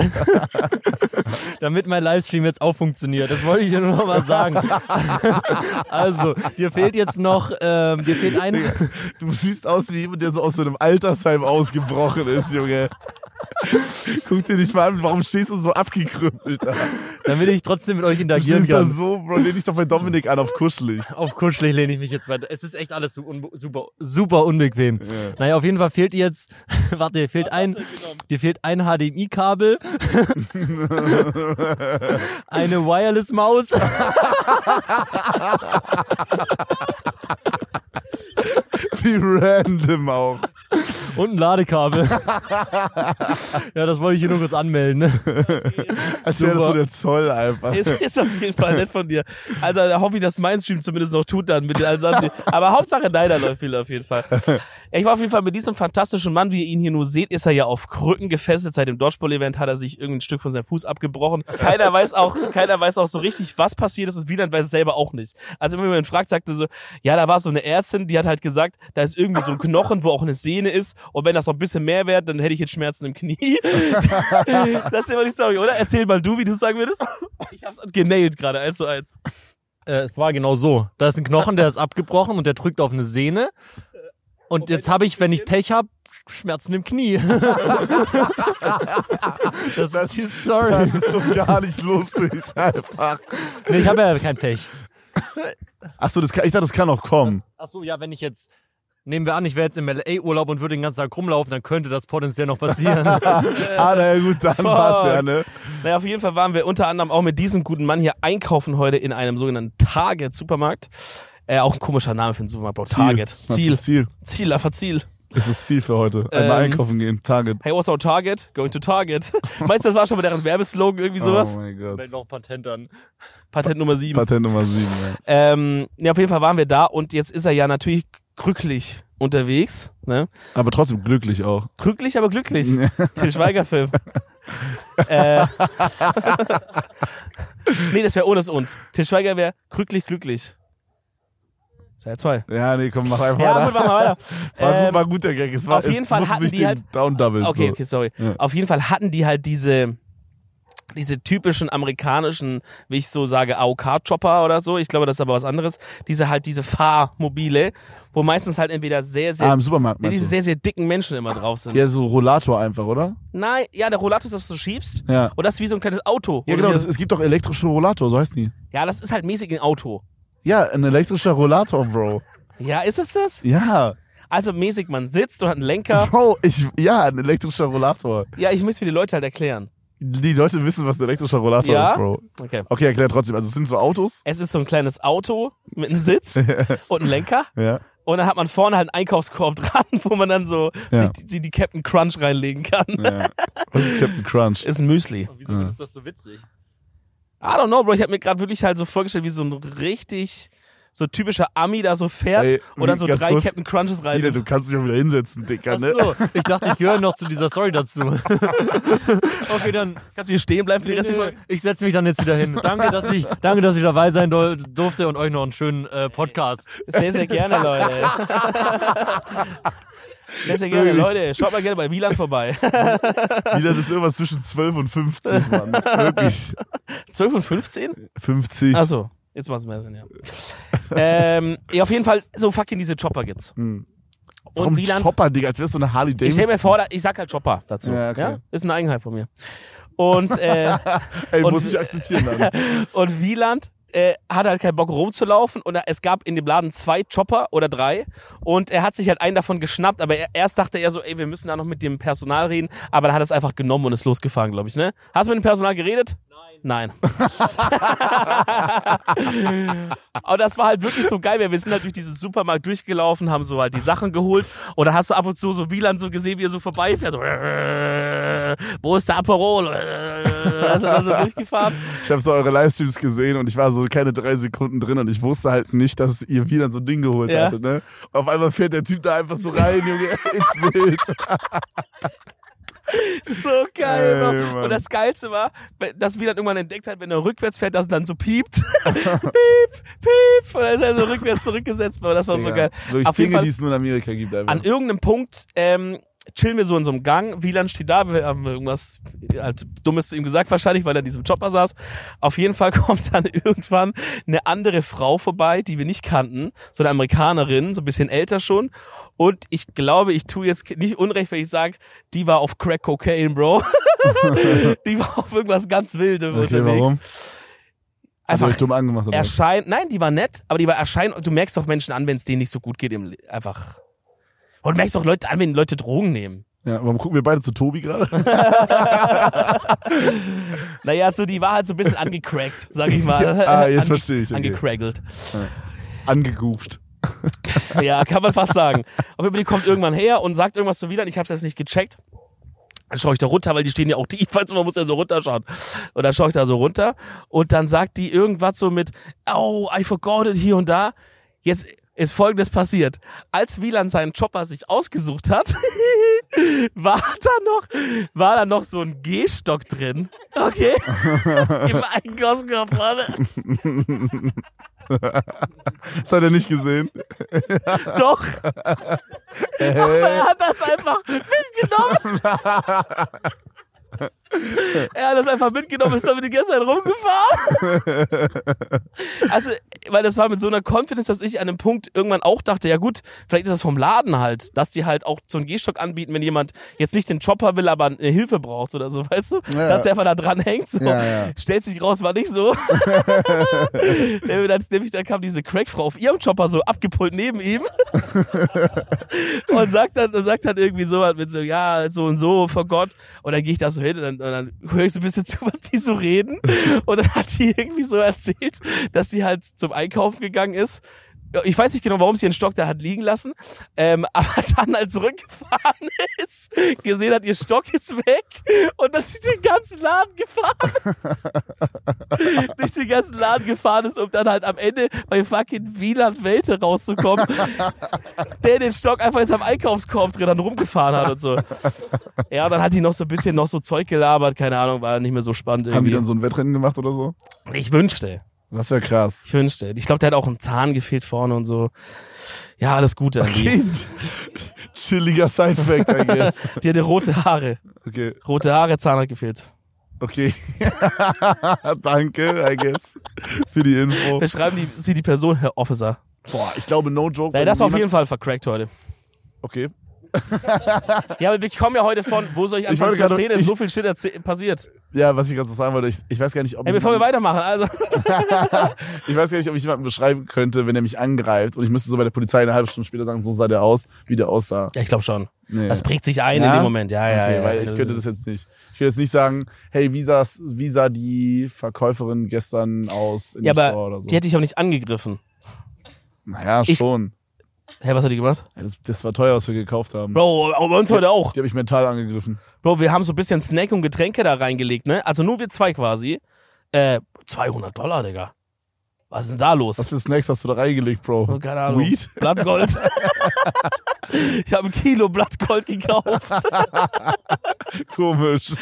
Speaker 2: (laughs) Damit mein Livestream jetzt auch funktioniert. Das wollte ich dir nur noch mal sagen. (laughs) also, dir fehlt jetzt noch, ähm, dir fehlt ein...
Speaker 1: Du siehst aus wie jemand, der so aus so einem Altersheim ausgebrochen ist, Junge. Guck dir dich mal an, warum stehst du so abgekrüppelt da?
Speaker 2: damit ich trotzdem mit euch
Speaker 1: Du
Speaker 2: interagieren
Speaker 1: stehst da
Speaker 2: kann.
Speaker 1: so, Bro, lehn dich doch bei Dominik an auf kuschelig.
Speaker 2: (laughs) Auf kuschelig lehne ich mich jetzt weiter. Es ist echt alles so unbe- super, super unbequem. Naja, auf jeden Fall fehlt dir jetzt, (laughs) warte, dir fehlt ein, dir fehlt ein HDMI-Kabel, eine Wireless-Maus.
Speaker 1: Wie random auch.
Speaker 2: Und ein Ladekabel. ja, das wollte ich hier nur kurz anmelden. ne?
Speaker 1: Als wäre das
Speaker 2: Super.
Speaker 1: so der Zoll einfach.
Speaker 3: Ist, ist auf jeden Fall nett von dir. Also da hoffe ich, dass mein Stream zumindest noch tut dann mit den Alsanti. Aber Hauptsache deiner läuft viel auf jeden Fall. Ich war auf jeden Fall mit diesem fantastischen Mann, wie ihr ihn hier nur seht, ist er ja auf Krücken gefesselt. Seit dem Dodgeball-Event hat er sich irgendein Stück von seinem Fuß abgebrochen. Keiner weiß auch, keiner weiß auch so richtig, was passiert ist und Wieland weiß es selber auch nicht. Also wenn man ihn fragt, sagte so, ja, da war so eine Ärztin, die hat halt gesagt, da ist irgendwie so ein Knochen, wo auch eine Sehne ist und wenn das noch ein bisschen mehr wäre, dann hätte ich jetzt Schmerzen im Knie. das ist immer die Story, oder? Erzähl mal du, wie du es sagen würdest. Ich hab's genailt gerade, eins zu eins.
Speaker 2: Äh, es war genau so. Da ist ein Knochen, der ist abgebrochen und der drückt auf eine Sehne.
Speaker 3: Äh,
Speaker 2: Und jetzt habe ich, wenn ich Pech habe, Schmerzen im Knie. das, ist die Story.
Speaker 1: Das ist doch gar nicht lustig (laughs) einfach.
Speaker 2: Nee, ich habe ja kein Pech.
Speaker 1: Achso, das kann, ich dachte, das kann auch kommen.
Speaker 2: Achso, ja, wenn ich jetzt. Nehmen wir an, ich wäre jetzt im LA-Urlaub und würde den ganzen Tag rumlaufen, dann könnte das potenziell noch
Speaker 3: (laughs)
Speaker 2: passieren.
Speaker 1: ah, na ja, gut, dann passt ja, ne?
Speaker 3: Naja, auf jeden Fall waren wir unter anderem auch mit diesem guten Mann hier einkaufen heute in einem sogenannten Target-Supermarkt. Äh, auch ein komischer Name für einen Supermarkt, Bro. Target.
Speaker 1: Was
Speaker 3: Ziel.
Speaker 1: Ist Ziel.
Speaker 3: Ziel, einfach Ziel.
Speaker 1: Das ist Ziel für heute. Einmal
Speaker 3: Ähm,
Speaker 1: einkaufen gehen. Target.
Speaker 3: Hey, what's our Target? Going to Target. (laughs) Meinst du, das war schon mal deren Werbeslogan, irgendwie sowas?
Speaker 1: Oh mein
Speaker 2: Wenn
Speaker 1: Gott.
Speaker 2: noch Patent an.
Speaker 3: Patent Nummer 7.
Speaker 1: Patent Nummer 7,
Speaker 3: Ähm, ja, auf jeden Fall waren wir da und jetzt ist er ja natürlich glücklich unterwegs. Ne?
Speaker 1: ja. Aber trotzdem glücklich auch.
Speaker 3: Glücklich, aber glücklich.
Speaker 1: (laughs)
Speaker 3: Till Schweiger-Film. äh. nee, das wäre ohne das und. Till Schweiger wäre glücklich, glücklich. Teil zwei.
Speaker 1: Ja, nee, komm, mach einfach
Speaker 3: Ja,
Speaker 1: weiter.
Speaker 3: gut, machen wir weiter.
Speaker 1: (laughs) War,
Speaker 3: Ähm,
Speaker 1: gut, war gut, der Gag. Es war,
Speaker 3: auf jeden
Speaker 1: es
Speaker 3: Fall
Speaker 1: musste
Speaker 3: hatten
Speaker 1: sich
Speaker 3: die
Speaker 1: den
Speaker 3: halt-
Speaker 1: Down Double.
Speaker 3: Okay,
Speaker 1: so.
Speaker 3: okay, sorry.
Speaker 1: Ja.
Speaker 3: Auf jeden Fall hatten die halt diese, diese typischen amerikanischen, wie ich so sage, AOK-Chopper oder so. Ich glaube, das ist aber was anderes. Diese halt diese Fahrmobile, wo meistens halt entweder sehr, sehr,
Speaker 1: Ah, im Supermarkt
Speaker 3: diese
Speaker 1: meinst du?
Speaker 3: sehr, sehr dicken Menschen immer drauf sind.
Speaker 1: Ja, so Rollator einfach, oder?
Speaker 3: Nein, ja, der Rollator ist, was du schiebst.
Speaker 1: Ja.
Speaker 3: Und das ist wie so ein kleines Auto.
Speaker 1: Ja,
Speaker 3: Wo
Speaker 1: genau.
Speaker 3: du
Speaker 1: Das,
Speaker 3: dir-
Speaker 1: es gibt doch elektrische Rollator, so heißt die.
Speaker 3: ja, das ist halt mäßig ein Auto.
Speaker 1: Ja, ein elektrischer Rollator, Bro.
Speaker 3: Ja, ist es das?
Speaker 1: Ja.
Speaker 3: Also mäßig, man sitzt und hat einen Lenker.
Speaker 1: Bro, ich, ja, ein elektrischer Rollator.
Speaker 3: Ja, ich muss für die Leute halt erklären.
Speaker 1: Die Leute wissen, was ein elektrischer Rollator
Speaker 3: Ja?
Speaker 1: ist, Bro.
Speaker 3: Okay.
Speaker 1: Okay, erklär trotzdem. Also, es sind so Autos.
Speaker 3: (laughs) Es ist so ein kleines Auto mit
Speaker 1: (laughs)
Speaker 3: einem Sitz und einem Lenker.
Speaker 1: Ja.
Speaker 3: Und dann hat man vorne halt einen Einkaufskorb (laughs) dran, wo man dann so
Speaker 1: Ja.
Speaker 3: sich, die- sie die Captain Crunch reinlegen kann.
Speaker 1: ja. Was ist Captain Crunch?
Speaker 3: Ist ein Müsli.
Speaker 2: Wieso
Speaker 1: Ja.
Speaker 2: ist das so witzig?
Speaker 3: I don't know, Bro. Ich habe mir gerade wirklich halt so vorgestellt, wie so ein richtig so typischer Ami da so fährt
Speaker 1: Ey,
Speaker 3: und dann
Speaker 1: wie-
Speaker 3: so
Speaker 1: ganz
Speaker 3: drei
Speaker 1: kurz.
Speaker 3: Captain Crunches rein.
Speaker 1: Ida, du kannst dich auch wieder hinsetzen, Dicker,
Speaker 2: Ach
Speaker 1: ne?
Speaker 2: so, ich dachte, ich gehöre noch zu dieser Story
Speaker 3: (laughs)
Speaker 2: dazu. okay, dann
Speaker 3: Kannst du hier stehen bleiben für die restliche Folge?
Speaker 2: ich setze mich dann jetzt wieder hin. Danke, dass ich, danke, dass ich dabei sein do- durfte und euch noch einen schönen äh, Podcast.
Speaker 3: Sehr,
Speaker 1: (laughs)
Speaker 3: sehr gerne, Leute. Sehr, sehr gerne,
Speaker 1: Wirklich.
Speaker 3: Leute. Schaut mal gerne bei Wieland vorbei. (laughs)
Speaker 1: Ida, das ist irgendwas zwischen 12 und 50, Mann. Wirklich.
Speaker 3: 12 und 15?
Speaker 1: 50.
Speaker 3: Achso, jetzt macht's
Speaker 1: (laughs)
Speaker 3: mehr Sinn, ja. ähm, ja, auf jeden Fall, so fucking diese Chopper gibt's.
Speaker 1: Hm.
Speaker 3: Und
Speaker 1: Warum
Speaker 3: Wieland,
Speaker 1: Chopper, Digga, als wärst du eine Harley
Speaker 3: ich
Speaker 1: Davidson.
Speaker 3: stell mir vor, da- ich sag halt Chopper dazu. Ja,
Speaker 1: Ja, okay.
Speaker 3: Ist eine Eigenheit von mir. Und,
Speaker 1: (laughs)
Speaker 3: äh,
Speaker 1: Ey,
Speaker 3: und-
Speaker 1: muss ich akzeptieren
Speaker 3: (laughs)
Speaker 1: dann.
Speaker 3: und Wieland äh, hat halt keinen Bock rumzulaufen und äh, es gab in dem Laden zwei Chopper oder drei und er hat sich halt einen davon geschnappt, aber er, erst dachte er so, ey, wir müssen da noch mit dem Personal reden, aber dann hat er es einfach genommen und ist losgefahren, glaube ich, ne? Hast du mit dem Personal geredet? Nein. (laughs) Aber das war halt wirklich so geil. Wir sind halt durch diesen Supermarkt durchgelaufen, haben so halt die Sachen geholt. Und dann hast du ab und zu so Wieland so gesehen, wie er so vorbeifährt. So, (laughs) äh, wo ist der Aperol? (laughs) Äh, Hast du da so durchgefahren?
Speaker 1: Ich habe so eure Livestreams gesehen und ich war so keine drei Sekunden drin und ich wusste halt nicht, dass ihr wieder so ein Ding geholt
Speaker 3: Ja.
Speaker 1: hattet, ne? Auf einmal fährt der Typ da einfach so rein,
Speaker 3: (laughs)
Speaker 1: Junge. (laughs) Ist wild.
Speaker 3: So geil.
Speaker 1: Ey,
Speaker 3: Mann.
Speaker 1: Mann.
Speaker 3: und das Geilste war, dass Wieland irgendwann entdeckt hat, wenn er rückwärts fährt, dass es dann so piept. (laughs) piep, piep. Und dann ist er so rückwärts zurückgesetzt. Aber das war so
Speaker 1: Digga,
Speaker 3: geil.
Speaker 1: Wirklich
Speaker 3: Auf jeden
Speaker 1: Dinge,
Speaker 3: Fall-
Speaker 1: die es nur in Amerika gibt einfach.
Speaker 3: an irgendeinem Punkt ähm, chillen wir so in so einem Gang. Wieland steht da, wir haben irgendwas halt Dummes zu ihm gesagt, wahrscheinlich, weil er in diesem Chopper saß. Auf jeden Fall (laughs) kommt dann irgendwann eine andere Frau vorbei, die wir nicht kannten, so eine Amerikanerin, so ein bisschen älter schon. Und ich glaube, ich tue jetzt nicht unrecht, wenn ich sage, die war auf Crack Cocaine, Bro. (laughs) die war auf irgendwas ganz Wildem
Speaker 1: okay,
Speaker 3: unterwegs.
Speaker 1: warum? Also Hat er
Speaker 3: Einfach
Speaker 1: euch dumm angemacht oder? was?
Speaker 3: erscheint. Nein, die war nett, aber die war erscheint. Du merkst doch Menschen an, wenn es denen nicht so gut geht. Im Le- einfach. Und du merkst doch Leute an, wenn Leute Drogen nehmen.
Speaker 1: Ja, warum gucken wir beide zu Tobi gerade?
Speaker 3: Naja, so die war halt so ein bisschen (laughs) angecrackt, sag ich mal.
Speaker 1: ah, jetzt
Speaker 3: Ange-
Speaker 1: verstehe ich. Okay.
Speaker 3: Angecraggelt.
Speaker 1: Angeguft.
Speaker 3: (laughs) Ja, kann man fast sagen. Auf jeden Fall, die kommt irgendwann her und sagt irgendwas zu Wieland. Ich hab's jetzt nicht gecheckt. Dann schaue ich da runter, weil die stehen ja auch tief, also man muss ja so runterschauen. Und dann schaue ich da so runter und dann sagt die irgendwas so mit, oh, I forgot it hier und da. Jetzt ist folgendes passiert. Als Wieland seinen Chopper sich ausgesucht hat, (laughs) war da noch, war da noch so ein Gehstock drin. Okay? (laughs) Im Einkaufskorb vorne.
Speaker 1: Das hat er nicht gesehen.
Speaker 3: (laughs) Doch. Aber er hat das einfach
Speaker 1: (laughs)
Speaker 3: mitgenommen. er hat das einfach mitgenommen, ist damit die gestern rumgefahren.
Speaker 1: (laughs)
Speaker 3: also, weil das war mit so einer Confidence, dass ich an einem Punkt irgendwann auch dachte, ja gut, vielleicht ist das vom Laden halt, dass die halt auch so einen Gehstock anbieten, wenn jemand jetzt nicht den Chopper will, aber eine Hilfe braucht oder so, weißt du?
Speaker 1: Ja.
Speaker 3: Dass der einfach da dran hängt. So.
Speaker 1: Ja, ja.
Speaker 3: Stellt sich raus, war
Speaker 1: (laughs)
Speaker 3: nicht so. (laughs) Nämlich dann, nämlich dann kam diese Crackfrau auf ihrem Chopper so abgepult neben ihm und sagt dann, und sagt dann irgendwie sowas mit so, ja, so und so, vor Gott. Und dann gehe ich da so hin und dann, und dann höre ich so ein bisschen (laughs) zu, was die so reden. Und dann hat die irgendwie so erzählt, dass die halt zum Einkaufen gegangen ist. Ich weiß nicht genau, warum sie ihren Stock da hat liegen lassen, ähm, (laughs) aber dann halt zurückgefahren (laughs) ist, gesehen hat, ihr Stock ist weg und dann durch den ganzen Laden gefahren ist. durch den ganzen Laden gefahren ist, um dann halt am Ende bei fucking Wieland Welte
Speaker 1: (laughs)
Speaker 3: rauszukommen, der den Stock einfach jetzt am Einkaufskorb drin dann rumgefahren hat
Speaker 1: (laughs)
Speaker 3: und so. Ja, dann hat die noch so ein bisschen noch so Zeug gelabert, keine Ahnung, war nicht mehr so spannend
Speaker 1: Haben die dann
Speaker 3: irgendwie.
Speaker 1: so ein Wettrennen gemacht oder so?
Speaker 3: Ich wünschte.
Speaker 1: Das wäre krass.
Speaker 3: Ich wünschte. Ich glaube, der hat auch einen Zahn gefehlt vorne und so. Ja, alles Gute. an die.
Speaker 1: Kind. Chilliger Sidefact, I
Speaker 3: (laughs)
Speaker 1: guess.
Speaker 3: Die hatte rote Haare.
Speaker 1: Okay,
Speaker 3: Rote Haare, Zahn hat gefehlt.
Speaker 1: okay. (laughs) Danke, I guess. Für die Info.
Speaker 3: Beschreiben die, Sie die Person, Herr Officer.
Speaker 1: Boah, ich glaube, no joke.
Speaker 3: Naja,
Speaker 1: wenn
Speaker 3: das war auf
Speaker 1: jemand-
Speaker 3: jeden Fall vercrackt heute.
Speaker 1: Okay.
Speaker 3: Ja, aber wir kommen ja heute von, wo soll ich anfangen
Speaker 1: wollte
Speaker 3: zu
Speaker 1: gerade-
Speaker 3: erzählen, ist
Speaker 1: ich-
Speaker 3: so viel Shit erzäh- passiert.
Speaker 1: Ja, was ich gerade so sagen wollte, ich, ich weiß gar nicht, ob
Speaker 3: Ey,
Speaker 1: ich,
Speaker 3: bevor wir
Speaker 1: jemanden-
Speaker 3: weitermachen, also.
Speaker 1: ich weiß gar nicht, ob ich jemanden beschreiben könnte, wenn er mich angreift und ich müsste so bei der Polizei eine halbe Stunde später sagen, so sah der aus, wie der aussah.
Speaker 3: Ja, ich glaube schon.
Speaker 1: Nee.
Speaker 3: Das prägt sich ein in
Speaker 1: Ja?
Speaker 3: dem Moment, Ah, ja, ja.
Speaker 1: okay,
Speaker 3: ja,
Speaker 1: weil
Speaker 3: ja.
Speaker 1: ich könnte das jetzt nicht. Ich könnte jetzt nicht sagen, hey, wie, sah's, wie sah die Verkäuferin gestern aus in
Speaker 3: Ja,
Speaker 1: dem
Speaker 3: aber
Speaker 1: Store oder so?
Speaker 3: die hätte ich auch nicht angegriffen.
Speaker 1: Naja,
Speaker 3: Ich-
Speaker 1: schon.
Speaker 3: Hä, was hat die gemacht?
Speaker 1: Das, das war teuer, was wir gekauft haben.
Speaker 3: Bro, aber bei uns heute auch.
Speaker 1: Die habe ich mental angegriffen.
Speaker 3: Bro, wir haben so ein bisschen Snack und Getränke da reingelegt, ne? Also nur wir zwei quasi. Äh, 200 Dollar, Digga. Was ist denn da
Speaker 1: Was
Speaker 3: los?
Speaker 1: für Snacks hast du da reingelegt,
Speaker 3: Oh,
Speaker 1: Bro?
Speaker 3: keine Ahnung.
Speaker 1: Weed? (laughs)
Speaker 3: Blattgold. ich habe ein Kilo Blattgold (laughs) gekauft.
Speaker 1: Komisch.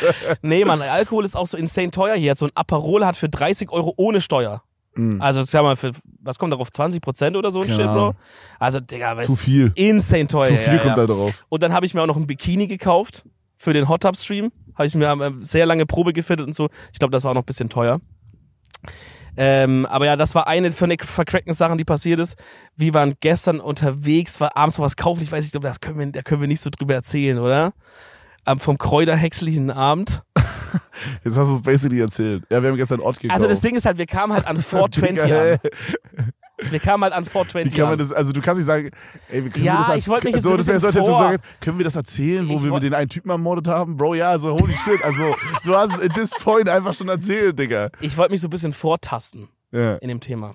Speaker 3: Nee, Mann, Alkohol ist auch so insane teuer hier. So ein Aperol hat für 30 Euro ohne Steuer.
Speaker 1: Hm.
Speaker 3: Also, das kann man für, was kommt darauf? 20 Prozent oder so ein
Speaker 1: Keine
Speaker 3: Shit, Bro?
Speaker 1: Ahnung.
Speaker 3: Also, Digga, was
Speaker 1: Zu viel.
Speaker 3: Insane teuer.
Speaker 1: Zu viel
Speaker 3: ja,
Speaker 1: kommt
Speaker 3: ja.
Speaker 1: da drauf.
Speaker 3: Und dann habe ich mir auch noch ein Bikini gekauft für den Hot Tub Stream. Habe ich mir ähm, sehr lange Probe gefittet und so. Ich glaube, das war auch noch ein bisschen teuer. Ähm, aber ja, das war eine von den vercrackten Sachen, die passiert ist. Wir waren gestern unterwegs, war abends noch was kaufen. Ich weiß nicht, ob das können wir, da können wir nicht so drüber erzählen, oder? Ähm, vom kräuterhexlichen Abend.
Speaker 1: Jetzt hast du es basically erzählt. Ja, wir haben gestern Ort gekauft.
Speaker 3: Also das Ding ist halt, wir
Speaker 1: (laughs)
Speaker 3: kamen halt an 420 an. Wir kamen halt an
Speaker 1: Wie
Speaker 3: 420
Speaker 1: kann man
Speaker 3: an.
Speaker 1: das, also du kannst nicht sagen, ey, wie können
Speaker 3: Ja,
Speaker 1: wir das
Speaker 3: ich wollte mich jetzt
Speaker 1: so,
Speaker 3: ein
Speaker 1: das wäre-
Speaker 3: bisschen
Speaker 1: sollte jetzt so
Speaker 3: vor-
Speaker 1: sagen, können wir das erzählen, wo
Speaker 3: Ich
Speaker 1: wir
Speaker 3: woll-
Speaker 1: mit den einen Typen ermordet haben? Bro, ja, also holy shit, also du hast es at this point einfach schon erzählt, Digga.
Speaker 3: Ich wollte mich so ein bisschen vortasten
Speaker 1: Ja.
Speaker 3: in dem Thema.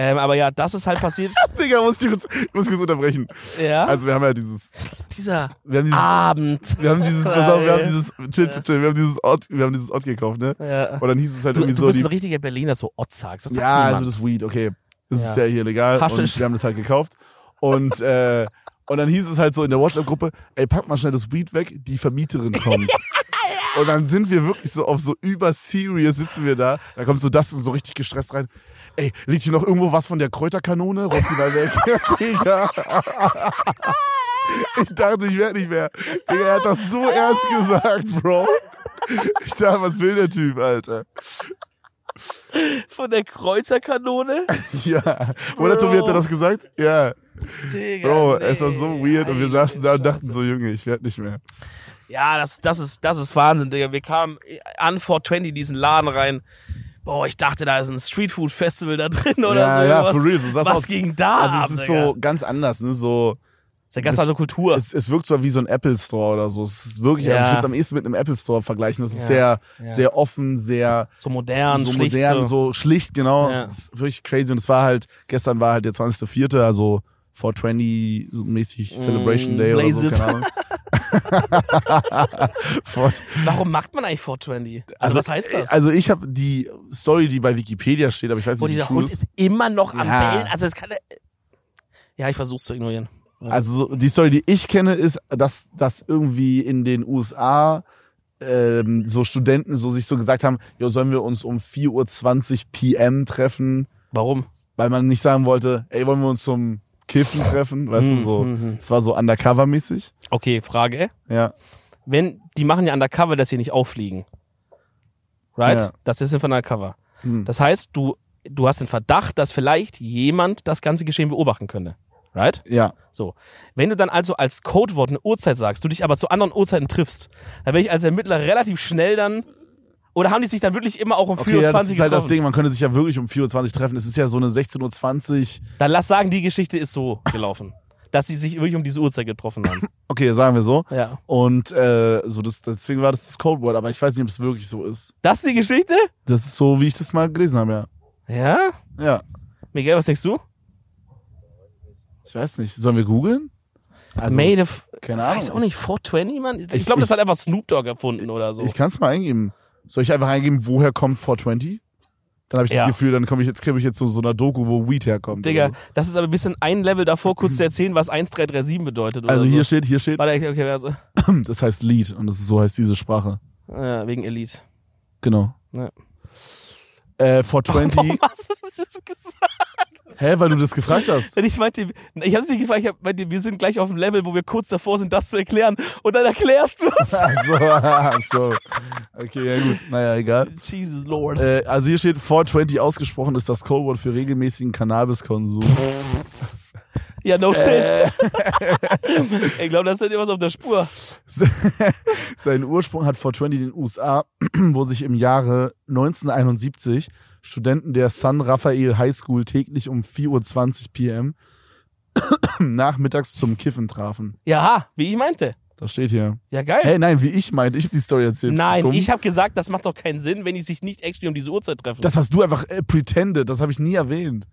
Speaker 3: Ähm, aber ja, das ist
Speaker 1: (laughs)
Speaker 3: halt passiert.
Speaker 1: Digga, muss ich kurz, ich muss kurz unterbrechen.
Speaker 3: ja, Ah,
Speaker 1: Also wir haben ja dieses,
Speaker 3: dieser
Speaker 1: wir haben dieses,
Speaker 3: Abend.
Speaker 1: wir haben dieses, pass auf, wir haben dieses, chill, chill, chill, wir haben dieses Ort, wir haben dieses Ort gekauft, ne?
Speaker 3: Ja.
Speaker 1: Und dann hieß es halt
Speaker 3: Du,
Speaker 1: irgendwie
Speaker 3: du
Speaker 1: so,
Speaker 3: bist
Speaker 1: die,
Speaker 3: ein richtiger Berliner, so Ott sagst. Das sagt
Speaker 1: ja, also
Speaker 3: niemand.
Speaker 1: das Weed, okay. Das
Speaker 3: Ja.
Speaker 1: ist ja hier legal
Speaker 3: Haschisch.
Speaker 1: und wir haben das halt gekauft. Und, äh, und dann hieß es halt so in der WhatsApp-Gruppe, ey, pack mal schnell das Weed weg, die Vermieterin
Speaker 3: (laughs)
Speaker 1: kommt. Und dann sind wir wirklich so auf so über serious sitzen wir da. Da kommt so das so richtig gestresst rein. Ey, liegt hier noch irgendwo was von der Kräuterkanone? Räumt die mal weg. (laughs) Digga. Ich dachte, ich werde nicht mehr. Digga, er hat das so ernst gesagt, Bro. Ich dachte, was will der Typ, Alter?
Speaker 3: Von der Kräuterkanone?
Speaker 1: Ja. Oder Tobi hat er das gesagt? Ja.
Speaker 3: (laughs) Digga,
Speaker 1: Bro,
Speaker 3: nee.
Speaker 1: es war so weird und wir
Speaker 3: Heilige
Speaker 1: saßen da und dachten
Speaker 3: Scheiße.
Speaker 1: so, Junge, ich werd nicht mehr.
Speaker 3: Ja, das, das, ist, das ist Wahnsinn, Digga. Wir kamen äh, an 420 diesen Laden rein. Boah, ich dachte, da ist ein Streetfood-Festival da (laughs) drin oder
Speaker 1: ja,
Speaker 3: so.
Speaker 1: ja,
Speaker 3: was
Speaker 1: for real. So sah's
Speaker 3: was
Speaker 1: aus.
Speaker 3: ging da ab,
Speaker 1: Also es ist
Speaker 3: Digga?
Speaker 1: so ganz anders, ne? So,
Speaker 3: Das ist ja ganz andere Kultur.
Speaker 1: es, es wirkt zwar wie so ein Apple Store oder so. Es ist wirklich, also
Speaker 3: Ja.
Speaker 1: ich würde es am ehesten mit einem Apple Store vergleichen. Das ist
Speaker 3: Ja,
Speaker 1: sehr,
Speaker 3: ja.
Speaker 1: sehr offen, sehr
Speaker 3: so modern,
Speaker 1: so
Speaker 3: schlicht.
Speaker 1: modern, so.
Speaker 3: so.
Speaker 1: schlicht, genau.
Speaker 3: Ja.
Speaker 1: Es ist wirklich crazy. Und es war halt, gestern war halt der 20.04., also 420 so mäßig Celebration
Speaker 3: Mm,
Speaker 1: Day oder so,
Speaker 3: blaze it.
Speaker 1: keine Ahnung.
Speaker 3: (laughs)
Speaker 1: (laughs) 420.
Speaker 3: Warum macht man eigentlich 420? Also, was heißt das?
Speaker 1: Also ich habe die Story, die bei Wikipedia steht, aber ich weiß
Speaker 3: Wo
Speaker 1: nicht, wie
Speaker 3: dieser
Speaker 1: true
Speaker 3: Hund
Speaker 1: ist.
Speaker 3: ist immer noch am
Speaker 1: Ja.
Speaker 3: Bellen. Also, es kann. Ja, ich versuch's zu ignorieren.
Speaker 1: Also so- die Story, die ich kenne, ist, dass, dass irgendwie in den USA ähm, so Studenten so sich so gesagt haben, jo, sollen wir uns um 4.20 Uhr PM treffen,
Speaker 3: Warum?
Speaker 1: weil man nicht sagen wollte, ey, wollen wir uns zum Kiffen treffen, weißt du,
Speaker 3: Mhm,
Speaker 1: so.
Speaker 3: mhm.
Speaker 1: Es war so undercover-mäßig.
Speaker 3: Okay, Frage.
Speaker 1: Ja.
Speaker 3: Wenn, die machen ja undercover, dass sie nicht auffliegen. Right?
Speaker 1: Ja.
Speaker 3: Das ist ja von undercover.
Speaker 1: Hm.
Speaker 3: Das heißt, du, du hast den Verdacht, dass vielleicht jemand das ganze Geschehen beobachten könnte. Right?
Speaker 1: Ja.
Speaker 3: So. Wenn du dann also als Codewort eine Uhrzeit sagst, du dich aber zu anderen Uhrzeiten triffst, dann werde ich als Ermittler relativ schnell dann. Oder haben die sich dann wirklich immer auch um
Speaker 1: Okay,
Speaker 3: 4.20
Speaker 1: ja,
Speaker 3: Uhr
Speaker 1: das ist halt das
Speaker 3: getroffen?
Speaker 1: Ding, man könnte sich ja wirklich um 4.20 Uhr treffen. Es ist ja so eine 16.20 Uhr.
Speaker 3: Dann lass sagen, die Geschichte ist so
Speaker 1: (laughs)
Speaker 3: gelaufen. dass sie sich wirklich um diese Uhrzeit getroffen haben.
Speaker 1: Okay, sagen wir so.
Speaker 3: Ja.
Speaker 1: Und äh, so das, deswegen war das das Codewort, aber ich weiß nicht, ob es wirklich so ist.
Speaker 3: Das ist die Geschichte?
Speaker 1: Das ist so, wie ich das mal gelesen habe, ja.
Speaker 3: Ja?
Speaker 1: Ja,
Speaker 3: Miguel, was denkst du?
Speaker 1: ich weiß nicht. Sollen wir googeln? Also,
Speaker 3: Made of.
Speaker 1: keine Ahnung.
Speaker 3: Weiß auch nicht, 420, Mann? Ich,
Speaker 1: Ich-
Speaker 3: glaube, das
Speaker 1: ich-
Speaker 3: hat einfach Snoop Dogg erfunden oder so.
Speaker 1: Ich, ich kann es mal eingeben. Soll ich einfach eingeben, woher kommt 420? Dann habe ich
Speaker 3: Ja.
Speaker 1: das Gefühl, dann komme ich jetzt, käme ich jetzt zu so einer Doku, wo Weed herkommt. Also,
Speaker 3: Digga,
Speaker 1: oder
Speaker 3: das ist aber ein bisschen ein Level
Speaker 1: (laughs)
Speaker 3: davor, kurz zu erzählen, was 1337 bedeutet.
Speaker 1: so. Also
Speaker 3: oder
Speaker 1: hier
Speaker 3: so.
Speaker 1: steht, hier steht,
Speaker 3: Warte, okay, okay, also.
Speaker 1: das heißt Lied und das ist, so heißt diese Sprache.
Speaker 3: Ja, wegen Elite.
Speaker 1: Genau.
Speaker 3: Ja.
Speaker 1: Äh,
Speaker 3: Warum (laughs)
Speaker 1: 420.
Speaker 3: hast du das jetzt gesagt?
Speaker 1: Hä, weil du das gefragt hast.
Speaker 3: Denn ich meinte, ich hab's nicht gefragt, ich hab- meinte, wir sind gleich auf dem Level, wo wir kurz davor sind, das zu erklären. Und dann erklärst du
Speaker 1: (laughs)
Speaker 3: es.
Speaker 1: Ach so, ach so. Okay, ja gut. Naja, egal.
Speaker 3: Jesus Lord.
Speaker 1: Äh, also hier (laughs) steht 420 ausgesprochen ist das Codewort für regelmäßigen Cannabiskonsum.
Speaker 3: Ja, no
Speaker 1: Äh.
Speaker 3: shit. (laughs) ich glaube, das ist irgendwas auf der Spur.
Speaker 1: Seinen Ursprung hat 420 in den USA, (clears throat) wo sich im Jahre 1971 Studenten der San Rafael High School täglich um 4.20 Uhr PM (clears throat) nachmittags zum Kiffen trafen.
Speaker 3: Ja, wie ich meinte.
Speaker 1: Das steht hier.
Speaker 3: Ja, geil.
Speaker 1: Hey, nein, wie ich meinte, ich hab die Story erzählt. Bist du
Speaker 3: Äh. Nein,
Speaker 1: dumm?
Speaker 3: ich habe gesagt, das macht doch keinen Sinn, wenn die sich nicht actually um diese Uhrzeit treffen.
Speaker 1: Das hast du einfach äh, pretended, das habe ich nie erwähnt.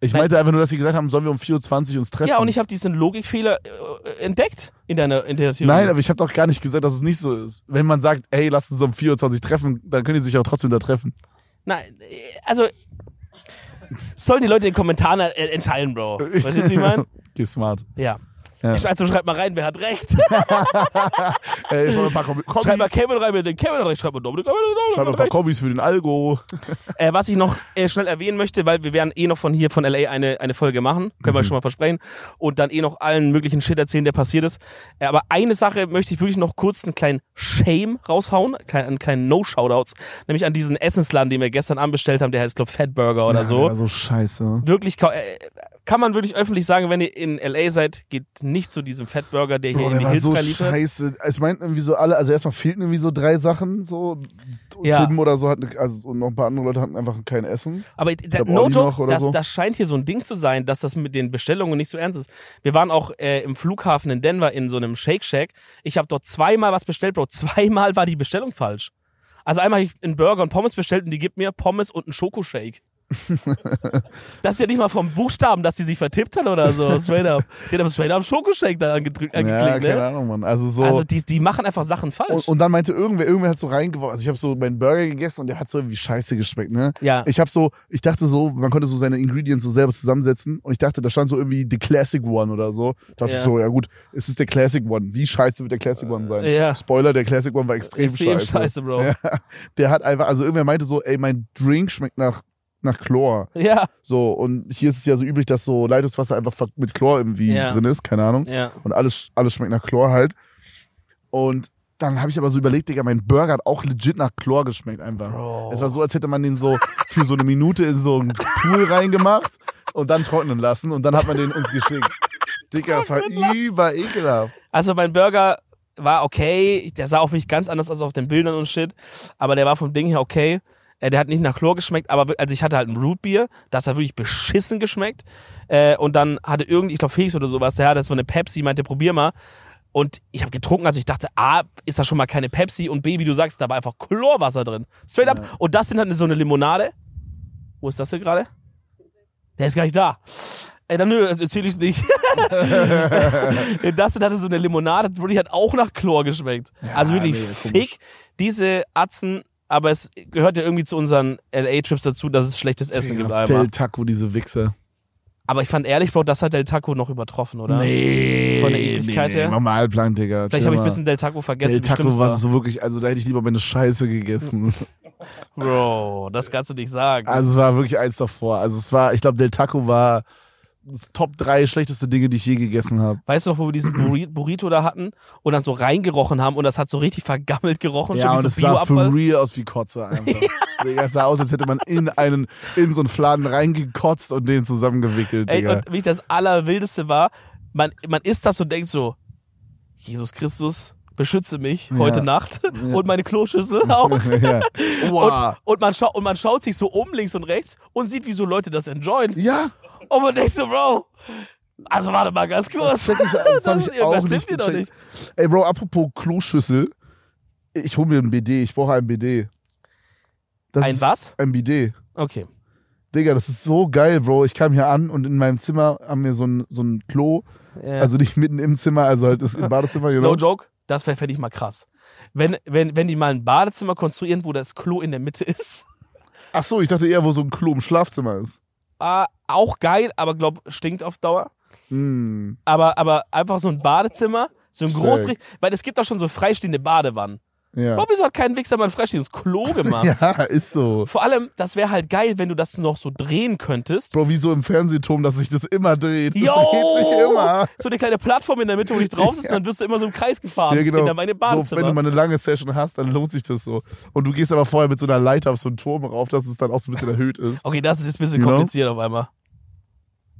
Speaker 1: Ich
Speaker 3: Nein.
Speaker 1: meinte einfach nur, dass sie gesagt haben, sollen wir um 4.20 Uhr uns treffen.
Speaker 3: ja, und ich habe diesen Logikfehler äh, entdeckt in deiner, in der Theorie.
Speaker 1: Nein, aber ich habe doch gar nicht gesagt, dass es nicht so ist. Wenn man sagt, hey, lasst uns um 4.20 Uhr treffen, dann können die sich auch trotzdem da treffen.
Speaker 3: Nein, äh, also sollen die Leute in den Kommentaren äh,
Speaker 1: (laughs)
Speaker 3: entscheiden, Bro. Weißt du, wie ich meine?
Speaker 1: Okay, smart.
Speaker 3: Ja.
Speaker 1: Ja.
Speaker 3: Ich- Also schreibt mal rein, wer
Speaker 1: (laughs)
Speaker 3: hat recht.
Speaker 1: Ey, schreib mal ein paar Kombi Kombis.
Speaker 3: Schreibt mal Kevin rein, wer den Kevin hat recht. Schreibt mal Dominik rein, wer
Speaker 1: Schreib mal ein
Speaker 3: den Dominik hat
Speaker 1: paar
Speaker 3: recht.
Speaker 1: Kombis für den Algo.
Speaker 3: Äh, was ich noch äh, schnell erwähnen möchte, weil wir werden eh noch von hier, von L.A. eine, eine Folge machen. Können
Speaker 1: Mhm.
Speaker 3: wir schon mal versprechen. Und dann eh noch allen möglichen Shit erzählen, der passiert ist. Äh, aber eine Sache möchte ich wirklich noch kurz einen kleinen Shame raushauen. Klein, einen kleinen No-Shoutouts. Nämlich an diesen Essensladen, den wir gestern anbestellt haben. Der heißt, glaube Fat Burger oder so.
Speaker 1: Ja, also so scheiße.
Speaker 3: wirklich ka- äh, kann man wirklich öffentlich sagen, wenn ihr in LA seid, geht nicht zu diesem Fatburger, der hier
Speaker 1: Bro,
Speaker 3: in
Speaker 1: der
Speaker 3: die
Speaker 1: war
Speaker 3: Hills
Speaker 1: so
Speaker 3: liefert.
Speaker 1: scheiße. Es meinten irgendwie so alle, also erstmal fehlten irgendwie so drei Sachen, so
Speaker 3: Ja.
Speaker 1: Tim oder so, hatten, also und noch ein paar andere Leute hatten einfach kein Essen.
Speaker 3: Aber da,
Speaker 1: glaub,
Speaker 3: no
Speaker 1: Olli noch
Speaker 3: joke,
Speaker 1: oder
Speaker 3: das,
Speaker 1: so.
Speaker 3: das scheint hier so ein Ding zu sein, dass das mit den Bestellungen nicht so ernst ist. Wir waren auch äh, im Flughafen in Denver in so einem Shake Shack. Ich habe dort zweimal was bestellt, Bro. Zweimal war die Bestellung falsch. Also einmal habe ich einen Burger und Pommes bestellt und die gibt mir Pommes und
Speaker 1: (laughs)
Speaker 3: einen Schokoshake. das ist ja nicht mal vom Buchstaben, dass die sich vertippt hat oder so. Straight up. Die hat aber straight up Schokoshake da angedrückt,
Speaker 1: ja,
Speaker 3: angeklickt,
Speaker 1: keine
Speaker 3: ne?
Speaker 1: Ahnung, Mann. Also so.
Speaker 3: Also die, die machen einfach Sachen falsch.
Speaker 1: und, und dann meinte irgendwer, irgendwer hat so reingeworfen. Also ich habe so meinen Burger gegessen und der hat so irgendwie scheiße geschmeckt, ne?
Speaker 3: ja.
Speaker 1: Ich habe so, ich dachte so, man konnte so seine Ingredients so selber zusammensetzen und ich dachte, da stand so irgendwie The Classic One oder so. Da dachte
Speaker 3: Ja.
Speaker 1: ich so, ja gut, es ist der Classic One. Wie scheiße wird der Classic One sein?
Speaker 3: Äh, ja.
Speaker 1: Spoiler, der Classic One war extrem,
Speaker 3: Extrem
Speaker 1: scheiße.
Speaker 3: scheiße, Bro. Ja.
Speaker 1: Ja. Der hat einfach, also irgendwer meinte so, ey, mein Drink schmeckt nach, nach Chlor.
Speaker 3: ja.
Speaker 1: So, und hier ist es ja so üblich, dass so Leitungswasser einfach ver- mit Chlor irgendwie
Speaker 3: Ja.
Speaker 1: drin ist, keine Ahnung. Und alles, alles schmeckt nach Chlor halt. Und dann habe ich aber so überlegt, Digga, mein Burger hat auch legit nach Chlor geschmeckt einfach.
Speaker 3: Bro.
Speaker 1: Es war so, als hätte man den so für so eine Minute in so einen Pool reingemacht und dann trocknen lassen und dann hat man den uns geschickt. Digga, es war über ekelhaft.
Speaker 3: Also mein Burger war okay. Der sah auch nicht ganz anders als auf den Bildern und shit. Aber der war vom Ding her okay. Äh, Der hat nicht nach Chlor geschmeckt, aber wir- also ich hatte halt ein Rootbier, das hat wirklich beschissen geschmeckt. Äh, und dann hatte irgend, ich glaube Felix oder sowas, der hatte so eine Pepsi, meinte, probier mal. Und ich habe getrunken, also ich dachte, A, ist da schon mal keine Pepsi und B, wie du sagst, da war einfach Chlorwasser drin. Straight up. Und das sind halt so eine Limonade. Wo ist das denn gerade? Der ist gar nicht da. Ey, dann nö, erzähl
Speaker 1: (laughs)
Speaker 3: ich's nicht. das hatte so eine Limonade, die hat auch nach Chlor geschmeckt. also wirklich
Speaker 1: nee, komisch.
Speaker 3: fick diese Atzen, aber es gehört ja irgendwie zu unseren LA-Trips dazu, dass es schlechtes Essen gibt einmal.
Speaker 1: Del Taco, diese Wichser.
Speaker 3: Aber ich fand ehrlich, Bro, das hat Del Taco noch übertroffen, oder?
Speaker 1: Nee.
Speaker 3: Von der Ekligkeit her?
Speaker 1: Normalplan, Digga.
Speaker 3: Vielleicht
Speaker 1: chill
Speaker 3: habe ich ein
Speaker 1: mal.
Speaker 3: bisschen Del Taco vergessen.
Speaker 1: Del
Speaker 3: wie schlimm
Speaker 1: Taco
Speaker 3: es
Speaker 1: war so wirklich, also da hätte ich lieber meine Scheiße gegessen.
Speaker 3: Bro, das kannst du nicht sagen.
Speaker 1: Also es war wirklich eins davor. Also es war, ich glaube, Del Taco war das Top 3 schlechteste Dinge, die ich je gegessen habe.
Speaker 3: Weißt du noch, wo wir diesen Burri Burrito da hatten und dann so reingerochen haben und das hat so richtig vergammelt gerochen,
Speaker 1: ja,
Speaker 3: schon
Speaker 1: und
Speaker 3: wie
Speaker 1: es
Speaker 3: so
Speaker 1: sah
Speaker 3: Bioabfall.
Speaker 1: für real aus wie Kotze
Speaker 3: (laughs)
Speaker 1: einfach. Digga, es sah aus, als hätte man in einen, in so einen Fladen reingekotzt und den zusammengewickelt,
Speaker 3: Ey,
Speaker 1: Digga.
Speaker 3: und wie das Allerwildeste war, man, man isst das und denkt so, Jesus Christus, beschütze mich heute Nacht (laughs) und meine Kloschüssel
Speaker 1: (laughs)
Speaker 3: auch.
Speaker 1: ja. Wow.
Speaker 3: Und, und, man schau, und man schaut sich so um links und rechts und sieht, wie so Leute das enjoyen. (laughs)
Speaker 1: ja,
Speaker 3: Und man denkt so, Bro, also warte mal ganz
Speaker 1: das,
Speaker 3: kurz.
Speaker 1: check ich, das hab
Speaker 3: Das ist-
Speaker 1: ich auch
Speaker 3: irgendwas
Speaker 1: nicht
Speaker 3: stimmt hier doch
Speaker 1: gecheckt. Ey, Bro, apropos Kloschüssel. Ich hol mir ein BD. Ich brauche ein BD. Das
Speaker 3: Ein
Speaker 1: ist
Speaker 3: was?
Speaker 1: Ein BD.
Speaker 3: Okay.
Speaker 1: Digga, das ist so geil, Bro. Ich kam hier an und in meinem Zimmer haben wir so ein, so ein Klo.
Speaker 3: Ja.
Speaker 1: Also nicht mitten im Zimmer, also halt
Speaker 3: (laughs)
Speaker 1: das im Badezimmer, you
Speaker 3: No
Speaker 1: know?
Speaker 3: joke, das fände ich mal krass. Wenn, wenn, wenn die mal ein Badezimmer konstruieren, wo das Klo in der Mitte ist. (laughs)
Speaker 1: Ach so, ich dachte eher, wo so ein Klo im Schlafzimmer ist.
Speaker 3: Ah, auch geil, aber glaub, stinkt auf Dauer.
Speaker 1: Hm.
Speaker 3: Aber, aber einfach so ein Badezimmer, so ein
Speaker 1: Check.
Speaker 3: großes, weil es gibt auch schon so freistehende badewannen.
Speaker 1: Ja.
Speaker 3: Warum wieso hat kein Wichser mal ein freistehendes Klo gemacht?
Speaker 1: (laughs) Ja, ist so.
Speaker 3: Vor allem, das wäre halt geil, wenn du das noch so drehen könntest.
Speaker 1: Bro, wie so im Fernsehturm, dass sich das immer dreht. Das
Speaker 3: Yo!
Speaker 1: dreht sich immer.
Speaker 3: So eine kleine Plattform in der Mitte, wo ich
Speaker 1: (laughs)
Speaker 3: drauf sitze, und dann wirst du immer so im Kreis gefahren.
Speaker 1: Ja, genau.
Speaker 3: In meine
Speaker 1: so, wenn
Speaker 3: Badezimmer.
Speaker 1: du mal eine lange Session hast, dann lohnt sich das so. Und du gehst aber vorher mit so einer Leiter auf so einen Turm rauf, dass es dann auch so ein bisschen erhöht ist.
Speaker 3: okay, das ist jetzt ein bisschen
Speaker 1: You know?
Speaker 3: kompliziert auf einmal.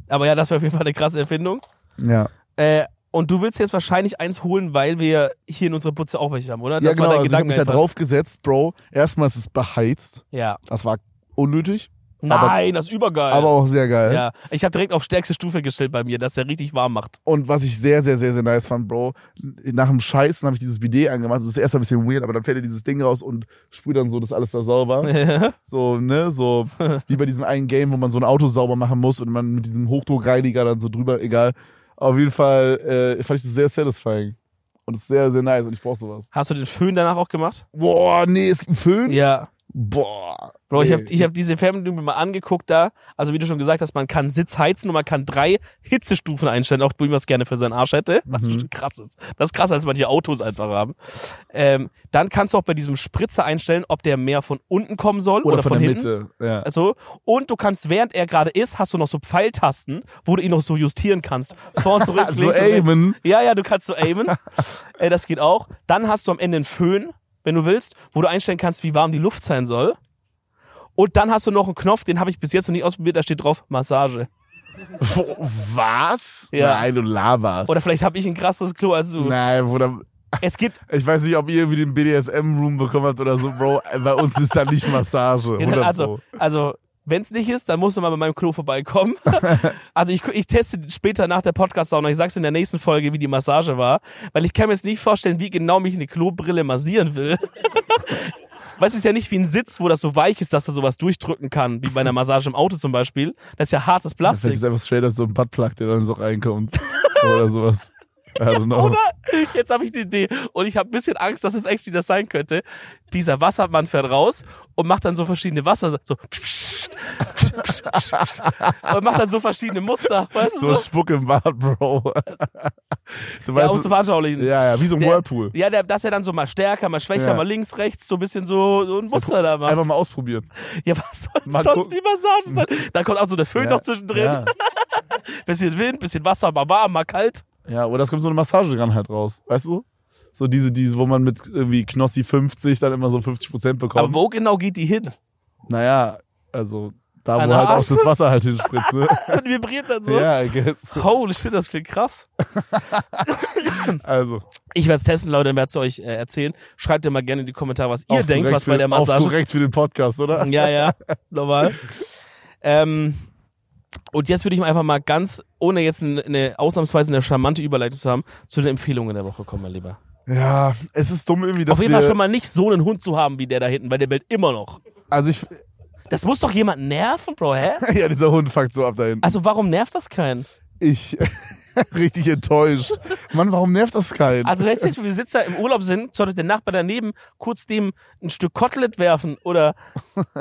Speaker 3: Aber ja, das wäre auf jeden Fall eine krasse Erfindung.
Speaker 1: Ja.
Speaker 3: Äh, und du willst jetzt wahrscheinlich eins holen, weil wir hier in unserer Butze auch welche haben, oder?
Speaker 1: ja, genau.
Speaker 3: war dein
Speaker 1: Also ich habe mich da
Speaker 3: einfach.
Speaker 1: draufgesetzt, Bro. Erstmal ist es beheizt.
Speaker 3: Ja.
Speaker 1: Das war unnötig,
Speaker 3: Nein, das ist übergeil.
Speaker 1: aber auch sehr geil.
Speaker 3: ja, ich habe direkt auf stärkste Stufe gestellt bei mir, dass er richtig warm macht. (laughs)
Speaker 1: Und was ich sehr, sehr, sehr, sehr nice fand, Bro, nach dem Scheißen habe ich dieses Bidet angemacht. Das ist erstmal ein bisschen weird, aber dann fällt dir dieses Ding raus und sprüht dann so, dass alles da sauber. so, ne,
Speaker 3: (laughs)
Speaker 1: so wie bei diesem einen Game, wo man so ein Auto sauber machen muss und man mit diesem Hochdruckreiniger dann so drüber, egal. Auf jeden Fall äh, fand ich das sehr satisfying. Und das ist sehr, sehr nice und ich brauch sowas.
Speaker 3: Hast du den Föhn danach auch gemacht?
Speaker 1: Boah, nee, es gibt einen Föhn?
Speaker 3: Ja.
Speaker 1: Boy.
Speaker 3: Bro, ich habe ich hab diese Fernbedienung mir mal angeguckt da. Also wie du schon gesagt hast, man kann Sitz heizen und man kann drei Hitzestufen einstellen, auch wenn man es gerne für seinen Arsch hätte. Was
Speaker 1: Mhm.
Speaker 3: schon krass ist. Das ist krasser, als manche Autos einfach haben. Ähm, dann kannst du auch bei diesem Spritzer einstellen, ob der mehr von unten kommen soll oder,
Speaker 1: oder, von, der
Speaker 3: hinten.
Speaker 1: Mitte. Ja.
Speaker 3: Also, und du kannst, während er gerade ist, hast du noch so Pfeiltasten, wo du ihn noch so justieren kannst.
Speaker 1: (laughs)
Speaker 3: Vor, zurück, Also links
Speaker 1: Ah, So
Speaker 3: und rechts.
Speaker 1: aimen.
Speaker 3: Ja, ja, du kannst
Speaker 1: (laughs)
Speaker 3: so aimen. äh, das geht auch. Dann hast du am Ende einen Föhn, wenn du willst, wo du einstellen kannst, wie warm die Luft sein soll. Und dann hast du noch einen Knopf, den habe ich bis jetzt noch nicht ausprobiert, da steht drauf Massage.
Speaker 1: Was?
Speaker 3: Ja.
Speaker 1: Nein, du laberst.
Speaker 3: Oder vielleicht habe ich ein krasseres Klo als du.
Speaker 1: Nein, Bruder.
Speaker 3: Es gibt,
Speaker 1: Ich weiß nicht, ob ihr irgendwie den BDSM-Room bekommen habt oder so, Bro. Bei uns ist da nicht Massage. 100
Speaker 3: also,
Speaker 1: Pro.
Speaker 3: also wenn es nicht ist, dann musst du mal bei meinem Klo vorbeikommen. also ich, ich teste später nach der Podcast-Sauna, ich sag's in der nächsten Folge, wie die Massage war, weil ich kann mir jetzt nicht vorstellen, wie genau mich eine Klobrille massieren will. Weil es ist ja nicht wie ein Sitz, wo das so weich ist, dass er sowas durchdrücken kann, wie bei einer Massage im Auto zum Beispiel. Das ist ja hartes
Speaker 1: Vielleicht
Speaker 3: Plastik.
Speaker 1: ist einfach straight up so ein Buttplug, der dann so reinkommt. oder sowas. I don't (laughs) know.
Speaker 3: Oder? (laughs) Jetzt habe ich eine Idee. Und ich habe ein bisschen Angst, dass es echt wieder sein könnte. Dieser Wassermann fährt raus und macht dann so verschiedene Wasser... So (laughs) und macht dann so verschiedene Muster. Weißt
Speaker 1: So
Speaker 3: du,
Speaker 1: Spuck im Bad,
Speaker 3: (laughs)
Speaker 1: Bro. Du
Speaker 3: Ja,
Speaker 1: weißt,
Speaker 3: um
Speaker 1: es-
Speaker 3: zu veranschaulichen. Ja.
Speaker 1: ja, ja, wie so ein
Speaker 3: Der-
Speaker 1: Whirlpool.
Speaker 3: Ja, der, dass er dann so mal stärker, mal schwächer,
Speaker 1: Ja.
Speaker 3: mal links, rechts, so ein bisschen so, so ein Muster da macht.
Speaker 1: Einfach mal ausprobieren.
Speaker 3: ja, was soll
Speaker 1: Mal
Speaker 3: sonst
Speaker 1: gucken. Mhm.
Speaker 3: die Massage sein? Dann kommt auch so der Föhn
Speaker 1: ja.
Speaker 3: noch zwischendrin.
Speaker 1: Ja.
Speaker 3: Bisschen Wind, bisschen Wasser, mal warm, mal kalt.
Speaker 1: ja, oder es kommt so eine Massage dann halt raus. Weißt du? So diese, diese, wo man mit irgendwie Knossi 50 dann immer so 50%
Speaker 3: Aber
Speaker 1: bekommt.
Speaker 3: wo genau geht die hin? (laughs)
Speaker 1: naja, also da,
Speaker 3: An
Speaker 1: wo
Speaker 3: der
Speaker 1: halt auch
Speaker 3: Arsch?
Speaker 1: das Wasser halt hinspritzt, ne?
Speaker 3: Und vibriert dann (laughs) so.
Speaker 1: Ja, I guess.
Speaker 3: Holy shit, das klingt krass.
Speaker 1: Also.
Speaker 3: Ich werde es testen, Leute, und werde es euch äh, erzählen. Schreibt ihr mal gerne in die Kommentare, was ihr
Speaker 1: Auf
Speaker 3: denkt,
Speaker 1: korrekt
Speaker 3: was bei
Speaker 1: für-
Speaker 3: der
Speaker 1: Auf
Speaker 3: Massage
Speaker 1: korrekt für den Podcast, oder?
Speaker 3: (laughs) Ja, ja, normal. Ähm, und jetzt würde ich mal einfach mal ganz, ohne jetzt eine, eine ausnahmsweise eine charmante Überleitung zu haben, zu den Empfehlungen der Woche kommen, mein Lieber.
Speaker 1: Ja, es ist dumm irgendwie, dass
Speaker 3: Auf jeden
Speaker 1: wir,
Speaker 3: Fall schon mal nicht so einen Hund zu haben wie der da hinten, weil der bellt immer noch.
Speaker 1: also ich, (laughs)
Speaker 3: Das muss doch jemand nerven, Bro, hä?
Speaker 1: ja, dieser Hund fuckt so ab dahin.
Speaker 3: Also warum nervt das keinen?
Speaker 1: Ich, (laughs) richtig enttäuscht. Mann, warum nervt das keinen?
Speaker 3: Also wenn jetzt nicht Besitzer im Urlaub sind, sollte der Nachbar daneben kurz dem ein Stück Kotelett werfen oder,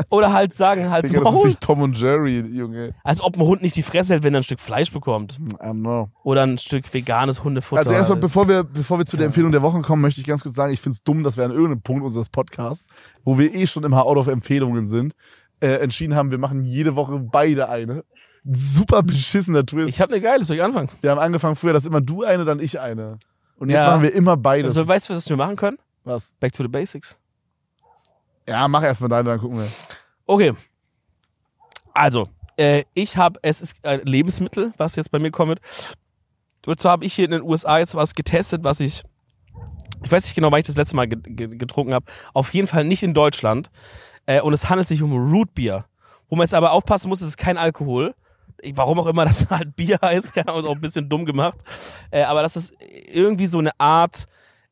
Speaker 3: oder halt sagen, halt
Speaker 1: Digga, das ist
Speaker 3: Maul.
Speaker 1: nicht Tom und Jerry, Junge.
Speaker 3: Als ob ein Hund nicht die Fresse hält, wenn er ein Stück Fleisch bekommt.
Speaker 1: I don't know.
Speaker 3: Oder ein Stück veganes Hundefutter.
Speaker 1: Also erstmal, bevor wir, bevor wir zu der Empfehlung der Woche kommen, möchte ich ganz kurz sagen, ich find's dumm, dass wir an irgendeinem Punkt unseres Podcasts, wo wir eh schon immer out of Empfehlungen sind, äh, entschieden haben, wir machen jede Woche beide eine. Super beschissener Twist.
Speaker 3: Ich habe eine geile, soll ich anfangen?
Speaker 1: wir haben angefangen früher, dass immer du eine, dann ich eine. Und jetzt
Speaker 3: Ja.
Speaker 1: machen wir immer beides.
Speaker 3: Also weißt du, was wir machen können?
Speaker 1: Was?
Speaker 3: Back to the basics.
Speaker 1: Ja, mach erstmal deine, dann gucken wir.
Speaker 3: Okay. Also, äh, ich habe, es ist ein Lebensmittel, was jetzt bei mir kommen wird. Und zwar habe ich hier in den USA jetzt was getestet, was ich, ich weiß nicht genau, wann ich das letzte Mal ge- ge- getrunken habe. Auf jeden Fall nicht in Deutschland. Äh, und es handelt sich um Root Beer. Wo man jetzt aber aufpassen muss, es ist kein Alkohol. Ich- Warum auch immer das (laughs) halt Bier heißt, keine Ahnung, ist auch ein bisschen dumm gemacht. Äh, aber das ist irgendwie so eine Art,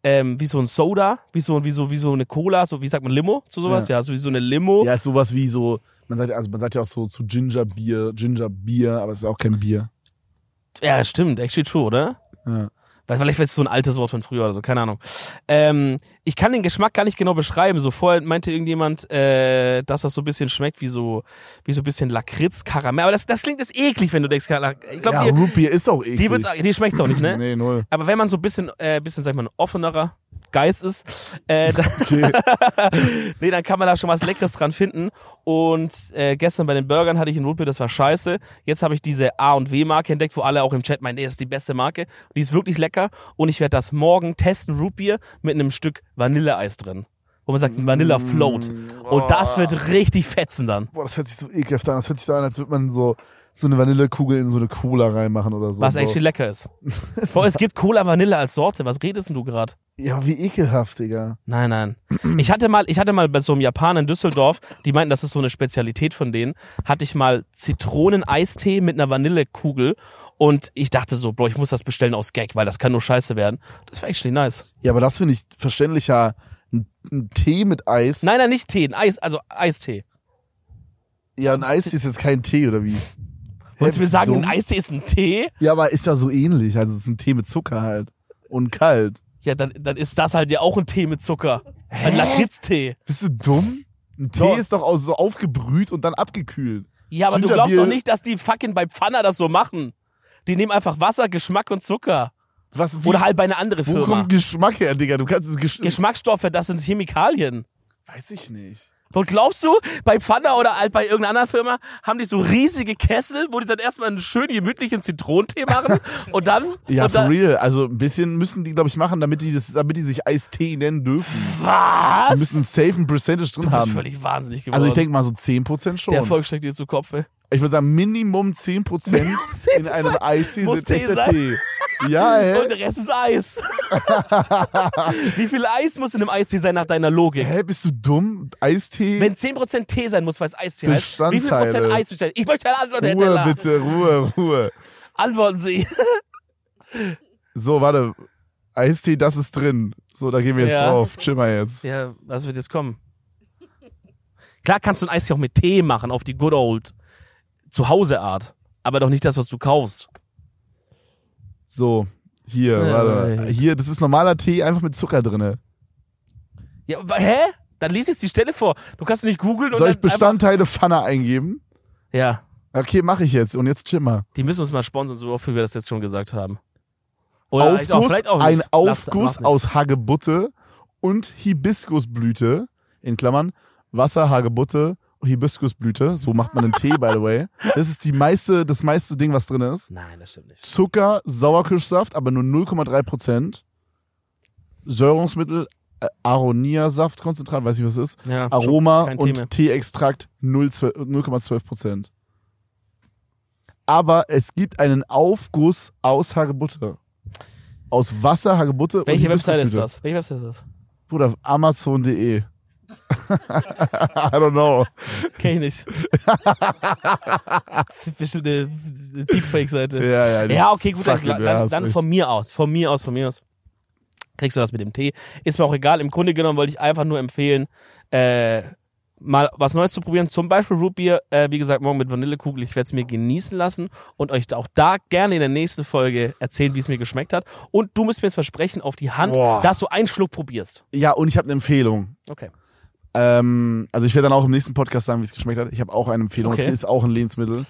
Speaker 3: ähm, wie so ein Soda, wie so, wie so, wie so eine Cola, so wie sagt man Limo zu sowas, ja,
Speaker 1: Ja.
Speaker 3: so wie so eine Limo.
Speaker 1: Ja, ist sowas wie so, man sagt, also man sagt ja auch so zu Ginger Bier, Ginger Bier, aber es ist auch kein Bier.
Speaker 3: Ja, stimmt. Actually true, oder?
Speaker 1: Ja.
Speaker 3: Weil vielleicht ist es so ein altes Wort von früher oder so, keine Ahnung. Ähm, ich kann den Geschmack gar nicht genau beschreiben. So vorher meinte irgendjemand, äh, dass das so ein bisschen schmeckt wie so, wie so ein bisschen Lakritz, Karamell. Aber das, das klingt jetzt eklig, wenn du denkst, Karamell. ich glaube,
Speaker 1: ja,
Speaker 3: dir,
Speaker 1: Root Beer ist auch eklig.
Speaker 3: dir, wird's- dir schmeckt's auch nicht,
Speaker 1: (laughs)
Speaker 3: ne?
Speaker 1: Nee, null.
Speaker 3: (laughs) Aber wenn man so ein bisschen, äh, bisschen, sag ich mal, ein offenerer Geist ist, äh, dann,
Speaker 1: Okay.
Speaker 3: nee, dann kann man da schon was Leckeres dran finden. Und äh, gestern bei den Burgern hatte ich ein Rootbeer, das war scheiße. Jetzt habe ich diese A und W-Marke entdeckt, wo alle auch im Chat meinen, nee, das ist die beste Marke. Die ist wirklich lecker. Und ich werde das morgen testen, Rootbeer mit einem Stück Vanilleeis drin. wo man sagt Vanilla Float. Und das wird richtig fetzen dann.
Speaker 1: Mm, Boah, das hört sich so ekelhaft an. Das hört sich so an, als würde man so, so eine Vanillekugel in so eine Cola reinmachen oder so.
Speaker 3: Was
Speaker 1: so.
Speaker 3: eigentlich lecker ist. Boah, es gibt Cola Vanille als Sorte. Was redest denn du gerade?
Speaker 1: Ja, wie ekelhaft, Digga. (clears throat)
Speaker 3: Nein, nein. Ich hatte mal, ich hatte mal bei so einem Japaner in Düsseldorf, die meinten, das ist so eine Spezialität von denen, hatte ich mal Zitroneneistee mit einer Vanillekugel und ich dachte so, boah, ich muss das bestellen aus Gag, weil das kann nur scheiße werden. Das war actually nice.
Speaker 1: Ja, aber das finde ich verständlicher. Ein, ein Tee mit Eis.
Speaker 3: Nein, nein, nicht Tee, ein Eis, also Eistee.
Speaker 1: Ja, ein Eis ist jetzt kein Tee, oder wie?
Speaker 3: Wolltest du mir
Speaker 1: bist
Speaker 3: sagen,
Speaker 1: dumm?
Speaker 3: ein Eistee ist ein Tee?
Speaker 1: Ja, aber ist ja so ähnlich. Also es ist ein Tee mit Zucker halt. Und kalt.
Speaker 3: Ja, dann, dann ist das halt ja auch ein Tee mit Zucker. Ein Lakritztee.
Speaker 1: Bist du dumm? Ein Tee
Speaker 3: Doch.
Speaker 1: ist doch auch so aufgebrüht und dann abgekühlt.
Speaker 3: Ja, aber du
Speaker 1: Ginger
Speaker 3: glaubst
Speaker 1: Beer.
Speaker 3: doch nicht, dass die fucking bei Pfanner das so machen. Die nehmen einfach Wasser, Geschmack und Zucker.
Speaker 1: Was, wie,
Speaker 3: Oder halt bei einer anderen
Speaker 1: wo
Speaker 3: Firma.
Speaker 1: kommt Geschmack her, Digga? Du kannst es gesch
Speaker 3: Geschmacksstoffe, das sind Chemikalien.
Speaker 1: Weiß ich nicht.
Speaker 3: Und glaubst du, bei Pfanner oder halt bei irgendeiner anderen Firma haben die so riesige Kessel, wo die dann erstmal einen schönen gemütlichen Zitronentee
Speaker 1: (laughs)
Speaker 3: machen und dann
Speaker 1: Ja,
Speaker 3: und
Speaker 1: for
Speaker 3: dann,
Speaker 1: real. Also ein bisschen müssen die, glaube ich, machen, damit die, das, damit die sich Eistee nennen dürfen. Die
Speaker 3: was?
Speaker 1: müssen safe ein Percentage drin
Speaker 3: du bist
Speaker 1: haben.
Speaker 3: völlig wahnsinnig geworden.
Speaker 1: Also ich denke mal so 10% schon.
Speaker 3: der Erfolg steckt dir zu Kopf. Ey.
Speaker 1: Ich würde sagen, Minimum 10% in einem Eistee
Speaker 3: Muss
Speaker 1: sind
Speaker 3: Tee
Speaker 1: echter
Speaker 3: sein.
Speaker 1: Tee. Ja,
Speaker 3: Und
Speaker 1: hä?
Speaker 3: der Rest ist
Speaker 1: (laughs)
Speaker 3: Eis. Wie viel Eis muss in einem Eistee sein nach deiner Logik?
Speaker 1: Hä, bist du dumm? Eistee?
Speaker 3: Wenn 10% Tee sein muss, weil es Eistee heißt, wie viel
Speaker 1: Bestandteile.
Speaker 3: Prozent Eis bestellen? Ich möchte eine Antwort, Herr
Speaker 1: Ruhe,
Speaker 3: Teller.
Speaker 1: bitte, Ruhe, Ruhe.
Speaker 3: Antworten Sie.
Speaker 1: So, warte. Eistee, das ist drin. So, da gehen wir jetzt
Speaker 3: Ja.
Speaker 1: drauf. Chill mal jetzt.
Speaker 3: Ja, was wird jetzt kommen? Klar kannst du ein Eis ja auch mit Tee machen, auf die good old Zuhause-Art. Aber doch nicht das, was du kaufst.
Speaker 1: So, hier,
Speaker 3: Ja,
Speaker 1: warte.
Speaker 3: ja.
Speaker 1: Hier, das ist normaler Tee, einfach mit Zucker drinne.
Speaker 3: Ja, wa- hä? Dann lies jetzt die Stelle vor. Du kannst nicht googeln und
Speaker 1: Soll ich
Speaker 3: dann einfach-
Speaker 1: Bestandteile Pfanne eingeben?
Speaker 3: Ja,
Speaker 1: Okay, mache ich jetzt. Und jetzt chill mal.
Speaker 3: die müssen uns mal sponsern, so oft wie wir das jetzt schon gesagt haben. Oder vielleicht auch,
Speaker 1: Aufguss,
Speaker 3: vielleicht auch
Speaker 1: ein
Speaker 3: nicht. Lass-
Speaker 1: Aufguss
Speaker 3: mach nicht.
Speaker 1: aus Hagebutte und Hibiskusblüte, in Klammern, Wasser, Hagebutte und Hibiskusblüte. So macht man einen Tee, by the way. Das ist die meiste, das meiste Ding, was drin ist.
Speaker 3: Nein, das stimmt nicht.
Speaker 1: Zucker, Sauerkirschsaft, aber nur 0,3 Prozent. Säurungsmittel, äh, Aronia-Saftkonzentrat, weiß ich, was es ist.
Speaker 3: Ja,
Speaker 1: Aroma
Speaker 3: kein Tee mehr.
Speaker 1: und Teeextrakt 0,12 Prozent. Aber es gibt einen Aufguss aus Hagebutte. Aus Wasser, Hagebutte und
Speaker 3: Welche Webseite ist
Speaker 1: Hibiskusblüte.
Speaker 3: das? Welche Webseite ist das?
Speaker 1: Bruder, amazon.de. I don't know. (laughs)
Speaker 3: Kenn ich nicht. (laughs) Bestimmt eine Deepfake-Seite.
Speaker 1: Ja, ja, das
Speaker 3: Ja, okay, gut, dann,
Speaker 1: fucking- ja,
Speaker 3: dann,
Speaker 1: hast
Speaker 3: dann
Speaker 1: recht.
Speaker 3: von mir aus, von mir aus, von mir aus. Kriegst du das mit dem Tee? Ist mir auch egal. Im Grunde genommen wollte ich einfach nur empfehlen, äh, mal was Neues zu probieren. Zum Beispiel Rootbeer, äh, wie gesagt, morgen mit Vanillekugel. Ich werde es mir genießen lassen und euch auch da gerne in der nächsten Folge erzählen, wie es mir geschmeckt hat. Und du musst mir jetzt versprechen auf die Hand,
Speaker 1: Boah.
Speaker 3: dass du einen Schluck probierst.
Speaker 1: Ja, und ich habe eine Empfehlung.
Speaker 3: Okay.
Speaker 1: Ähm, also ich werde dann auch im nächsten Podcast sagen, wie es geschmeckt hat. Ich habe auch eine Empfehlung.
Speaker 3: Okay.
Speaker 1: Es ist auch ein Lebensmittel.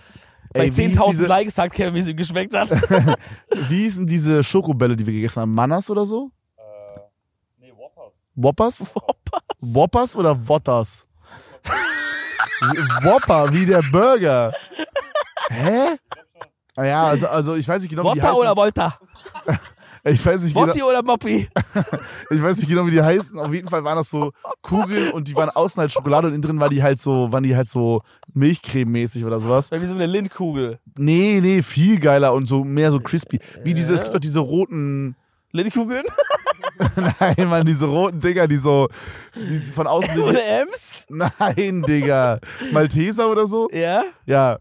Speaker 3: Bei
Speaker 1: Ey, wie ist
Speaker 3: 10.000
Speaker 1: diese-
Speaker 3: Likes sagt Kevin, wie es ihm
Speaker 1: (laughs)
Speaker 3: geschmeckt hat.
Speaker 1: Wie hießen diese Schokobälle, die wir gegessen haben? Manas oder so?
Speaker 4: Äh, Nee, Whoppers.
Speaker 1: Whoppers? Whoppers oder Wotters? Whopper, wie der Burger. Hä? Ah Ja, also, also ich weiß nicht genau, wie die
Speaker 3: Botta
Speaker 1: heißen.
Speaker 3: oder Volta?
Speaker 1: ich, weiß nicht genau,
Speaker 3: Botti oder Moppi?
Speaker 1: ich weiß nicht genau, wie die heißen. Auf jeden Fall waren das so Kugeln und die waren außen halt Schokolade und innen drin war die halt so, waren die halt so Milchcreme-mäßig oder sowas.
Speaker 3: Oder Wie so eine Lindkugel.
Speaker 1: Nee, nee, viel geiler und so mehr so crispy. Wie diese, es gibt doch diese roten, (laughs)
Speaker 3: Lindkugeln?
Speaker 1: nein, man, diese roten Dinger, die so, die von außen sehen.
Speaker 3: (laughs) Oder Ems?
Speaker 1: Nein, Digga. Malteser oder so?
Speaker 3: Ja?
Speaker 1: Ja.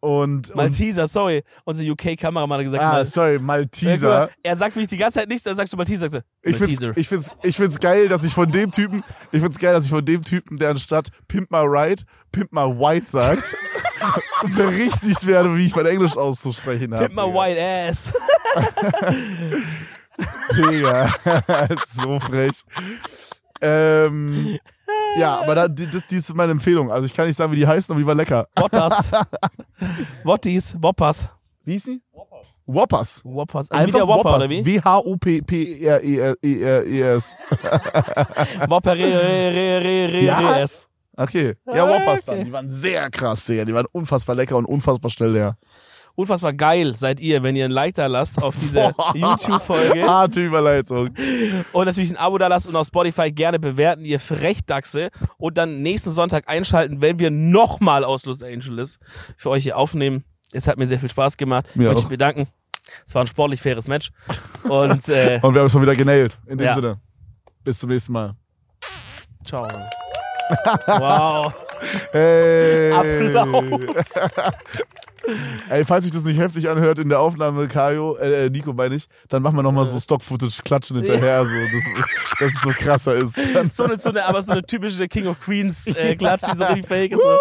Speaker 1: Und, und
Speaker 3: Malteser, sorry. Unser UK-Kameramann hat gesagt,
Speaker 1: ah,
Speaker 3: Mal
Speaker 1: sorry,
Speaker 3: Ja,
Speaker 1: Malteser.
Speaker 3: guck mal, Er sagt wirklich die ganze Zeit nichts, dann sagst du Malteser. Sagst du,
Speaker 1: Ich find's,
Speaker 3: Malteser.
Speaker 1: ich, find's, ich find's geil, dass ich von dem Typen, ich find's geil, dass ich von dem Typen, der anstatt Pimp my right, Pimp my white sagt, (laughs) berichtigt werde, wie ich mein Englisch auszusprechen habe.
Speaker 3: Pimp my white ass. (laughs)
Speaker 1: (laughs) Digga. so frech. Ähm, ja, aber da, die- das, die ist meine Empfehlung. Also ich kann nicht sagen, wie die heißen, aber die war lecker.
Speaker 3: Wottas. Wottis. Whoppers.
Speaker 1: Wie hieß die? Whoppers.
Speaker 3: Whoppers. Also wie
Speaker 1: Einfach
Speaker 3: der Whopper,
Speaker 1: Whoppers.
Speaker 3: oder wie?
Speaker 1: E W-H-O-P-P-E-R-E-R-E-R-E-S.
Speaker 3: Whopper, re, re, re, re, re,
Speaker 1: Ja?
Speaker 3: re, es.
Speaker 1: Okay. Ja, Whoppers
Speaker 3: Okay.
Speaker 1: dann. Die waren sehr krass, Digga. Die waren unfassbar lecker und unfassbar schnell leer.
Speaker 3: unfassbar geil seid ihr, wenn ihr ein Like da lasst auf
Speaker 1: (laughs)
Speaker 3: diese YouTube-Folge
Speaker 1: Harte Ah, Überleitung.
Speaker 3: und natürlich ein Abo da lasst und auf Spotify gerne bewerten, ihr Frechdachse und dann nächsten Sonntag einschalten, wenn wir nochmal aus Los Angeles für euch hier aufnehmen. Es hat mir sehr viel Spaß gemacht.
Speaker 1: Mir
Speaker 3: Möchte ich
Speaker 1: auch.
Speaker 3: bedanken. Es war ein sportlich faires Match und äh,
Speaker 1: (laughs) Und wir haben es schon wieder genailt. In dem
Speaker 3: Ja.
Speaker 1: Sinne. Bis zum nächsten Mal.
Speaker 3: ciao. Wow.
Speaker 1: Hey.
Speaker 3: Applaus.
Speaker 1: (laughs) Ey, falls sich das nicht heftig anhört in der Aufnahme, Kajo, äh, äh, Nico meine ich, dann machen wir nochmal so Stock-Footage klatschen hinterher, so, dass, dass es so krasser ist. Dann,
Speaker 3: So eine, so eine, aber so eine typische King of Queens äh, Klatsch, die so richtig fake ist. So.